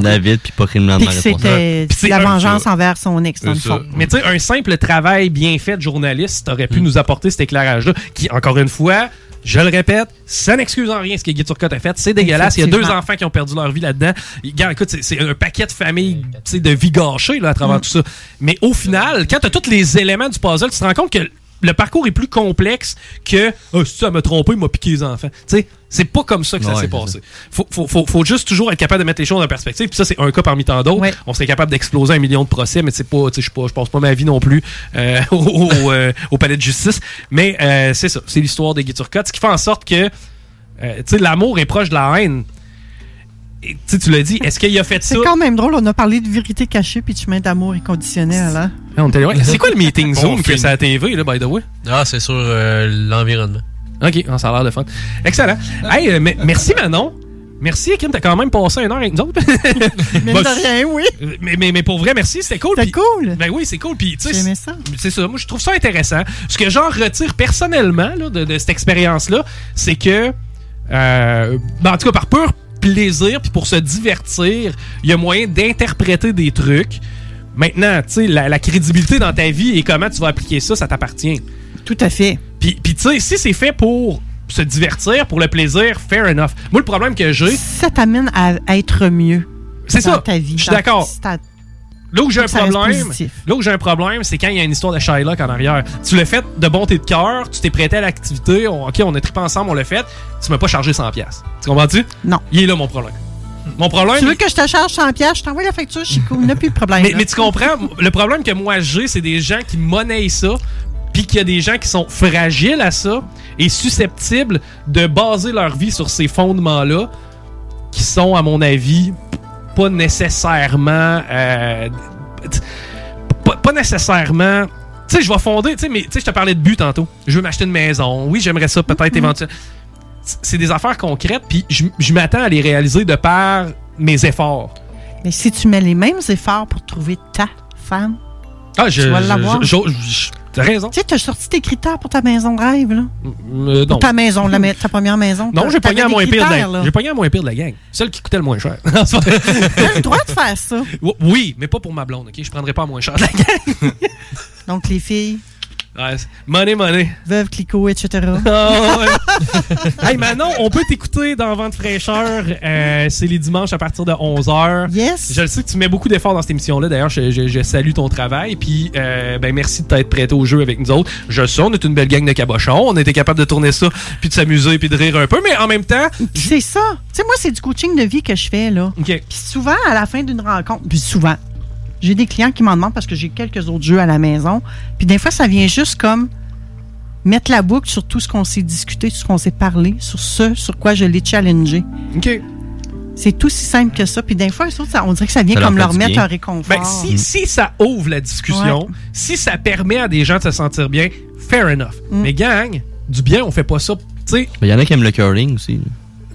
[SPEAKER 14] La vite, puis pas criminellement
[SPEAKER 11] Puis que c'était
[SPEAKER 14] responsable.
[SPEAKER 11] de la vengeance envers son ex, dans le fond.
[SPEAKER 3] Mais tu sais, un simple travail bien fait de journaliste aurait
[SPEAKER 14] Mm.
[SPEAKER 3] pu nous apporter cet éclairage-là, qui, encore une fois, je le répète, ça n'excuse en rien ce que Guy Turcotte a fait. C'est dégueulasse. Il y a deux
[SPEAKER 2] Effectivement.
[SPEAKER 3] enfants qui ont perdu leur vie là-dedans. Regarde, écoute, c'est- c'est un paquet de familles tu sais, de vie gâchée là, à
[SPEAKER 2] Mm.
[SPEAKER 3] travers tout ça. Mais au final, quand tu as tous les éléments du puzzle, tu te rends compte que le parcours est plus complexe que Ah, si ça m'a trompé, il m'a piqué les enfants. Tu sais, c'est pas comme ça que ça
[SPEAKER 2] Ouais,
[SPEAKER 3] s'est
[SPEAKER 2] c'est
[SPEAKER 3] passé. Faut, faut, faut, faut juste toujours être capable de mettre les choses en perspective. Puis ça, c'est un cas parmi tant d'autres. On serait capable d'exploser un million de procès, mais c'est pas, tu sais, je sais pas- je passe pas ma vie non plus euh, (laughs) au, au, euh, au palais de justice. Mais euh, c'est ça, c'est l'histoire des Guy Turcotte, ce qui fait en sorte que euh, tu sais, l'amour est proche de la haine. Et, tu sais, tu l'as dit, est-ce qu'il a fait ça?
[SPEAKER 11] C'est quand même drôle, on a parlé de vérité cachée puis de chemin d'amour inconditionnel. Hein?
[SPEAKER 3] Ah, on était loin. C'est quoi le meeting
[SPEAKER 10] (laughs) Bon
[SPEAKER 3] Zoom que
[SPEAKER 10] film.
[SPEAKER 3] ça à la TV, là, by the way?
[SPEAKER 10] Ah, c'est sur euh, l'environnement.
[SPEAKER 3] OK, ah, ça a l'air de fun. Excellent. Hey, euh, me- merci Manon. Merci, Kim, t'as quand même passé une heure avec nous autres.
[SPEAKER 11] Mais
[SPEAKER 3] Bah,
[SPEAKER 11] de rien, oui.
[SPEAKER 3] Mais, mais, mais pour vrai, merci, c'était cool.
[SPEAKER 11] C'était cool.
[SPEAKER 3] Ben oui, c'est cool. Puis, tu sais,
[SPEAKER 11] J'aimais
[SPEAKER 3] c'est- C'est ça. Moi, je trouve ça intéressant. Ce que j'en retire personnellement là, de, de cette expérience-là, c'est que, euh, ben, en tout cas, par pur plaisir, puis pour se divertir, il y a moyen d'interpréter des trucs. Maintenant, tu sais, la, la crédibilité dans ta vie et comment tu vas appliquer ça, ça t'appartient.
[SPEAKER 11] Tout à fait.
[SPEAKER 3] Puis, puis, tu sais, si c'est fait pour se divertir, pour le plaisir, fair enough. Moi, le problème que j'ai,
[SPEAKER 11] Ça t'amène à à être mieux.
[SPEAKER 3] C'est
[SPEAKER 11] dans
[SPEAKER 3] ça.
[SPEAKER 11] ta vie.
[SPEAKER 3] Je suis
[SPEAKER 11] Dans-
[SPEAKER 3] d'accord.
[SPEAKER 11] ta-
[SPEAKER 3] Là où j'ai un
[SPEAKER 11] Faut que ça reste
[SPEAKER 3] problème,
[SPEAKER 11] positif.
[SPEAKER 3] là où j'ai un problème, c'est quand il y a une histoire de Shylock en arrière. Tu l'as fait de bonté de cœur, tu t'es prêté à l'activité, on- ok, on est trippé ensemble, on l'a fait, tu m'as pas chargé 100 pièces. Tu comprends-tu
[SPEAKER 11] Non.
[SPEAKER 3] Il est là mon problème. Mon problème,
[SPEAKER 11] Tu veux que je te charge 100 pièces, je t'envoie la facture, Chico, il n'y a plus de problème.
[SPEAKER 3] mais,
[SPEAKER 11] là.
[SPEAKER 3] mais tu comprends, le problème que moi j'ai, c'est des gens qui monnaient ça, puis qu'il y a des gens qui sont fragiles à ça et susceptibles de baser leur vie sur ces fondements-là, qui sont, à mon avis, pas nécessairement. euh, t- pas, pas nécessairement. Tu sais, je vais fonder, tu sais, mais tu sais, je te parlais de but tantôt. Je veux m'acheter une maison. Oui, j'aimerais ça
[SPEAKER 11] Mhm.
[SPEAKER 3] peut-être éventuellement. C'est- C'est des affaires concrètes, puis je, je m'attends à les réaliser de par mes efforts.
[SPEAKER 11] Mais si tu mets les mêmes efforts pour trouver ta femme,
[SPEAKER 3] Ah, je.
[SPEAKER 11] Tu vas
[SPEAKER 3] je-
[SPEAKER 11] l'avoir.
[SPEAKER 3] je- je- je- T'as raison.
[SPEAKER 11] tu sais, tu as sorti tes critères pour ta maison de rêve, là.
[SPEAKER 3] Euh, non.
[SPEAKER 11] Pour ta maison, la, ma- ta première maison.
[SPEAKER 3] Non,
[SPEAKER 11] T'as-
[SPEAKER 3] j'ai pogné
[SPEAKER 11] t'avais
[SPEAKER 3] à
[SPEAKER 11] des
[SPEAKER 3] moins pire de
[SPEAKER 11] critères,
[SPEAKER 3] la...
[SPEAKER 11] là.
[SPEAKER 3] J'ai pogné à moins pire de la gang. Celle qui coûtait le
[SPEAKER 11] (laughs)
[SPEAKER 3] moins cher. Non, c'est pas-
[SPEAKER 11] T'as le droit de faire ça.
[SPEAKER 3] (laughs) oui, mais pas pour ma blonde, ok? Je prendrais pas à moins cher de la gang.
[SPEAKER 11] Donc, les filles,
[SPEAKER 3] Ouais, c'est- money, money.
[SPEAKER 11] veuves, clicots, etc.
[SPEAKER 3] (laughs) Ah,
[SPEAKER 11] (laughs)
[SPEAKER 3] ouais. hey Manon, on peut t'écouter dans Vente fraîcheur. Euh, c'est les dimanches à partir de 11h.
[SPEAKER 11] Yes.
[SPEAKER 3] Je le sais que tu mets beaucoup d'efforts dans cette émission-là. D'ailleurs, je, je- je salue ton travail. Puis, euh, ben, merci de t'être prêté au jeu avec nous autres. Je sais, on est une belle gang de cabochons. On était capable de tourner ça, puis de s'amuser, puis de rire un peu. Mais en même temps,
[SPEAKER 11] Puis c'est ça. Ah, Tu sais, moi, c'est du coaching de vie que je fais, là.
[SPEAKER 3] OK.
[SPEAKER 11] Puis souvent, à la fin d'une rencontre, puis souvent, j'ai des clients qui m'en demandent parce que j'ai quelques autres jeux à la maison. Puis des fois, ça vient juste comme mettre la boucle sur tout ce qu'on s'est discuté, sur ce qu'on s'est parlé, sur ce sur quoi je l'ai challengé.
[SPEAKER 3] OK.
[SPEAKER 11] C'est tout si simple que ça. Puis des fois, eux autres, ça- on dirait que ça vient
[SPEAKER 3] Ça leur
[SPEAKER 11] comme
[SPEAKER 3] fait
[SPEAKER 11] leur
[SPEAKER 3] du
[SPEAKER 11] mettre
[SPEAKER 3] bien.
[SPEAKER 11] un réconfort.
[SPEAKER 3] Ben, si, si ça ouvre la discussion,
[SPEAKER 11] Ouais.
[SPEAKER 3] si ça permet à des gens de se sentir bien, fair enough.
[SPEAKER 11] Mm.
[SPEAKER 3] Mais gang, du bien, on fait pas ça. Tu sais,
[SPEAKER 2] Il y en a qui aiment le curling aussi.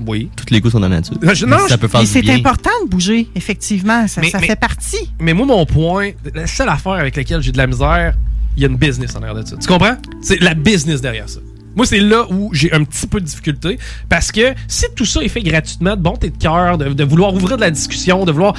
[SPEAKER 3] Oui.
[SPEAKER 2] Toutes les goûts sont dans la nature.
[SPEAKER 3] Non, je- non,
[SPEAKER 2] ça peut faire
[SPEAKER 11] Mais
[SPEAKER 2] du bien.
[SPEAKER 11] c'est important de bouger, effectivement. Ça,
[SPEAKER 3] Mais-
[SPEAKER 11] ça
[SPEAKER 3] mais-
[SPEAKER 11] fait partie.
[SPEAKER 3] Mais moi, mon point, la seule affaire avec laquelle j'ai de la misère, il y a une business en arrière de ça. Tu comprends? C'est la business derrière ça. Moi, c'est là où j'ai un petit peu de difficulté parce que si tout ça est fait gratuitement, de bonté de cœur, de, de vouloir ouvrir de la discussion, de vouloir.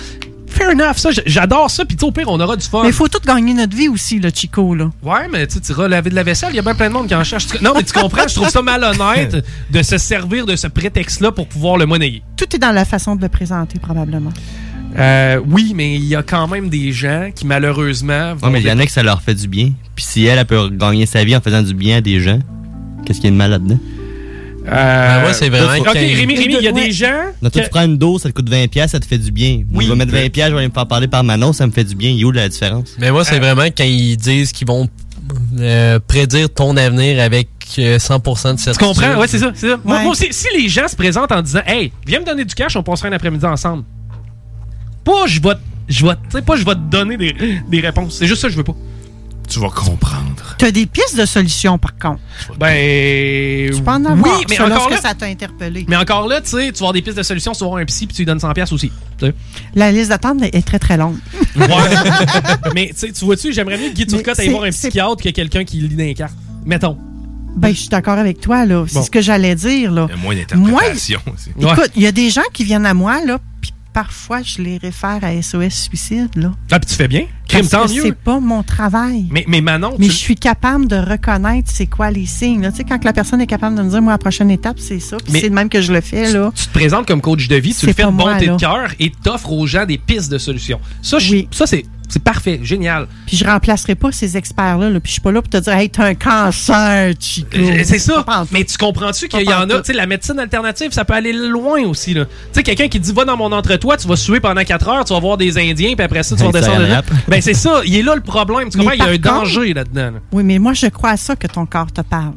[SPEAKER 3] Fair enough, ça, j- j'adore ça. Puis tu sais, au pire, on aura du fun.
[SPEAKER 11] Mais il faut tout gagner notre vie aussi, le Chico, là.
[SPEAKER 3] Ouais, mais tu sais, tu iras laver de la vaisselle, il y a bien plein de monde qui en cherche. Tu- Non, mais tu comprends, je trouve ça
[SPEAKER 2] (laughs)
[SPEAKER 3] malhonnête de se servir de ce prétexte-là pour pouvoir le monnayer.
[SPEAKER 11] Tout est dans la façon de le présenter, probablement.
[SPEAKER 3] Euh, oui, mais il y a quand même des gens qui, malheureusement, vont
[SPEAKER 2] Ouais, mais il y en a que ça leur fait du bien. Puis si elle, elle peut gagner sa vie en faisant du bien à des gens, qu'est-ce qu'il y a de mal là-dedans?
[SPEAKER 3] Euh,
[SPEAKER 10] Ben ouais, c'est vraiment
[SPEAKER 2] Ok,
[SPEAKER 10] qu'il y a-
[SPEAKER 2] Rémi,
[SPEAKER 3] Rémi, il y a des gens.
[SPEAKER 2] Non, toi,
[SPEAKER 3] que-
[SPEAKER 2] tu prends une dose, ça te coûte 20$, ça te fait du bien. Moi, je vais mettre 20$, je vais aller me faire parler par Manon, ça me fait du bien. Il est où la différence?
[SPEAKER 10] Mais moi, c'est
[SPEAKER 3] Ah.
[SPEAKER 10] vraiment quand ils disent qu'ils vont euh, prédire ton avenir avec euh, 100% de certitude.
[SPEAKER 3] Tu comprends? Ouais, c'est ça. c'est ça. Moi,
[SPEAKER 10] Ouais.
[SPEAKER 3] moi aussi, si les gens se présentent en disant Hey, viens me donner du cash, on passera un après-midi ensemble. Pas je vais. te- Je vais, te- tu sais, pas je vais te donner des, des réponses. C'est juste ça que je veux pas.
[SPEAKER 12] Tu vas comprendre.
[SPEAKER 11] Tu as des pistes de solutions, par contre.
[SPEAKER 3] Ben.
[SPEAKER 11] Tu peux en avoir,
[SPEAKER 3] oui, mais
[SPEAKER 11] selon
[SPEAKER 3] encore
[SPEAKER 11] ce que
[SPEAKER 3] là,
[SPEAKER 11] ça t'a interpellé.
[SPEAKER 3] mais encore là, tu sais, tu vas avoir des pistes de solutions, tu vas avoir un psy, puis tu lui donnes 100$ piastres aussi.
[SPEAKER 11] (laughs)
[SPEAKER 3] tu sais.
[SPEAKER 11] La liste d'attente est très, très longue.
[SPEAKER 3] Ouais. mais tu sais, tu vois-tu, j'aimerais mieux que Guy Turcotte aille
[SPEAKER 11] c'est-
[SPEAKER 3] voir un psychiatre que quelqu'un qui lit dans les cartes. Mettons.
[SPEAKER 11] Ben, je suis d'accord avec toi, là. C'est
[SPEAKER 3] Bon.
[SPEAKER 11] ce que j'allais dire, là.
[SPEAKER 12] Moins d'interprétation. aussi.
[SPEAKER 11] Moi, écoute, il y a des gens qui viennent à moi, là, puis parfois, je les réfère à SOS Suicide, là.
[SPEAKER 3] Ah, puis tu fais bien. Crime, tant
[SPEAKER 11] Parce que
[SPEAKER 3] mieux.
[SPEAKER 11] c'est pas mon travail.
[SPEAKER 3] Mais, mais Manon,
[SPEAKER 11] Mais
[SPEAKER 3] tu-
[SPEAKER 11] je suis capable de reconnaître c'est quoi les signes. Là. Tu sais, quand que la personne est capable de me dire, moi, la prochaine étape, c'est ça, puis
[SPEAKER 3] Mais-
[SPEAKER 11] c'est de même que je le fais, là.
[SPEAKER 3] tu te présentes comme coach de vie, tu le
[SPEAKER 11] C'est
[SPEAKER 3] fais de
[SPEAKER 11] pas moi,
[SPEAKER 3] bonté
[SPEAKER 11] là.
[SPEAKER 3] de cœur et t'offres aux gens des pistes de solutions. Ça, je- ça c'est c'est parfait, génial.
[SPEAKER 11] Puis je remplacerai pas ces experts-là, là. Puis je suis pas là pour te dire, hey, t'as un cancer, Chico.
[SPEAKER 3] Euh, C'est ça. Mais tu comprends-tu qu'il y en a, tu sais, la médecine alternative, ça peut aller loin aussi. là. Tu sais, quelqu'un qui dit va dans mon entretoit, tu vas suer pendant 4 heures, tu vas voir des Indiens, puis après ça, tu vas
[SPEAKER 2] Hey, ça
[SPEAKER 3] redescendre.
[SPEAKER 2] y en a
[SPEAKER 3] là.
[SPEAKER 2] hâte.
[SPEAKER 3] Ben c'est ça, il est là le problème. Tu
[SPEAKER 11] Mais
[SPEAKER 3] comprends? Il y a
[SPEAKER 11] par
[SPEAKER 3] un
[SPEAKER 11] contre-
[SPEAKER 3] danger là-dedans. là.
[SPEAKER 11] Oui, mais moi, je crois à ça que ton corps te parle.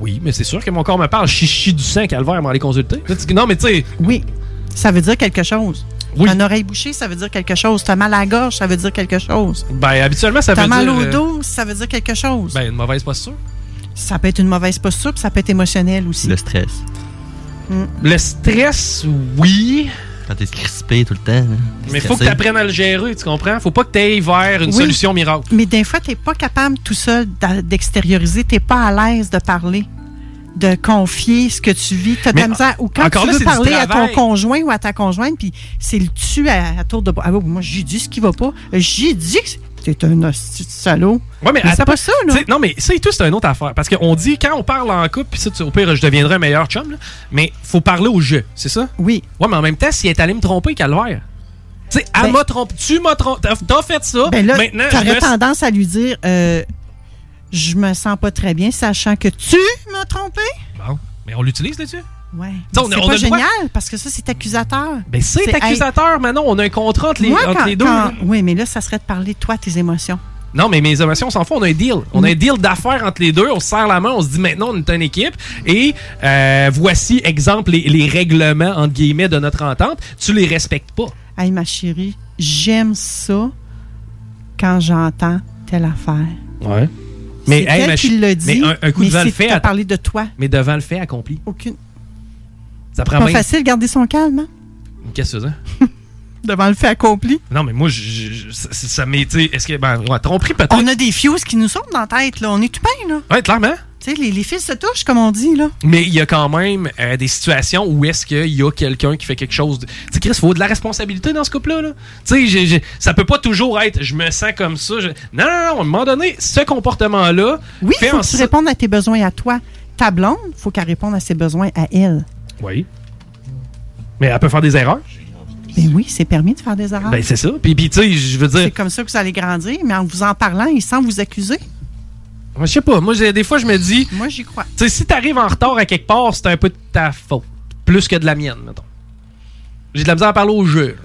[SPEAKER 3] Oui, mais c'est sûr que mon corps me parle. Chichi du sang, calvaire, m'en aller consulter. Tu dis, Non, mais tu sais.
[SPEAKER 11] Oui. Ça veut dire quelque chose. T'as une oreille bouchée, ça veut dire quelque chose. T'as mal à la gorge, ça veut dire quelque chose.
[SPEAKER 3] Ben habituellement, ça
[SPEAKER 11] T'as
[SPEAKER 3] veut
[SPEAKER 11] mal
[SPEAKER 3] dire.
[SPEAKER 11] au
[SPEAKER 3] euh,
[SPEAKER 11] dos, ça veut dire quelque chose.
[SPEAKER 3] Ben une mauvaise posture.
[SPEAKER 11] Ça peut être une mauvaise posture, puis ça peut être émotionnel aussi.
[SPEAKER 2] Le stress.
[SPEAKER 11] Mm.
[SPEAKER 3] Le stress, oui.
[SPEAKER 2] Quand t'es crispé tout le temps. hein,
[SPEAKER 3] Mais faut que
[SPEAKER 2] stressé.
[SPEAKER 3] tu apprennes à le gérer, tu comprends? Faut pas que tu ailles vers une
[SPEAKER 11] Oui.
[SPEAKER 3] solution miracle.
[SPEAKER 11] Mais des fois, t'es pas capable tout seul d'a- d'extérioriser. T'es pas à l'aise de parler, de confier ce que tu vis. T'as de
[SPEAKER 3] Mais
[SPEAKER 11] la misère. Ou quand
[SPEAKER 3] encore
[SPEAKER 11] tu
[SPEAKER 3] là,
[SPEAKER 11] veux
[SPEAKER 3] c'est du
[SPEAKER 11] parler à ton
[SPEAKER 3] travail.
[SPEAKER 11] conjoint ou à ta conjointe, puis c'est le tu à, à tour de bras. Ah, oui, moi, j'ai dit ce qui va pas. J'ai dit que c'est- t'es un hostie de salaud.
[SPEAKER 3] Ouais, mais,
[SPEAKER 11] c'est
[SPEAKER 3] attends,
[SPEAKER 11] pas ça, là.
[SPEAKER 3] t'sais, Non, mais ça et tout, c'est une autre affaire. Parce qu'on dit, quand on parle en couple, puis ça, tu- au pire, je deviendrai un meilleur chum, là, mais faut parler au jeu, c'est ça?
[SPEAKER 11] Oui.
[SPEAKER 3] Ouais, mais en même temps, si elle est allée me tromper, calvaire. Tu sais, elle m'a trompé, tu m'as trompé, t'as- t'as fait ça.
[SPEAKER 11] Ben là,
[SPEAKER 3] maintenant, je
[SPEAKER 11] t'aurais
[SPEAKER 3] me-
[SPEAKER 11] tendance à lui dire euh, Je me sens pas très bien, sachant que tu m'as trompé.
[SPEAKER 3] Bon, mais on l'utilise là-dessus?
[SPEAKER 11] Ouais.
[SPEAKER 3] T'sais, on-
[SPEAKER 11] C'est
[SPEAKER 3] on a
[SPEAKER 11] pas
[SPEAKER 3] le droit-
[SPEAKER 11] génial, parce que ça, c'est accusateur.
[SPEAKER 3] Ben, c'est
[SPEAKER 11] C'est-
[SPEAKER 3] accusateur, maintenant, on a un contrat entre les,
[SPEAKER 11] Moi,
[SPEAKER 3] entre
[SPEAKER 11] quand-
[SPEAKER 3] les deux.
[SPEAKER 11] quand-
[SPEAKER 3] là.
[SPEAKER 11] oui, mais là, ça serait de parler de toi, tes émotions.
[SPEAKER 3] Non, mais mes émotions, on s'en fout. On a un deal. On a un deal d'affaires entre les deux. On se serre la main. On se dit maintenant, on est une équipe. Et euh, voici, exemple, les, les règlements, entre guillemets, de notre entente. Tu les respectes pas.
[SPEAKER 11] Hey, ma chérie, j'aime ça quand j'entends telle affaire.
[SPEAKER 3] Ouais. Mais,
[SPEAKER 11] c'est
[SPEAKER 3] hey,
[SPEAKER 11] elle
[SPEAKER 3] ma
[SPEAKER 11] qui
[SPEAKER 3] chi-
[SPEAKER 11] l'a dit.
[SPEAKER 3] mais un, un coup
[SPEAKER 11] mais
[SPEAKER 3] devant
[SPEAKER 11] c'est
[SPEAKER 3] le fait.
[SPEAKER 11] t'as
[SPEAKER 3] att-
[SPEAKER 11] parlé de toi.
[SPEAKER 3] Mais devant le fait accompli.
[SPEAKER 11] Aucune.
[SPEAKER 3] Ça
[SPEAKER 11] Pas
[SPEAKER 3] prend même.
[SPEAKER 11] facile de garder son calme, hein,
[SPEAKER 3] Qu'est-ce que c'est?
[SPEAKER 11] devant le fait accompli.
[SPEAKER 3] Non, mais moi, je- je- ça, ça m'est. tu sais, Est-ce que. Ben, ouais, tromperie peut-être.
[SPEAKER 11] On a des fuses qui nous sautent dans la tête, là. On est tout bien, là.
[SPEAKER 3] Ouais, clairement.
[SPEAKER 11] Tu sais, les, les fils se touchent, comme on dit, là.
[SPEAKER 3] Mais il y a quand même euh, des situations où est-ce qu'il y a quelqu'un qui fait quelque chose. De... Tu sais, Chris, faut de la responsabilité dans ce couple-là. là. Tu sais, j'ai- j'ai- ça peut pas toujours être je me sens comme ça. je- Non, non, non, à un moment donné, ce comportement-là
[SPEAKER 11] Oui,
[SPEAKER 3] fait
[SPEAKER 11] faut
[SPEAKER 3] en
[SPEAKER 11] que tu
[SPEAKER 3] sorte.
[SPEAKER 11] répondes à tes besoins à toi. Ta blonde, faut qu'elle réponde à ses besoins à elle.
[SPEAKER 3] Oui. Mais elle peut faire des erreurs.
[SPEAKER 11] Ben oui, c'est permis de faire des erreurs.
[SPEAKER 3] Ben, c'est ça. Puis, puis, tu sais, je veux dire.
[SPEAKER 11] Ah. C'est comme ça que vous allez grandir, mais en vous en parlant et sans vous accuser.
[SPEAKER 3] Je sais pas. Moi, j'ai- des fois, je me dis.
[SPEAKER 11] Moi, j'y crois.
[SPEAKER 3] Tu sais, si t'arrives en retard à quelque part, c'est un peu de ta faute. Plus que de la mienne, mettons. J'ai de la misère à parler au jeu.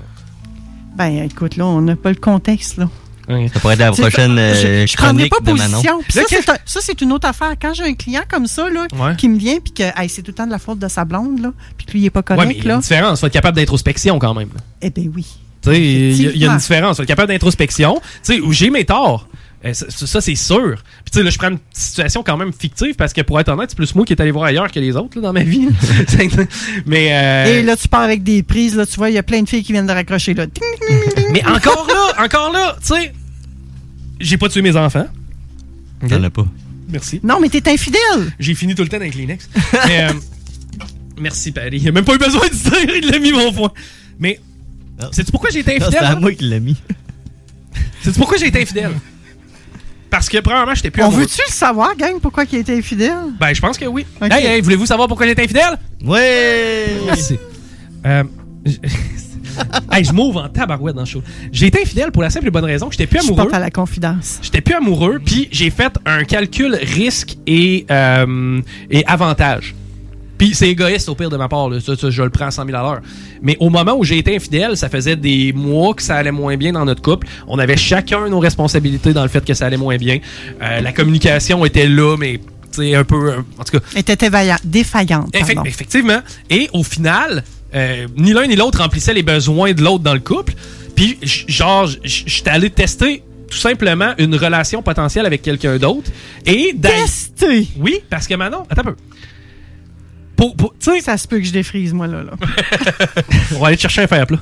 [SPEAKER 11] Ben, écoute, là, on n'a pas le contexte, là.
[SPEAKER 2] Ça pourrait être la
[SPEAKER 11] C'est-
[SPEAKER 2] prochaine euh,
[SPEAKER 11] je, je prendrai
[SPEAKER 2] chronique
[SPEAKER 11] pas
[SPEAKER 2] de Manon.
[SPEAKER 11] position. Puis Ça, c'est un- ça, c'est une autre affaire. Quand j'ai un client comme ça, là,
[SPEAKER 3] Ouais.
[SPEAKER 11] qui me vient, puis que hey, c'est tout le temps de la faute de sa blonde, là, puis que lui, il est pas correct,
[SPEAKER 3] ouais, mais il y a
[SPEAKER 11] là.
[SPEAKER 3] une différence. Faut être capable d'introspection quand même.
[SPEAKER 11] Eh bien, oui.
[SPEAKER 3] Tu sais, il y a- il y a
[SPEAKER 11] Effectivement.
[SPEAKER 3] une différence. Faut être capable d'introspection. Tu sais, où j'ai mes torts. Euh, Ça, ça, c'est sûr. Puis, tu sais, là, je prends une situation quand même fictive parce que pour être honnête, c'est plus moi qui est allé voir ailleurs que les autres là, dans
[SPEAKER 11] (laughs)
[SPEAKER 3] ma vie. C'est- mais, euh,
[SPEAKER 11] Et là, tu pars avec des prises, là, tu vois, il y a plein de filles qui viennent de raccrocher, là. Ting, ting, ting, ting.
[SPEAKER 3] (laughs) mais encore là, encore là, tu sais, j'ai pas tué mes enfants.
[SPEAKER 2] T'en as pas.
[SPEAKER 3] Merci.
[SPEAKER 11] Non, mais t'es infidèle!
[SPEAKER 3] J'ai fini tout le temps dans les Kleenex. Mais,
[SPEAKER 11] (laughs)
[SPEAKER 3] euh, merci, Paris. Il a même pas eu besoin de dire, il l'a mis mon point. Mais, sais-tu pourquoi j'ai été
[SPEAKER 2] Non,
[SPEAKER 3] infidèle?
[SPEAKER 2] Ah. C'est à
[SPEAKER 3] hein?
[SPEAKER 2] moi qui l'a mis.
[SPEAKER 3] Sais-tu pourquoi j'ai été infidèle? Parce que, premièrement, j'étais plus
[SPEAKER 11] On
[SPEAKER 3] amoureux.
[SPEAKER 11] veut-tu le savoir, gang, pourquoi il a été infidèle?
[SPEAKER 3] Ben, je pense que oui. Hey, hey, voulez-vous savoir pourquoi j'étais infidèle?
[SPEAKER 2] Oui!
[SPEAKER 3] Merci. Euh, (laughs) j- hey, je m'ouvre en tabarouette dans le show. J'ai été infidèle pour la simple et bonne raison que j'étais plus
[SPEAKER 11] Je
[SPEAKER 3] amoureux.
[SPEAKER 11] porte à la confidence.
[SPEAKER 3] J'étais plus amoureux, puis j'ai fait un calcul risque et, euh, et avantage. Puis c'est égoïste au pire de ma part, là. Ça, ça, je le prends à 100 000 à l'heure. Mais au moment où j'ai été infidèle, ça faisait des mois que ça allait moins bien dans notre couple. On avait chacun nos responsabilités dans le fait que ça allait moins bien. Euh, la communication était là, mais tu sais, un peu... euh, En tout cas,
[SPEAKER 11] Elle était défaillante. défaillante
[SPEAKER 3] Effe-
[SPEAKER 11] pardon.
[SPEAKER 3] effectivement. Et au final, euh, ni l'un ni l'autre remplissait les besoins de l'autre dans le couple. Puis, j- genre, j- j- j'étais allé tester tout simplement une relation potentielle avec quelqu'un d'autre. Et d'ailleurs- Oui, parce que Manon, attends un peu. Pour, pour- tu sais,
[SPEAKER 11] ça se peut que je défrise, moi, là. là.
[SPEAKER 3] (laughs) on va aller te chercher un fer plat.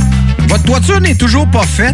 [SPEAKER 6] Votre toiture n'est toujours pas faite?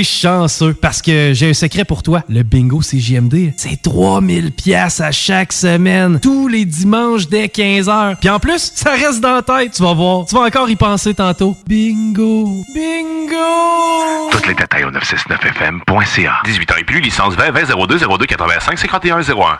[SPEAKER 3] chanceux parce que j'ai un secret pour toi. Le bingo CJMD, c'est 3000 pièces à chaque semaine, tous les dimanches dès 15h. Puis en plus, ça reste dans la tête, tu vas voir. Tu vas encore y penser tantôt. Bingo, bingo!
[SPEAKER 20] Toutes les détails au 969fm.ca. 18 ans et plus, licence 20 20 02 02 85 51 01.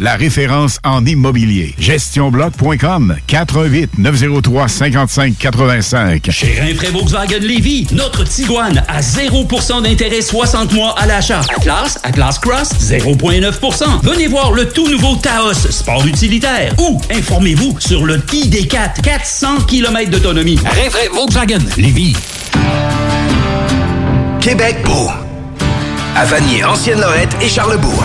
[SPEAKER 16] la référence en immobilier. GestionBloc.com 418 903 55 85.
[SPEAKER 19] Chez Rainfray Volkswagen Lévy, notre Tiguan à 0% d'intérêt 60 mois à l'achat. Atlas, Atlas Cross, 0,9%. Venez voir le tout nouveau Taos, sport utilitaire. Ou informez-vous sur le ID4, 400 km d'autonomie. Rainfray Volkswagen Lévy.
[SPEAKER 20] Québec beau. À Vanier, Ancienne-Lorette et Charlebourg.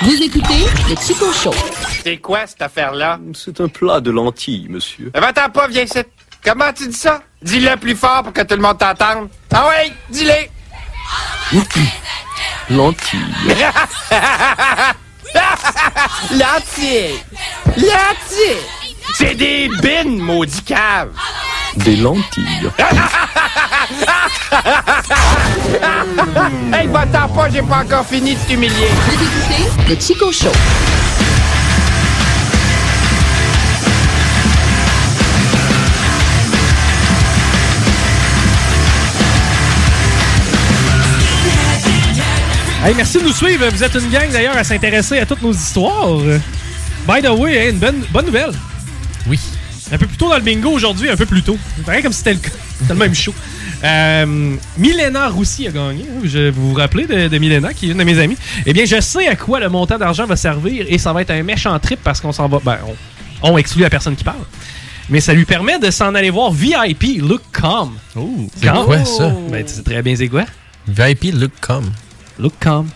[SPEAKER 8] Vous écoutez le Chico Show.
[SPEAKER 13] C'est quoi cette affaire-là?
[SPEAKER 18] C'est un plat de lentilles, monsieur.
[SPEAKER 13] Eh ben, Attends pas, viens ici. Comment tu dis ça? Dis-le plus fort pour que tout le monde t'entende. Ah ouais, dis-le!
[SPEAKER 18] Lentilles.
[SPEAKER 13] (laughs) Lentilles! Lentilles! C'est des bines, maudit cave!
[SPEAKER 18] Des lentilles.
[SPEAKER 13] (laughs) hey, va-t'en pas, j'ai pas encore fini de t'humilier.
[SPEAKER 8] Le Chico Show.
[SPEAKER 3] Hey, merci de nous suivre. Vous êtes une gang d'ailleurs à s'intéresser à toutes nos histoires. By the way, hey, une bonne, bonne nouvelle.
[SPEAKER 2] Oui.
[SPEAKER 3] Un peu plus tôt dans le bingo aujourd'hui, un peu plus tôt. C'est pareil comme si c'était le, c'était le même show. Euh, Milena Roussi a gagné. hein. Je, vous vous rappelez de, de Milena, qui est une de mes amies. Eh bien, je sais à quoi le montant d'argent va servir et ça va être un méchant trip parce qu'on s'en va. Ben, on, on exclut la personne qui parle. Mais ça lui permet de s'en aller voir VIP Look Calm.
[SPEAKER 10] Oh.
[SPEAKER 2] c'est quoi, ça?
[SPEAKER 3] Ben, tu sais très bien c'est quoi?
[SPEAKER 10] VIP Look Calm.
[SPEAKER 3] Look Calm.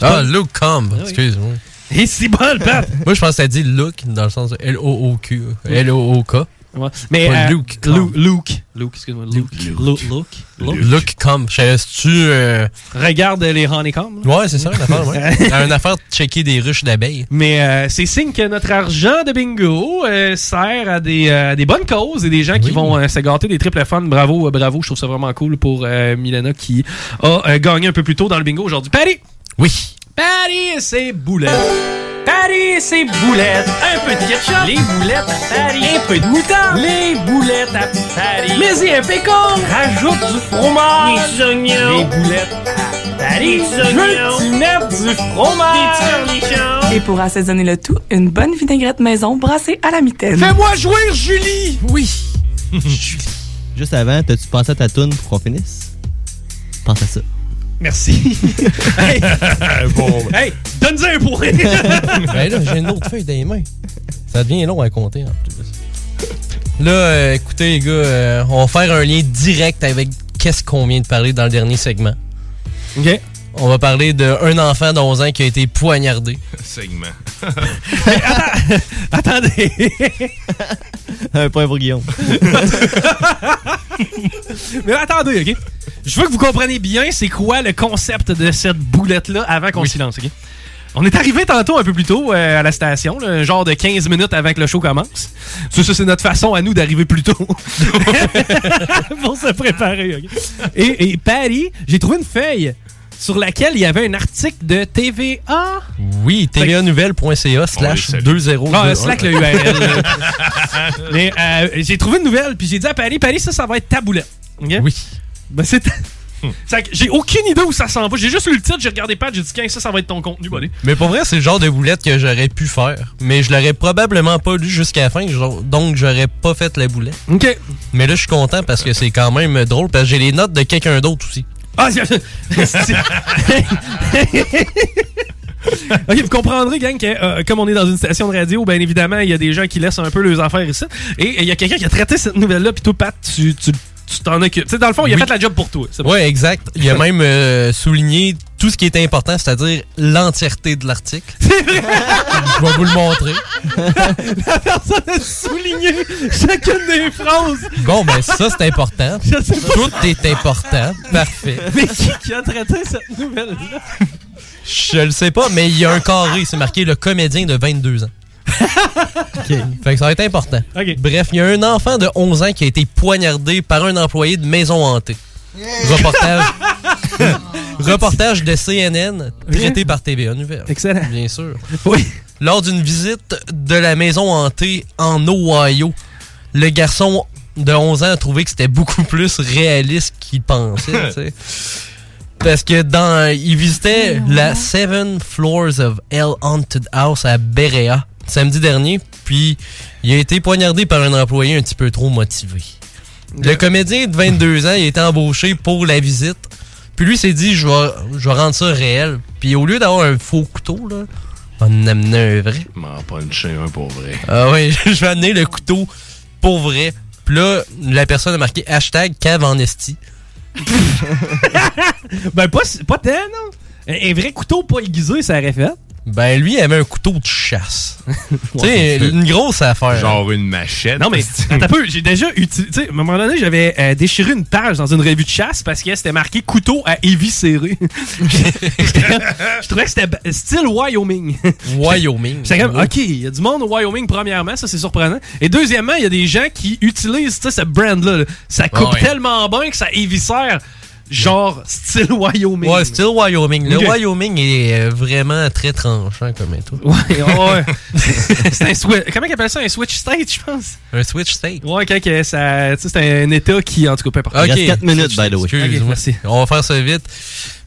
[SPEAKER 10] Ah, Look Calm. Excuse-moi.
[SPEAKER 3] Et c'est bon, le pape!
[SPEAKER 10] (laughs) Moi, je pense que ça dit Look dans le sens de L-O-O-Q. L-O-O-K.
[SPEAKER 3] Ouais. Mais
[SPEAKER 10] Pas
[SPEAKER 3] euh,
[SPEAKER 10] Luke Calm.
[SPEAKER 3] Lu- Luke. Luke, excuse-moi. Luke. Luke. Luke. Luke.
[SPEAKER 10] Look Calm. tu
[SPEAKER 3] Regarde les honeycombs. là.
[SPEAKER 10] euh, Ouais, c'est ça, une affaire,
[SPEAKER 3] (laughs)
[SPEAKER 10] ouais. une affaire de checker des ruches d'abeilles.
[SPEAKER 3] Mais euh, c'est signe que notre argent de bingo euh, sert à des, euh, à des bonnes causes et des gens qui vont euh, se gâter des triples fans. Bravo, euh, bravo. Je trouve ça vraiment cool pour euh, Milena qui a euh, gagné un peu plus tôt dans le bingo aujourd'hui. Patty!
[SPEAKER 10] Oui.
[SPEAKER 3] Patty, c'est boulette. Patty, c'est boulette. Un peu de ketchup. Les boulettes à Patty. Un peu de moutarde. Les boulettes à Patty. Mais y un pécan. Rajoute du fromage. Des oignons. Les boulettes à Patty. Des oignons. du fromage. Des
[SPEAKER 26] Et pour assaisonner le tout, une bonne vinaigrette maison brassée à la mitaine.
[SPEAKER 3] Fais-moi jouer, Julie!
[SPEAKER 2] Oui. Juste avant, t'as-tu pensé à ta toune pour qu'on finisse? Pense à ça.
[SPEAKER 3] (laughs) Merci. hey,
[SPEAKER 10] Bon.
[SPEAKER 3] hey, donne-nous
[SPEAKER 15] (laughs)
[SPEAKER 3] un pourri.
[SPEAKER 10] ben là, j'ai une autre feuille dans les mains. Ça devient long à compter en plus. Là, euh, écoutez les gars, euh, on va faire un lien direct avec qu'est-ce qu'on vient de parler dans le dernier segment.
[SPEAKER 3] OK.
[SPEAKER 10] On va parler d'un enfant de 11 ans qui a été poignardé.
[SPEAKER 9] Segment.
[SPEAKER 3] (laughs) Attendez.
[SPEAKER 10] (laughs)
[SPEAKER 2] Un point pour Guillaume.
[SPEAKER 3] (laughs) Mais attendez, OK? Je veux que vous compreniez bien c'est quoi le concept de cette boulette-là avant qu'on s'y lance, OK? On est arrivé tantôt un peu plus tôt euh, à la station, là, genre de 15 minutes avant que le show commence. Ça, ça, c'est notre façon à nous d'arriver plus tôt pour se préparer. OK? Et, et Patty, j'ai trouvé une feuille sur laquelle il y avait un article de TVA.
[SPEAKER 10] Oui, tvanouvelle.ca slash 20.
[SPEAKER 3] Ah, slack le URL. Mais euh, j'ai trouvé une nouvelle, puis j'ai dit à Paris, Paris, ça, ça va être ta boulette. Oui. Ben, c'est.
[SPEAKER 10] Hmm.
[SPEAKER 3] C'est que J'ai aucune idée où ça s'en va. J'ai juste lu le titre, j'ai regardé pas, j'ai dit, Tiens, ça, ça va être ton contenu, buddy.
[SPEAKER 10] Mais pour vrai, c'est le genre de boulette que j'aurais pu faire. Mais je l'aurais probablement pas lu jusqu'à la fin, genre- donc j'aurais pas fait la boulette.
[SPEAKER 3] OK.
[SPEAKER 10] Mais là, je suis content parce que c'est quand même drôle, parce que j'ai les notes de quelqu'un d'autre aussi.
[SPEAKER 3] Ah, c'est- c'est- (laughs) OK, vous comprendrez, gang, que euh, comme on est dans une station de radio, bien évidemment, il y a des gens qui laissent un peu leurs affaires ici. Et il y a quelqu'un qui a traité cette nouvelle-là, puis toi, Pat, tu tu- tu t'en occupes. Tu sais, dans le fond, il a
[SPEAKER 10] Oui.
[SPEAKER 3] fait la job pour toi. c'est bon.
[SPEAKER 10] (laughs) Ouais, exact. Il a même euh, souligné tout ce qui était important, c'est-à-dire l'entièreté de l'article. Je vais vous le montrer.
[SPEAKER 3] La personne a souligné chacune des phrases.
[SPEAKER 10] Bon, ben ça, c'est important.
[SPEAKER 3] Je sais pas.
[SPEAKER 10] Tout est important. Parfait.
[SPEAKER 3] (laughs) Mais qui, qui a traité cette nouvelle-là?
[SPEAKER 10] Je le sais pas, mais il y a un carré, c'est marqué le comédien de 22 ans. Fait que ça va être important. Bref, il y a un enfant de 11 ans qui a été poignardé par un employé de maison hantée. Reportage. Reportage de CNN traité par TVA Nouvelle.
[SPEAKER 3] Excellent.
[SPEAKER 10] Bien sûr.
[SPEAKER 3] Oui.
[SPEAKER 10] Lors d'une visite de la maison hantée en Ohio, le garçon de 11 ans a trouvé que c'était beaucoup plus réaliste qu'il pensait. tu
[SPEAKER 3] (laughs)
[SPEAKER 10] sais. Parce que dans, il visitait la Seven Floors of Hell Haunted House à Berea samedi dernier, puis il a été poignardé par un employé un petit peu trop motivé. Le comédien de 22 ans, il a été embauché pour la visite. Puis lui s'est dit, je vais, je vais rendre ça réel. Puis au lieu d'avoir un faux couteau, là, on en a amené un vrai.
[SPEAKER 9] M'en puncher un hein, pour vrai.
[SPEAKER 10] Ah oui, (laughs) je vais amener le couteau pour vrai. Puis là, la personne a marqué hashtag cave en esti.
[SPEAKER 3] (laughs) ben, pas, si- pas tant, non. Un, un vrai couteau pas aiguisé, ça aurait fait.
[SPEAKER 10] Ben, lui, il avait un couteau de
[SPEAKER 3] (laughs)
[SPEAKER 10] chasse. tu sais,
[SPEAKER 9] Ouais.
[SPEAKER 10] une grosse affaire.
[SPEAKER 9] Genre une machette. (laughs)
[SPEAKER 3] Non, mais attends un peu, j'ai déjà utilisé. Tu sais, à un moment donné, j'avais euh, déchiré une page dans une revue de chasse parce que c'était marqué couteau à éviscérer. (laughs) J'étais- Je trouvais que c'était ba- style Wyoming.
[SPEAKER 10] (laughs) Wyoming.
[SPEAKER 3] J'étais comme, OK, il y a du monde au Wyoming, premièrement, ça c'est surprenant. Et deuxièmement, il y a des gens qui utilisent tu sais, ce brand-là. là. Ça coupe
[SPEAKER 10] Ah ouais.
[SPEAKER 3] tellement bien que ça évissère, genre style Wyoming.
[SPEAKER 10] Ouais, style Wyoming. Le
[SPEAKER 3] Ok.
[SPEAKER 10] Wyoming est euh, vraiment très tranchant comme étoile.
[SPEAKER 3] Ouais, ouais. (laughs)
[SPEAKER 10] (laughs)
[SPEAKER 3] c'est un switch. Comment ils appellent ça Un switch state, je pense.
[SPEAKER 10] Un switch state.
[SPEAKER 3] Ouais, quand que ça. Tu sais, c'est un état qui, en tout cas, peu importe.
[SPEAKER 10] Ok. Excuse,
[SPEAKER 3] Ok,
[SPEAKER 10] ouais.
[SPEAKER 3] merci.
[SPEAKER 10] On va faire ça vite.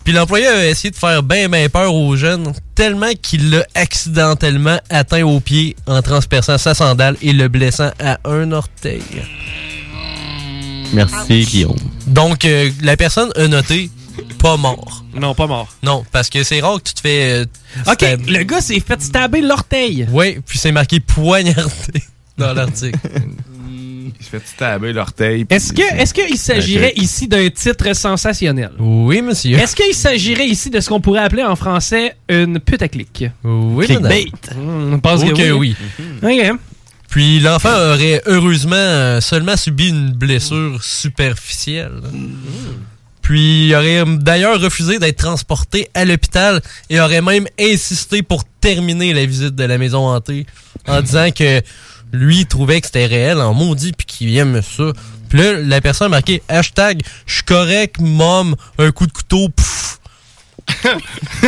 [SPEAKER 10] Puis l'employé a essayé de faire bien, bien peur aux jeunes, tellement qu'il l'a accidentellement atteint au pied en transperçant sa sandale et le blessant à un orteil.
[SPEAKER 2] Merci, Guillaume.
[SPEAKER 10] Donc, euh, la personne a noté pas mort.
[SPEAKER 3] Non, pas mort.
[SPEAKER 10] Non, parce que c'est rare que tu te fais. ok,
[SPEAKER 3] le gars s'est fait stabber l'orteil.
[SPEAKER 10] Oui, puis c'est marqué poignardé
[SPEAKER 12] (laughs)
[SPEAKER 10] dans l'article.
[SPEAKER 9] Il se fait taber l'orteil. puis-
[SPEAKER 3] Est-ce que, est-ce qu'il s'agirait
[SPEAKER 9] Ok.
[SPEAKER 3] ici d'un titre sensationnel?
[SPEAKER 10] Oui, monsieur.
[SPEAKER 3] Est-ce qu'il s'agirait ici de ce qu'on pourrait appeler en français une putaclic?
[SPEAKER 10] Oui, madame.
[SPEAKER 3] Clickbait. Hmm, je pense
[SPEAKER 10] Ok,
[SPEAKER 3] que
[SPEAKER 10] oui.
[SPEAKER 3] oui. Mhm. Ok.
[SPEAKER 10] Puis l'enfant aurait heureusement euh, seulement subi une blessure superficielle.
[SPEAKER 3] Mhm.
[SPEAKER 10] Puis il aurait d'ailleurs refusé d'être transporté à l'hôpital et aurait même insisté pour terminer la visite de la maison hantée
[SPEAKER 3] Mhm.
[SPEAKER 10] en disant que lui trouvait que c'était réel en maudit puis qu'il aime ça. Puis là, la personne a marqué hashtag je suis correct, mom, un coup de couteau, pouf.
[SPEAKER 3] (laughs)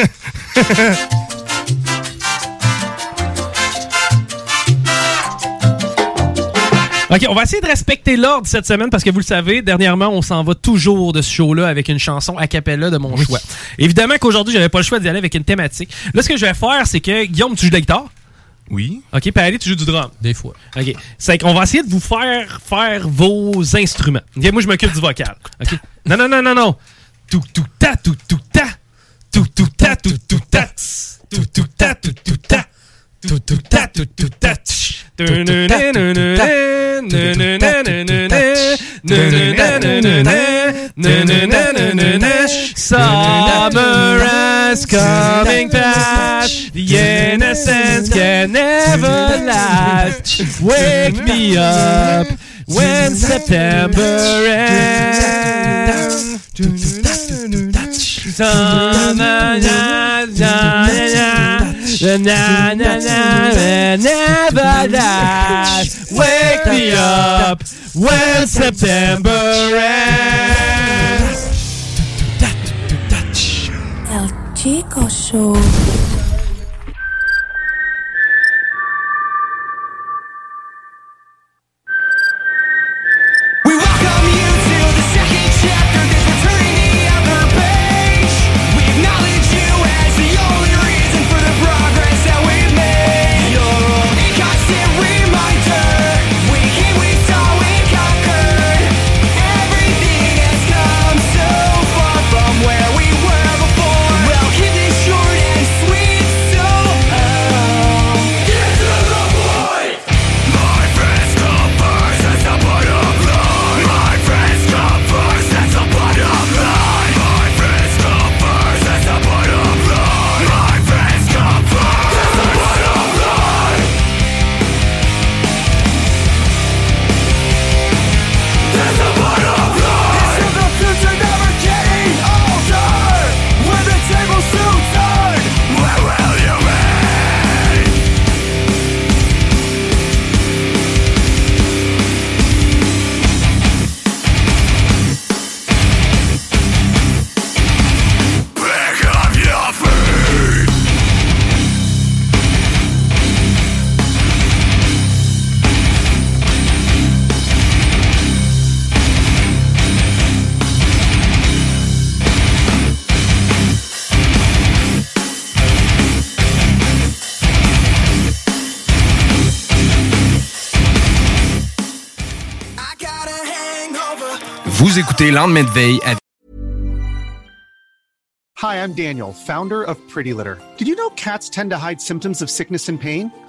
[SPEAKER 3] OK, on va essayer de respecter l'ordre cette semaine parce que vous le savez, dernièrement, on s'en va toujours de ce show-là avec une chanson a cappella de mon choix. Évidemment qu'aujourd'hui, j'avais pas le choix d'y aller avec une thématique. Là, ce que je vais faire, c'est que Guillaume, tu joues de la guitare.
[SPEAKER 9] Oui.
[SPEAKER 3] OK, Paris, tu joues du drum.
[SPEAKER 10] Des fois.
[SPEAKER 3] OK. C'est qu'on va essayer de vous faire faire vos instruments. OK, moi, je m'occupe du vocal. OK. Non, non, non, non, non. Tout, tout, ta, tout, tout, ta. Summer is coming past. The innocence can never last. Wake me up when September ends. Ah! Summer, na, na, na, na. Na, na, na, na, never last. Wake me up when September ends.
[SPEAKER 13] El Chico Show.
[SPEAKER 20] Vous écoutez Lendemain de veille avec
[SPEAKER 27] Hi, I'm Daniel, founder of Pretty Litter. Did you know cats tend to hide symptoms of sickness and pain?